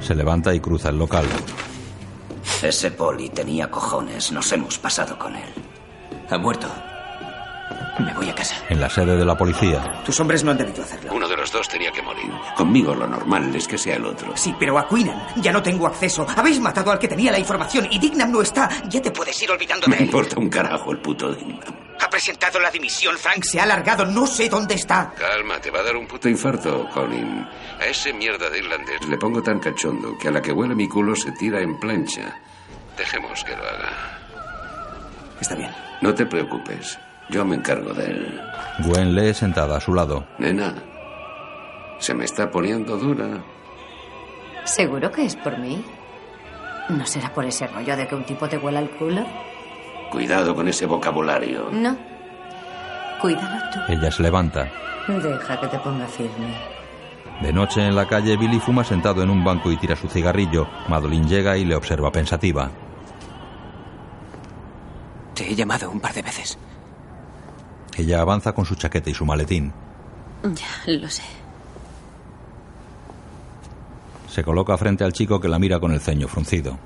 Se levanta y cruza el local.
Ese poli tenía cojones, nos hemos pasado con él.
Ha muerto. Me voy a casa.
En la sede de la policía,
Tus hombres no han debido hacerlo.
Uno de los dos tenía que morir. Conmigo lo normal es que sea el otro.
Sí, pero a Queenan ya no tengo acceso. Habéis matado al que tenía la información y Dignam no está. Ya te puedes ir olvidando de
Me
él.
importa un carajo el puto digno.
Ha presentado la dimisión, Frank. Se ha alargado. No sé dónde está.
Calma, te va a dar un puto infarto, Colin. A ese mierda de irlandés le pongo tan cachondo que a la que huele mi culo se tira en plancha. Dejemos que lo haga.
Está bien.
No te preocupes, yo me encargo de él.
Gwen lee sentada a su lado.
Nena, se me está poniendo dura.
¿Seguro que es por mí? ¿No será por ese rollo de que un tipo te huela el culo?
Cuidado con ese vocabulario.
No. Cuídalo
Ella se levanta.
tú. Deja que te ponga firme.
De noche en la calle, Billy fuma sentado en un banco y tira su cigarrillo. Madeline llega y le observa pensativa.
Te he llamado un par de veces.
Ella avanza con su chaqueta y su maletín.
Ya, lo sé.
Se coloca frente al chico que la mira con el ceño fruncido.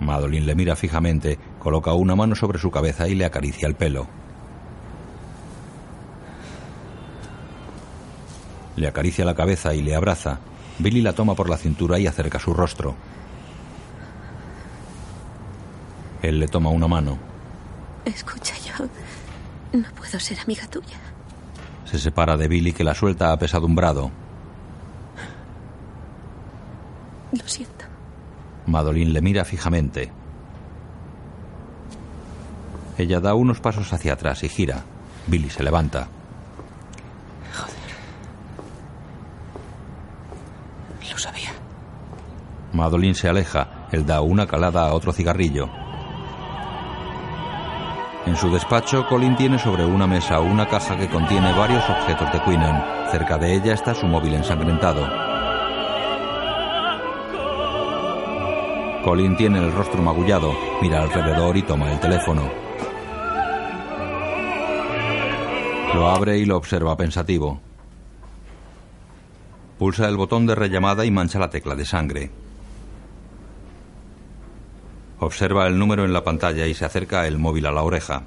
Madeline le mira fijamente, coloca una mano sobre su cabeza y le acaricia el pelo. Le acaricia la cabeza y le abraza. Billy la toma por la cintura y acerca su rostro. Él le toma una mano.
Escucha, yo no puedo ser amiga tuya.
Se separa de Billy que la suelta apesadumbrado.
Lo siento.
Madeline le mira fijamente. Ella da unos pasos hacia atrás y gira. Billy se levanta.
Lo sabía.
Madeline se aleja. Él da una calada a otro cigarrillo. En su despacho, Colin tiene sobre una mesa una caja que contiene varios objetos de Quinnan. Cerca de ella está su móvil ensangrentado. Colin tiene el rostro magullado, mira alrededor y toma el teléfono. Lo abre y lo observa pensativo. Pulsa el botón de rellamada y mancha la tecla de sangre. Observa el número en la pantalla y se acerca el móvil a la oreja.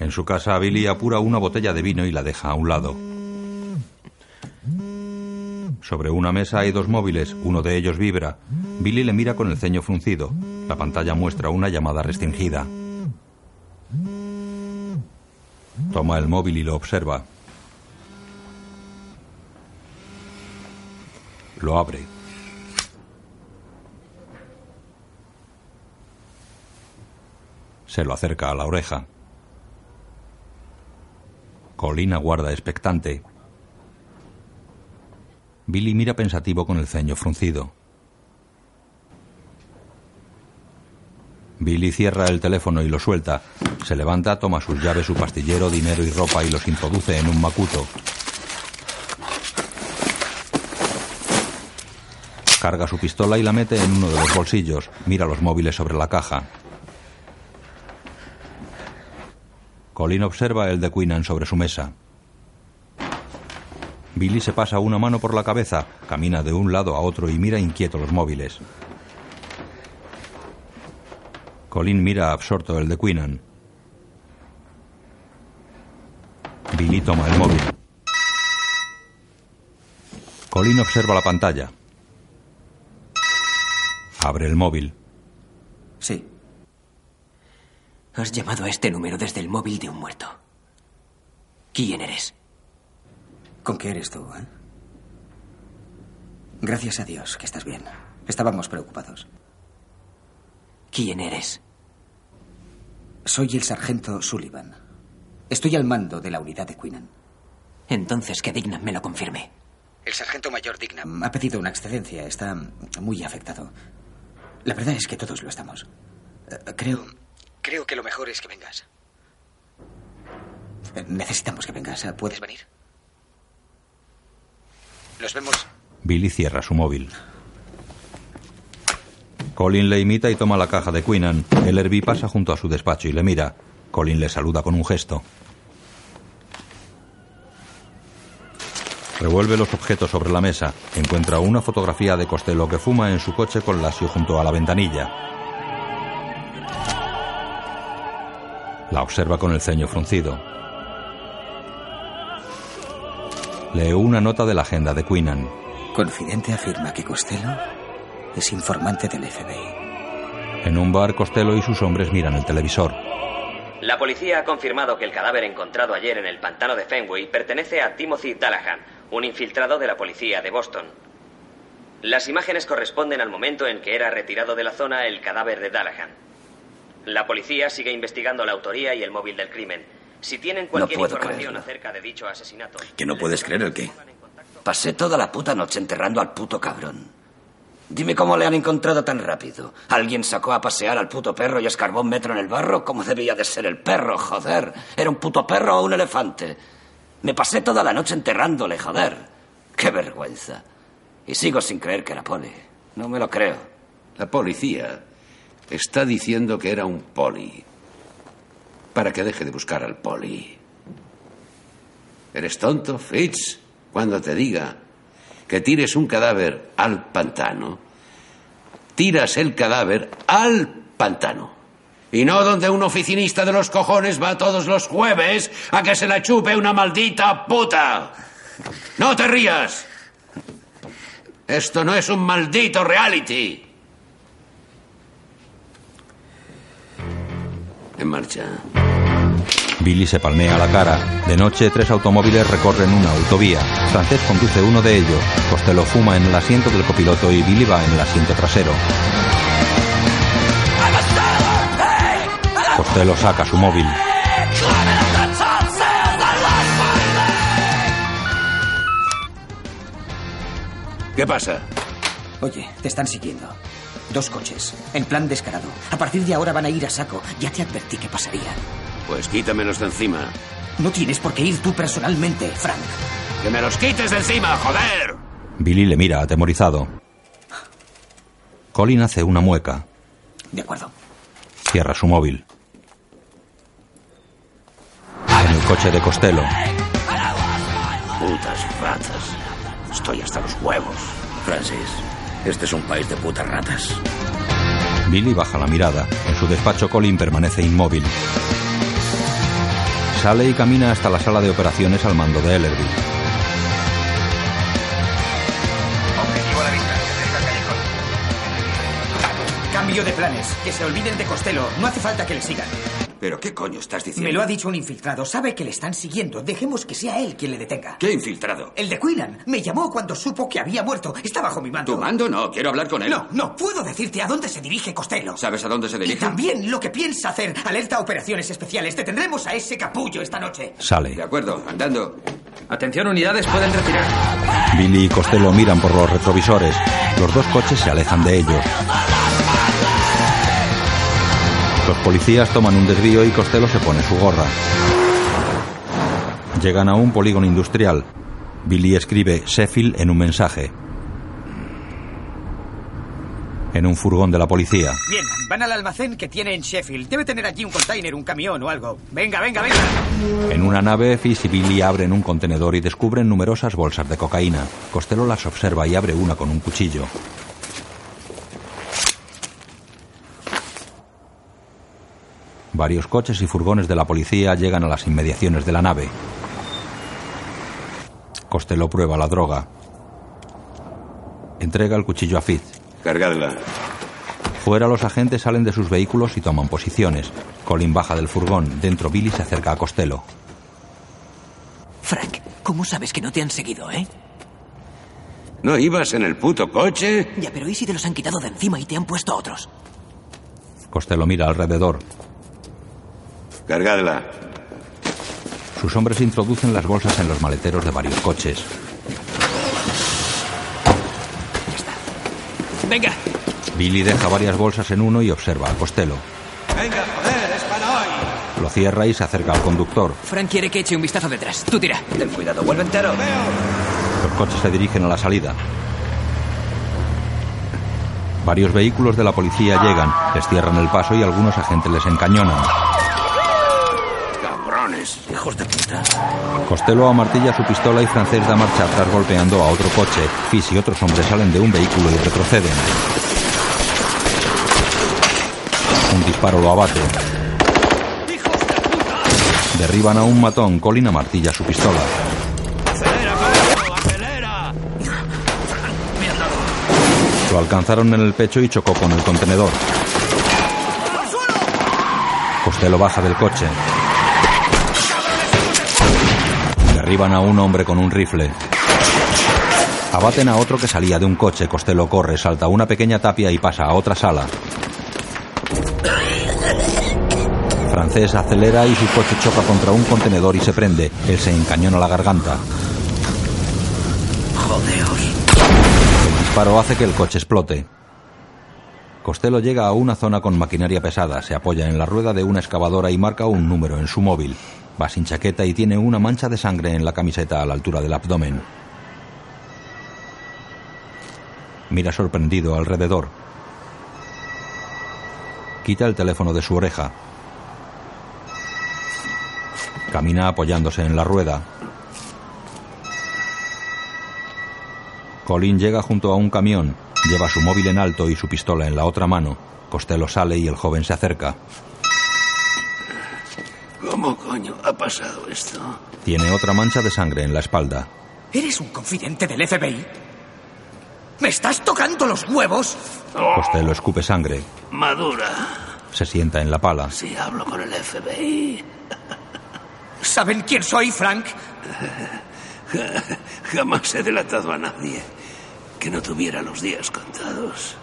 En su casa, Billy apura una botella de vino y la deja a un lado. Sobre una mesa hay dos móviles, uno de ellos vibra. Billy le mira con el ceño fruncido. La pantalla muestra una llamada restringida. Toma el móvil y lo observa. Lo abre. Se lo acerca a la oreja. Colina guarda expectante. Billy mira pensativo con el ceño fruncido. Billy cierra el teléfono y lo suelta. Se levanta, toma sus llaves, su pastillero, dinero y ropa y los introduce en un macuto. Carga su pistola y la mete en uno de los bolsillos. Mira los móviles sobre la caja. Colin observa el de Quinnan sobre su mesa. Billy se pasa una mano por la cabeza, camina de un lado a otro y mira inquieto los móviles. Colin mira absorto el de Quinnan. Billy toma el móvil. Colin observa la pantalla. Abre el móvil.
Sí. Has llamado a este número desde el móvil de un muerto. ¿Quién eres?
¿Con qué eres tú, eh? Gracias a Dios que estás bien. Estábamos preocupados.
¿Quién eres?
Soy el sargento Sullivan. Estoy al mando de la unidad de Queenan.
Entonces que Dignam me lo confirme.
El sargento mayor Dignam ha pedido una excedencia. Está muy afectado. La verdad es que todos lo estamos. Eh, Creo. Creo que lo mejor es que vengas. eh, Necesitamos que vengas. Eh, ¿Puedes venir? Nos vemos.
Billy cierra su móvil. Colin le imita y toma la caja de Queenan. El Herbie pasa junto a su despacho y le mira. Colin le saluda con un gesto. Revuelve los objetos sobre la mesa. Encuentra una fotografía de Costello que fuma en su coche con Lasio junto a la ventanilla. La observa con el ceño fruncido. Lee una nota de la agenda de Queenan.
Confidente afirma que Costello es informante del FBI.
En un bar, Costello y sus hombres miran el televisor.
La policía ha confirmado que el cadáver encontrado ayer en el pantano de Fenway pertenece a Timothy Dallahan, un infiltrado de la policía de Boston. Las imágenes corresponden al momento en que era retirado de la zona el cadáver de Dallahan. La policía sigue investigando la autoría y el móvil del crimen. Si tienen cualquier
No puedo
información
creerlo.
acerca de dicho asesinato,
¿Que no puedes creer el qué? Pasé toda la puta noche enterrando al puto cabrón. Dime cómo le han encontrado tan rápido. ¿Alguien sacó a pasear al puto perro y escarbó un metro en el barro? ¿Cómo debía de ser el perro, joder? ¿Era un puto perro o un elefante? Me pasé toda la noche enterrándole, joder. ¡Qué vergüenza! Y sigo sin creer que era poli. No me lo creo.
La policía está diciendo que era un poli. Para que deje de buscar al poli. ¿Eres tonto, Fritz? Cuando te diga que tires un cadáver al pantano, tiras el cadáver al pantano. Y no donde un oficinista de los cojones va todos los jueves a que se la chupe una maldita puta. No te rías. Esto no es un maldito reality. En marcha.
Billy se palmea la cara. De noche, tres automóviles recorren una autovía. Francés conduce uno de ellos. Costello fuma en el asiento del copiloto y Billy va en el asiento trasero. Costello saca su móvil.
¿Qué pasa?
Oye, te están siguiendo. Dos coches, en plan descarado. A partir de ahora van a ir a saco. Ya te advertí que pasaría.
Pues quítamelos de encima.
No tienes por qué ir tú personalmente, Frank.
¡Que me los quites de encima, joder!
Billy le mira atemorizado. Colin hace una mueca.
De acuerdo.
Cierra su móvil. En el coche de Costello,
Putas ratas. Estoy hasta los huevos. Francis, este es un país de putas ratas.
Billy baja la mirada. En su despacho, Colin permanece inmóvil. Sale y camina hasta la sala de operaciones al mando de Ellerby.
Objetivo a la vista, se acerca el callejón.
Cambio de planes. Que se olviden de Costello. No hace falta que le sigan.
¿Pero qué coño estás diciendo?
Me lo ha dicho un infiltrado. Sabe que le están siguiendo. Dejemos que sea él quien le detenga.
¿Qué infiltrado?
El de Quillan me llamó cuando supo que había muerto. Está bajo mi mando.
¿Tu mando? No, quiero hablar con él.
No, no puedo decirte a dónde se dirige Costello.
¿Sabes a dónde se
Y
dirige?
también lo que piensa hacer. Alerta a operaciones especiales. Detendremos a ese capullo esta noche.
Sale.
De acuerdo, andando.
Atención, unidades pueden retirar.
Billy y Costello miran por los retrovisores. Los dos coches se alejan de ellos. Los policías toman un desvío y Costello se pone su gorra. Llegan a un polígono industrial. Billy escribe Sheffield en un mensaje. En un furgón de la policía.
Bien, van al almacén que tiene en Sheffield. Debe tener allí un container, un camión o algo. Venga, venga, venga.
En una nave, Fizz y Billy abren un contenedor y descubren numerosas bolsas de cocaína. Costello las observa y abre una con un cuchillo. Varios coches y furgones de la policía llegan a las inmediaciones de la nave. Costello prueba la droga. Entrega el cuchillo a Fizz.
Cargadla.
Fuera los agentes salen de sus vehículos y toman posiciones. Colin baja del furgón. Dentro Billy se acerca a Costello.
Frank, ¿cómo sabes que no te han seguido, eh?
¿No ibas en el puto coche?
Ya, pero ¿y si te los han quitado de encima y te han puesto otros?
Costello mira alrededor.
Cargadla.
Sus hombres introducen las bolsas en los maleteros de varios coches.
Venga,
Billy deja varias bolsas en uno y observa a Costello.
Venga,
joder, es para hoy.
Lo cierra y se acerca al conductor.
Frank quiere que eche un vistazo detrás. Tú tira. Ten cuidado, vuelve entero.
Los coches se dirigen a la salida. Varios vehículos de la policía llegan, les cierran el paso y algunos agentes les encañonan.
Cabrones. Hijos de puta.
Costello amartilla su pistola y Francés da marcha atrás golpeando a otro coche. Fizz y otros hombres salen de un vehículo y retroceden. Un disparo lo abate. Derriban a un matón. Colin amartilla su pistola. Lo alcanzaron en el pecho y chocó con el contenedor. Costello baja del coche. Derriban a un hombre con un rifle. Abaten a otro que salía de un coche. Costello corre, salta una pequeña tapia y pasa a otra sala. Francés acelera y su coche choca contra un contenedor y se prende. Él se encañona la garganta. El disparo hace que el coche explote. Costello llega a una zona con maquinaria pesada, se apoya en la rueda de una excavadora y marca un número en su móvil. Va sin chaqueta y tiene una mancha de sangre en la camiseta a la altura del abdomen. Mira sorprendido alrededor. Quita el teléfono de su oreja. Camina apoyándose en la rueda. Colin llega junto a un camión, lleva su móvil en alto y su pistola en la otra mano. Costello sale y el joven se acerca.
¿Cómo coño ha pasado esto?
Tiene otra mancha de sangre en la espalda.
¿Eres un confidente del FBI? ¿Me estás tocando los huevos?
Costello escupe sangre.
Madura.
Se sienta en la pala.
Si hablo con el FBI.
¿Saben quién soy, Frank?
Jamás he delatado a nadie que no tuviera los días contados.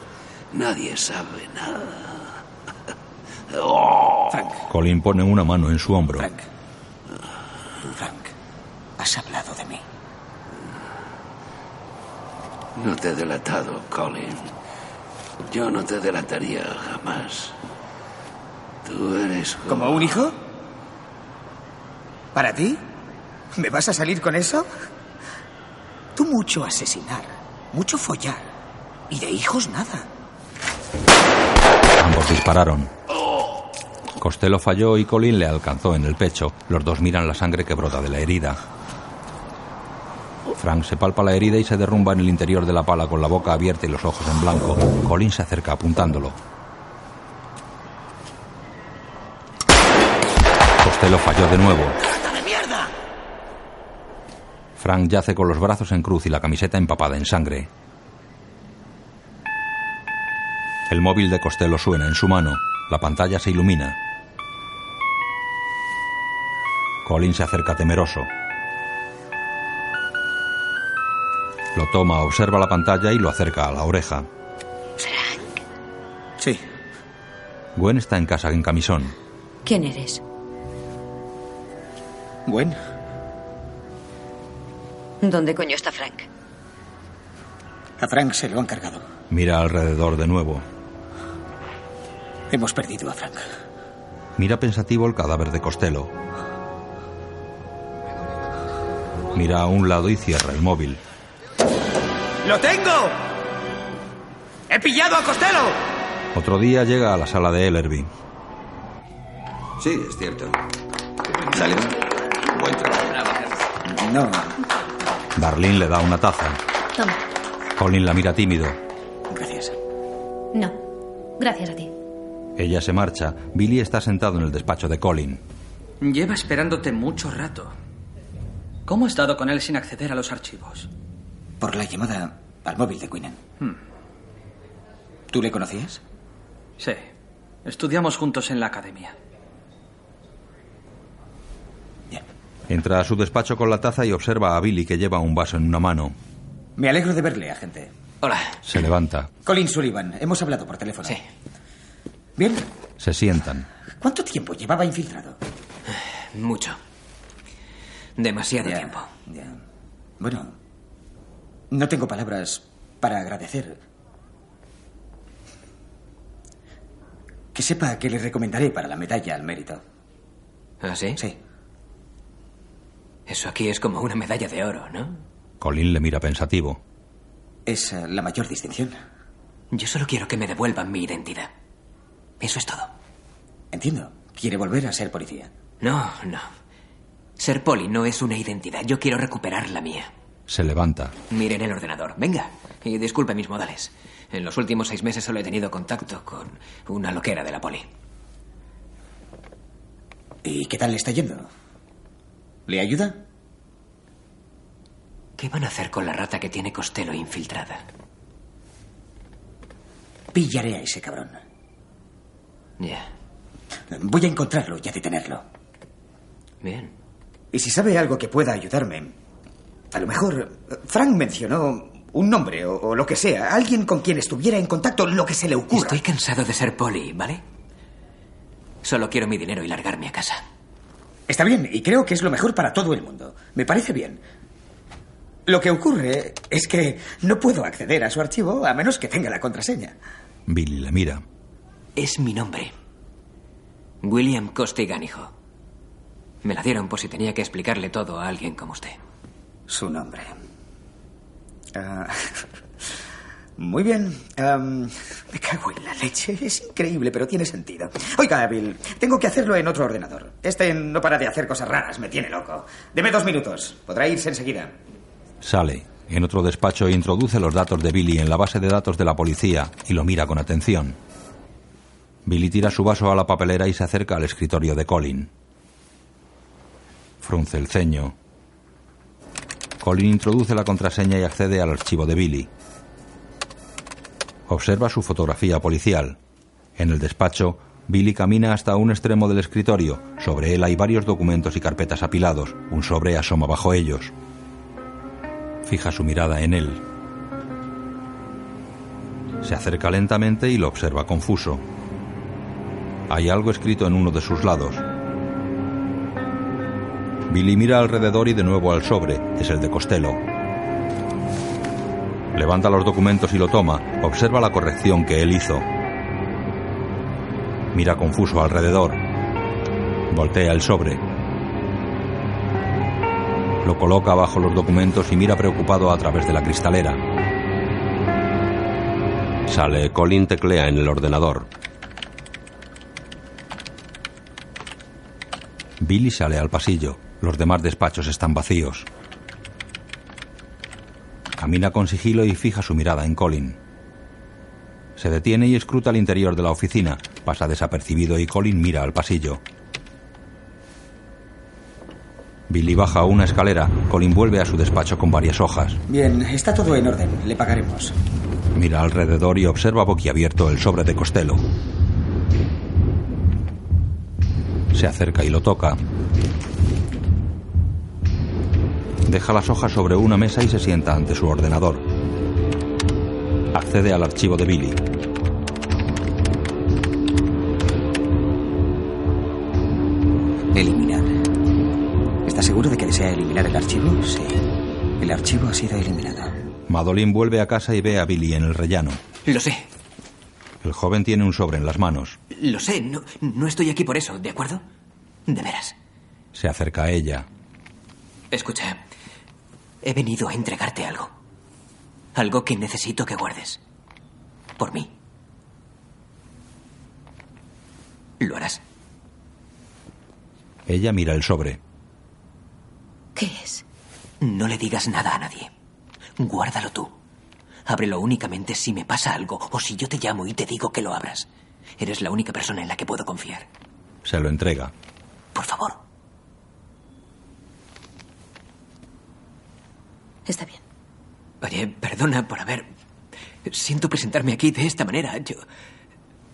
Nadie sabe nada. Oh.
Colin pone una mano en su hombro.
Frank, has hablado de mí.
No te he delatado, Colin. Yo no te delataría jamás. Tú eres como...
¿Como un hijo? ¿Para ti? ¿Me vas a salir con eso? Tú mucho asesinar, mucho follar. Y de hijos nada.
Ambos dispararon. Costello falló y Colin le alcanzó en el pecho. Los dos miran la sangre que brota de la herida. Frank se palpa la herida y se derrumba en el interior de la pala con la boca abierta y los ojos en blanco. Colin se acerca apuntándolo. Costello falló de nuevo. Frank yace con los brazos en cruz y la camiseta empapada en sangre. El móvil de Costello suena en su mano. La pantalla se ilumina. Colin se acerca temeroso. Lo toma, observa la pantalla y lo acerca a la oreja.
Sí.
Gwen está en casa en camisón.
¿Quién eres?
Gwen,
¿Dónde coño está Frank?
a Frank se lo han cargado.
Mira alrededor de nuevo.
Hemos perdido a Frank.
Mira pensativo el cadáver de Costello. Mira a un lado y cierra el móvil.
¡Lo tengo! ¡He pillado a Costello!
Otro día llega a la sala de Ellerby.
Sí, es cierto. Sale. Buen trabajo.
No.
Darlene le da una taza.
Toma.
Colin la mira tímido.
Gracias.
No. Gracias a ti.
Ella se marcha. Billy está sentado en el despacho de Colin.
Lleva esperándote mucho rato. ¿Cómo has dado con él sin acceder a los archivos?
Por la llamada al móvil de Queenan.
Hmm.
¿Tú le conocías?
Sí. Estudiamos juntos en la academia.
Entra a su despacho con la taza y observa a Billy que lleva un vaso en una mano.
Me alegro de verle, agente.
Hola.
Se levanta.
Colin Sullivan, hemos hablado por teléfono. Sí. Bien,
Se sientan.
¿cuánto tiempo llevaba infiltrado?
Mucho. Demasiado tiempo.
Bueno, no tengo palabras para agradecer. Que sepa que le recomendaré para la medalla al mérito.
¿Ah, sí?
Sí.
Eso aquí es como una medalla de oro, ¿no?
Colin le mira pensativo.
Es eh, la mayor distinción.
Yo solo quiero que me devuelvan mi identidad. Eso es todo.
Entiendo. Quiere volver a ser policía.
No, no. Ser poli no es una identidad. Yo quiero recuperar la mía.
Se levanta.
Miren el ordenador. Venga. Y disculpe mis modales. En los últimos seis meses solo he tenido contacto con una loquera de la poli.
¿Y qué tal le está yendo? ¿Le ayuda?
¿Qué van a hacer con la rata que tiene Costello infiltrada?
Pillaré a ese cabrón.
Ya.
Voy a encontrarlo y a detenerlo.
Bien.
Y si sabe algo que pueda ayudarme, a lo mejor eh, Frank mencionó un nombre o, o lo que sea, alguien con quien estuviera en contacto, lo que se le ocurra.
Estoy cansado de ser poli, ¿vale? Solo quiero mi dinero y largarme a casa.
Está bien, y creo que es lo mejor para todo el mundo. Me parece bien. Lo que ocurre es que no puedo acceder a su archivo a menos que tenga la contraseña.
Billy le mira.
Es mi nombre. William Costiganijo. Me la dieron por si tenía que explicarle todo a alguien como usted.
Su nombre. Ah, muy bien. Am, me cago en la leche. Es increíble, pero tiene sentido. Oiga, Bill, tengo que hacerlo en otro ordenador. Este no para de hacer cosas raras, me tiene loco. Deme dos minutos. Podrá irse enseguida.
Sale. En otro despacho introduce los datos de Billy en la base de datos de la policía y lo mira con atención. Billy tira su vaso a la papelera y se acerca al escritorio de Colin. Frunce el ceño. Colin introduce la contraseña y accede al archivo de Billy. Observa su fotografía policial. En el despacho, Billy camina hasta un extremo del escritorio. Sobre él hay varios documentos y carpetas apilados. Un sobre asoma bajo ellos. Fija su mirada en él. Se acerca lentamente y lo observa confuso. Hay algo escrito en uno de sus lados. Billy mira alrededor y de nuevo al sobre. Es el de Costello. Levanta los documentos y lo toma. Observa la corrección que él hizo. Mira confuso alrededor. Voltea el sobre. Lo coloca bajo los documentos y mira preocupado a través de la cristalera.
Sale, Colin teclea en el ordenador.
Billy sale al pasillo. Los demás despachos están vacíos. Camina con sigilo y fija su mirada en Colin. Se detiene y escruta el interior de la oficina. Pasa desapercibido y Colin mira al pasillo. Billy baja una escalera. Colin vuelve a su despacho con varias hojas.
Bien, está todo en orden. Le pagaremos.
Mira alrededor y observa boquiabierto el sobre de Costello. Se acerca y lo toca. Deja las hojas sobre una mesa y se sienta ante su ordenador. Accede al archivo de Billy.
Eliminar. ¿Estás seguro de que desea eliminar el archivo? Sí. El archivo ha sido eliminado.
Madolin vuelve a casa y ve a Billy en el rellano.
Lo sé,
El joven tiene un sobre en las manos.
lo sé. No, no estoy aquí por eso, ¿de acuerdo? De veras.
Se acerca a ella.
Escucha, he venido a entregarte algo. Algo que necesito que guardes. Por mí. ¿Lo harás?
Ella mira el sobre.
¿Qué es? No le digas nada a nadie. Guárdalo tú. Ábrelo únicamente si me pasa algo o si yo te llamo y te digo que lo abras. Eres la única persona en la que puedo confiar.
Se lo entrega.
Por favor.
Está bien.
Oye, perdona por haber... Siento presentarme aquí de esta manera. Yo...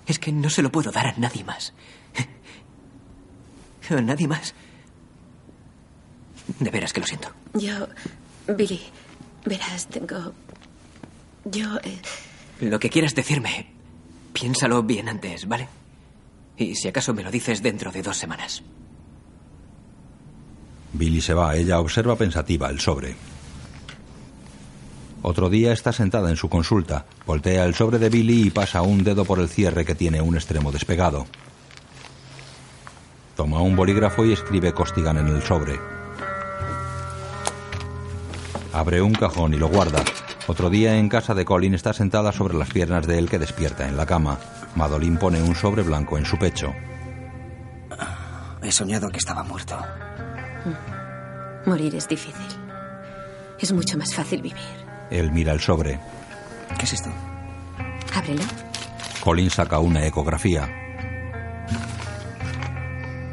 Es que no se lo puedo dar a nadie más. A nadie más. De veras que lo siento.
Yo, Billy, verás, tengo... Yo... eh,
Lo que quieras decirme, piénsalo bien antes, ¿vale? Y si acaso me lo dices dentro de dos semanas.
Billy se va. Ella observa pensativa el sobre. Otro día está sentada en su consulta. Voltea el sobre de Billy y pasa un dedo por el cierre que tiene un extremo despegado. Toma un bolígrafo y escribe Costigan en el sobre. Abre un cajón y lo guarda. Otro día en casa de Colin está sentada sobre las piernas de él que despierta en la cama. Madolin pone un sobre blanco en su pecho.
Ah, He soñado que estaba muerto.
morir es difícil. Es mucho más fácil vivir.
Él mira el sobre.
¿Qué es esto?
Ábrelo.
Colin saca una ecografía.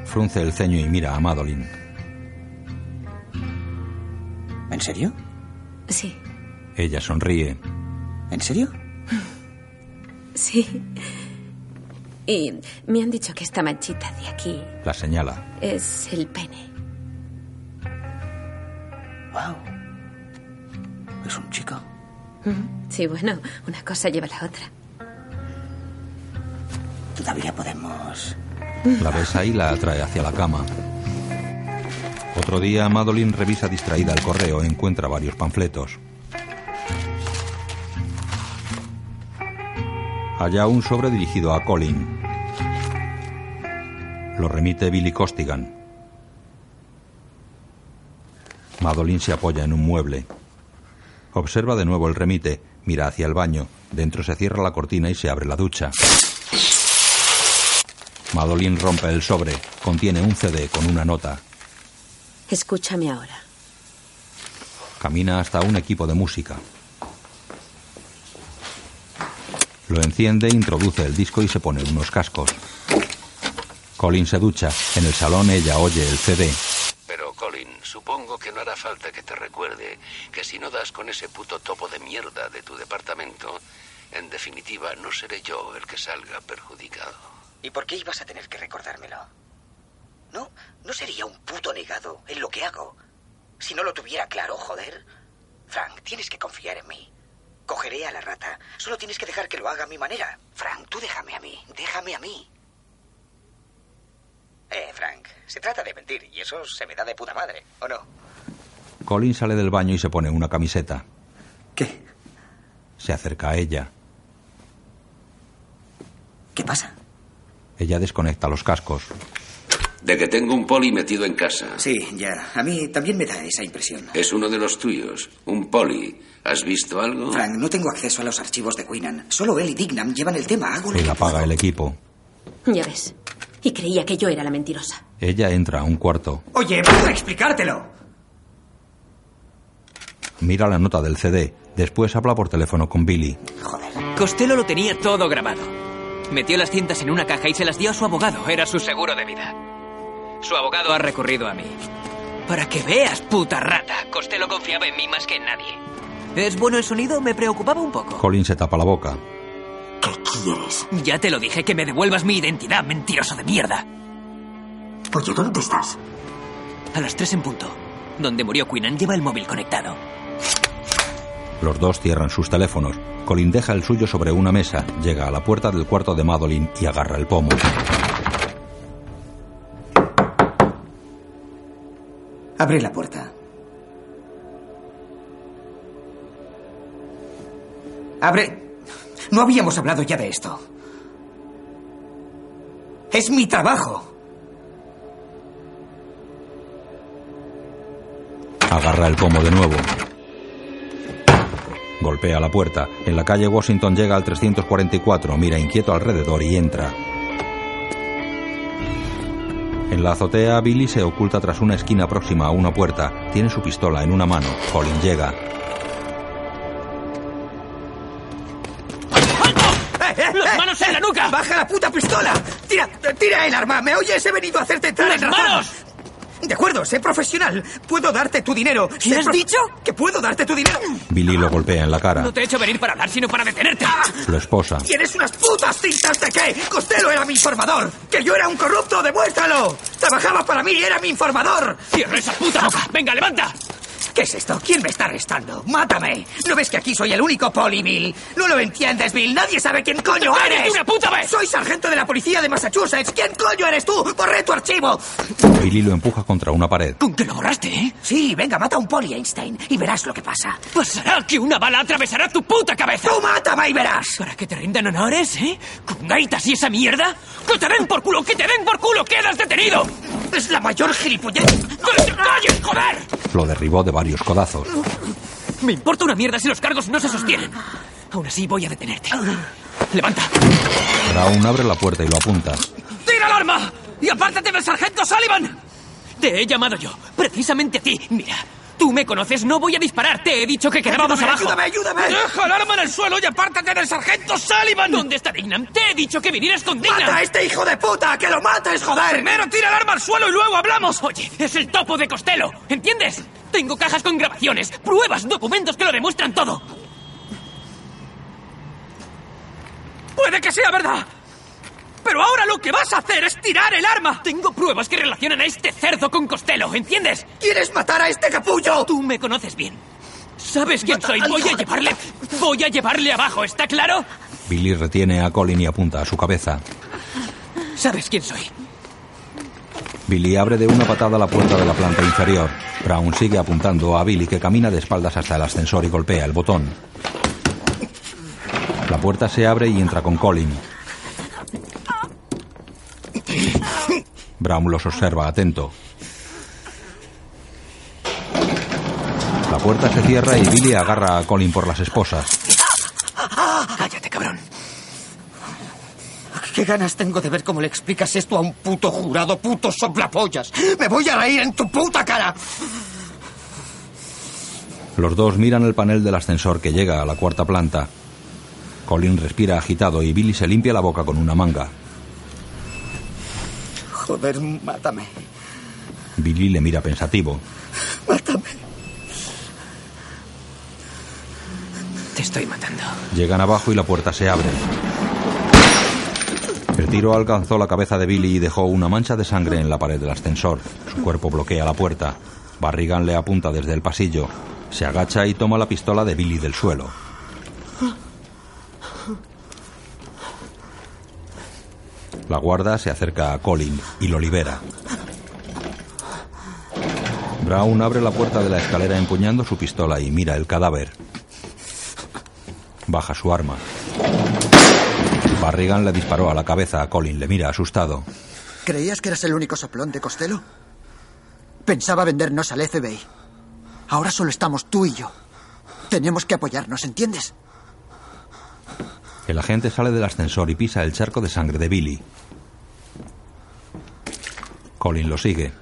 Frunce el ceño y mira a Madeline.
¿En serio?
Sí,
Ella sonríe.
¿En serio?
sí. Y me han dicho que esta manchita de aquí
La señala.
es el pene.
Wow. Es un chico.
Sí, bueno, una cosa lleva a la otra.
Todavía podemos.
La besa y la atrae hacia la cama. Otro día, Madeline revisa distraída el correo. Encuentra varios panfletos. Halla un sobre dirigido a Colin. Lo remite Billy Costigan. Madeline se apoya en un mueble. Observa de nuevo el remite, mira hacia el baño. Dentro se cierra la cortina y se abre la ducha. Madeline rompe el sobre. Contiene un CD con una nota.
Escúchame ahora.
Camina hasta un equipo de música. Lo enciende, introduce el disco y se pone unos cascos. Colin se ducha. En el salón ella oye el CD.
Pero, Colin, supongo que no hará falta que te recuerde que si no das con ese puto topo de mierda de tu departamento, en definitiva no seré yo el que salga perjudicado.
¿Y por qué ibas a tener que recordármelo? No, no sería un puto negado en lo que hago. Si no lo tuviera claro, joder. Frank, tienes que confiar en mí. Cogeré a la rata. Solo tienes que dejar que lo haga a mi manera. Frank, tú déjame a mí. Déjame a mí. Eh, Frank, se trata de mentir y eso se me da de puta madre, ¿o no?
Colin sale del baño y se pone una camiseta.
¿Qué?
Se acerca a ella.
¿Qué pasa?
Ella desconecta los cascos.
De que tengo un poli metido en casa.
Sí, ya. A mí también me da esa impresión.
Es uno de los tuyos. Un poli. ¿Has visto algo?
Frank, no tengo acceso a los archivos de Quinnan. Solo él y Dignam llevan el tema. Hago lo
Él
que
apaga el equipo.
Ya ves. Y creía que yo era la mentirosa.
Ella entra a un cuarto.
Oye, vas a explicártelo.
Mira la nota del CD. Después habla por teléfono con Billy.
Costello lo tenía todo grabado. Metió las cintas en una caja y se las dio a su abogado. Era su seguro de vida. Su abogado ha recurrido a mí. Para que veas, puta rata. Costello confiaba en mí más que en nadie. ¿Es bueno el sonido? Me preocupaba un poco.
Colin se tapa la boca.
¿Qué quieres? Ya te lo dije, que me devuelvas mi identidad, mentiroso de mierda. Oye, ¿dónde estás? A las tres en punto. Donde murió Quinnan lleva el móvil conectado.
Los dos cierran sus teléfonos. Colin deja el suyo sobre una mesa, llega a la puerta del cuarto de Madeline y agarra el pomo.
Abre la puerta. Abre. No habíamos hablado ya de esto. Es mi trabajo.
Agarra el pomo de nuevo. Golpea la puerta. En la calle Washington llega al 344, mira inquieto alrededor y entra. En la azotea, Billy se oculta tras una esquina próxima a una puerta. Tiene su pistola en una mano. Colin llega.
¡Las manos en la nuca!
¡Eh, ¡Baja la puta pistola! ¡Tira, tira el arma! ¿Me oyes? He venido a hacerte entrar en razón.
manos!
De acuerdo, sé profesional. Puedo darte tu dinero.
¿Qué
Sé
has
prof-
dicho?
Que puedo darte tu dinero.
Billy lo golpea en la cara.
No te he hecho venir para hablar, sino para detenerte.
Ah.
Lo esposa.
¿Tienes unas putas cintas de qué? Costello era mi informador. Que yo era un corrupto, demuéstralo. Trabajaba para mí, era mi informador.
¡Cierra esa puta boca! ¡Venga, levanta!
¿Qué es esto? ¿Quién me está arrestando? ¡Mátame! ¿No ves que aquí soy el único poli, Bill? No lo entiendes, Bill. Nadie sabe quién coño
¡Cállate
eres.
una puta vez!
Soy sargento de la policía de Massachusetts. ¿Quién coño eres tú? ¡Borré tu archivo!
Billy lo empuja contra una pared.
¿Con qué lo borraste, eh? Sí, venga, mata a un poli, Einstein, y verás lo que pasa.
Pasará Pues que una bala atravesará tu puta cabeza.
¡Tú mátame y verás!
¿Para que te rindan honores, eh? ¿Con gaitas y esa mierda? ¡Que te den por culo! ¡Que te den por culo! ¡Quedas detenido!
¡Es la mayor gilipollez!
¡Que te calles, joder!
Lo derribó de varios codazos.
Me importa una mierda si los cargos no se sostienen. Aún así voy a detenerte.
Ah.
¡Levanta!
Brown abre la puerta y lo apunta.
¡Tira el arma! ¡Y apártate del sargento Sullivan! Te he llamado yo, precisamente a ti. Mira, tú me conoces, no voy a disparar. Te he dicho que quedábamos abajo.
ayúdame, ayúdame!
¡Deja el arma en el suelo y apártate del sargento Sullivan! ¿Dónde está Dignam? Te he dicho que vinieras con Dignam.
¡Mata a este hijo de puta! ¡Que lo mates, joder!
Primero tira el arma al suelo y luego hablamos. Oye, es el topo de Costello, ¿entiendes? Tengo cajas con grabaciones, pruebas, documentos que lo demuestran todo. Puede que sea verdad. Pero ahora lo que vas a hacer es tirar el arma. Tengo pruebas que relacionan a este cerdo con Costello, ¿entiendes?
¿Quieres matar a este capullo?
Tú me conoces bien. ¿Sabes quién soy? Voy a llevarle. Voy a llevarle abajo, ¿está claro?
Billy retiene a Colin y apunta a su cabeza.
¿Sabes quién soy?
Billy abre de una patada la puerta de la planta inferior. Brown sigue apuntando a Billy que camina de espaldas hasta el ascensor y golpea el botón. La puerta se abre y entra con Colin. Brown los observa atento. La puerta se cierra y Billy agarra a Colin por las esposas.
Cállate, cabrón.
¿Qué ganas tengo de ver cómo le explicas esto a un puto jurado, puto soplapollas? ¡Me voy a reír en tu puta cara!
Los dos miran el panel del ascensor que llega a la cuarta planta. Colin respira agitado y Billy se limpia la boca con una manga.
Joder, mátame.
Billy le mira pensativo.
Mátame.
Te estoy matando.
Llegan abajo y la puerta se abre. El tiro alcanzó la cabeza de Billy y dejó una mancha de sangre en la pared del ascensor. Su cuerpo bloquea la puerta. Barrigan le apunta desde el pasillo. Se agacha y toma la pistola de Billy del suelo. La guarda se acerca a Colin y lo libera. Brown abre la puerta de la escalera empuñando su pistola y mira el cadáver. Baja su arma. Barrigan le disparó a la cabeza. Colin le mira asustado.
¿Creías que eras el único soplón de Costello? Pensaba vendernos al FBI. Ahora solo estamos tú y yo. Tenemos que apoyarnos, ¿entiendes?
El agente sale del ascensor y pisa el charco de sangre de Billy. Colin lo sigue.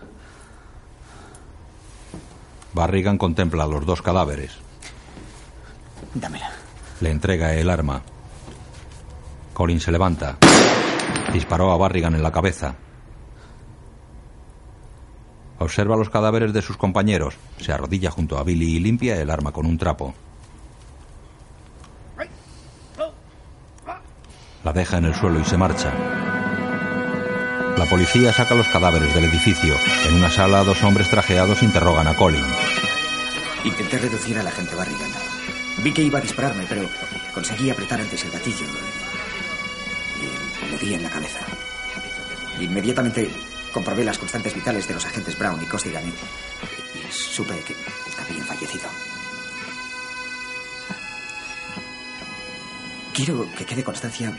Barrigan contempla los dos cadáveres.
Dámela.
Le entrega el arma. Colin se levanta. Disparó a Barrigan en la cabeza. Observa los cadáveres de sus compañeros. Se arrodilla junto a Billy y limpia el arma con un trapo. La deja en el suelo y se marcha. La policía saca los cadáveres del edificio. En una sala, dos hombres trajeados interrogan a Colin.
Intenté reducir a la gente Barrigan. Vi que iba a dispararme, pero conseguí apretar antes el gatillo le di en la cabeza. Inmediatamente comprobé las constantes vitales de los agentes Brown y Costigan y, y supe que habían fallecido. Quiero que quede constancia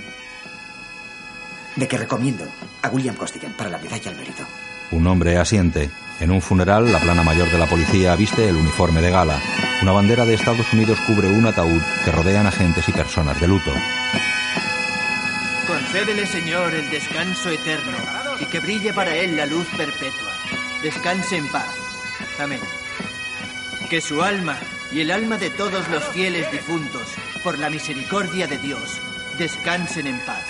de que recomiendo a William Costigan para la medalla al mérito.
Un hombre asiente. En un funeral, la plana mayor de la policía viste el uniforme de gala. Una bandera de Estados Unidos cubre un ataúd que rodean agentes y personas de luto.
Concédele, Señor, el descanso eterno y que brille para él la luz perpetua. Descanse en paz. Amén. Que su alma y el alma de todos los fieles difuntos, por la misericordia de Dios, descansen en paz.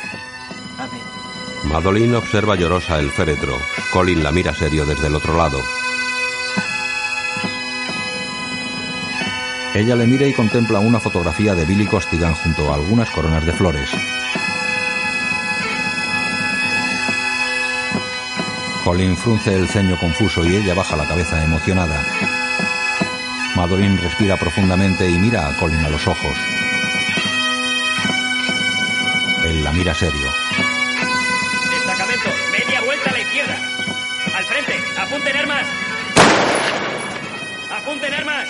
Amén.
Madeline observa llorosa el féretro. Colin la mira serio desde el otro lado.
Ella le mira y contempla una fotografía de Billy Costigan junto a algunas coronas de flores. Colin frunce el ceño confuso y ella baja la cabeza emocionada. Madeline respira profundamente y mira a Colin a los ojos. Él la mira serio.
Destacamento, media vuelta a la izquierda. Al frente, apunten armas. Apunten armas.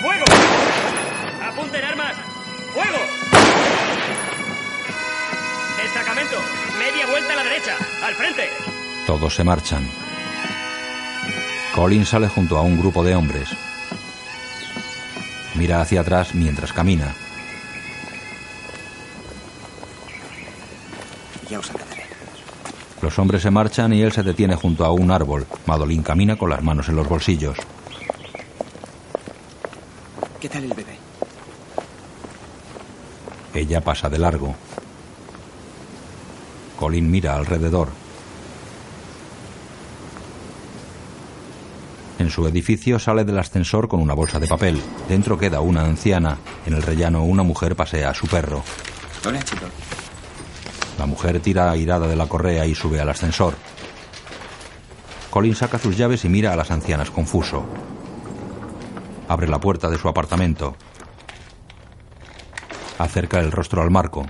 Fuego. Apunten armas. Fuego. Destacamento, media vuelta a la derecha. Al frente.
Todos se marchan. Colin sale junto a un grupo de hombres. Mira hacia atrás mientras camina.
Ya os alcanzaré.
Los hombres se marchan y él se detiene junto a un árbol. Madeline camina con las manos en los bolsillos.
¿Qué tal el bebé?
Ella pasa de largo. Colin mira alrededor. En su edificio sale del ascensor con una bolsa de papel. Dentro queda una anciana. En el rellano una mujer pasea a su perro.
Hola, chico.
La mujer tira airada de la correa y sube al ascensor. Colin saca sus llaves y mira a las ancianas confuso. Abre la puerta de su apartamento. Acerca el rostro al marco.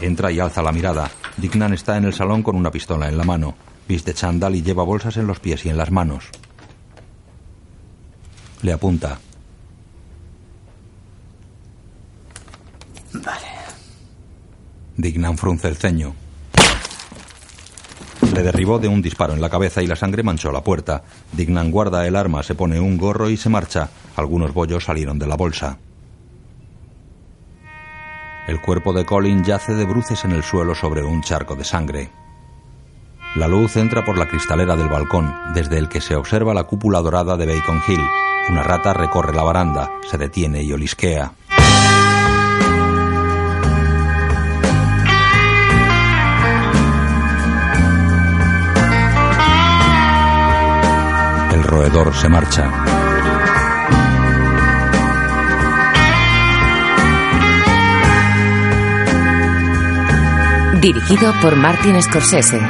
Entra y alza la mirada. Dignan está en el salón con una pistola en la mano. Viste chándal y lleva bolsas en los pies y en las manos. Le apunta.
Vale.
Dignan frunce el ceño. Le derribó de un disparo en la cabeza y la sangre manchó la puerta. Dignan guarda el arma, se pone un gorro y se marcha. Algunos bollos salieron de la bolsa. El cuerpo de Colin yace de bruces en el suelo sobre un charco de sangre. La luz entra por la cristalera del balcón, desde el que se observa la cúpula dorada de Bacon Hill. Una rata recorre la baranda, se detiene y olisquea. El roedor se marcha.
Dirigido por Martin Scorsese.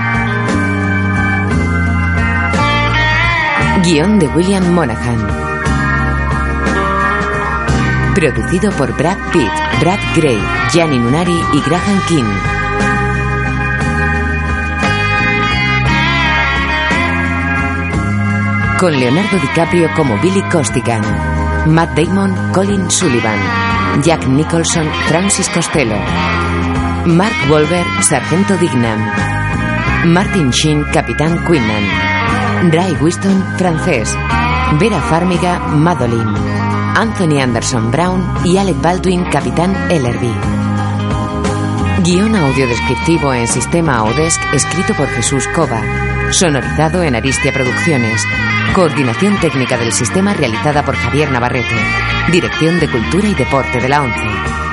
Guión de William Monaghan. Producido por Brad Pitt, Brad Gray, Gianni Nunari y Graham King. Con Leonardo DiCaprio como Billy Costigan, Matt Damon, Colin Sullivan, Jack Nicholson, Francis Costello, Mark Wolver, Sargento Dignam, Martin Sheen, Capitán Quinnan, Ray Winston, francés, Vera Farmiga, Madeline, Anthony Anderson Brown y Alec Baldwin, Capitán Ellerby. Guión audiodescriptivo en sistema Audesc escrito por Jesús Cova, sonorizado en Aristia Producciones. Coordinación técnica del sistema realizada por Javier Navarrete. Dirección de Cultura y Deporte de la ONCE.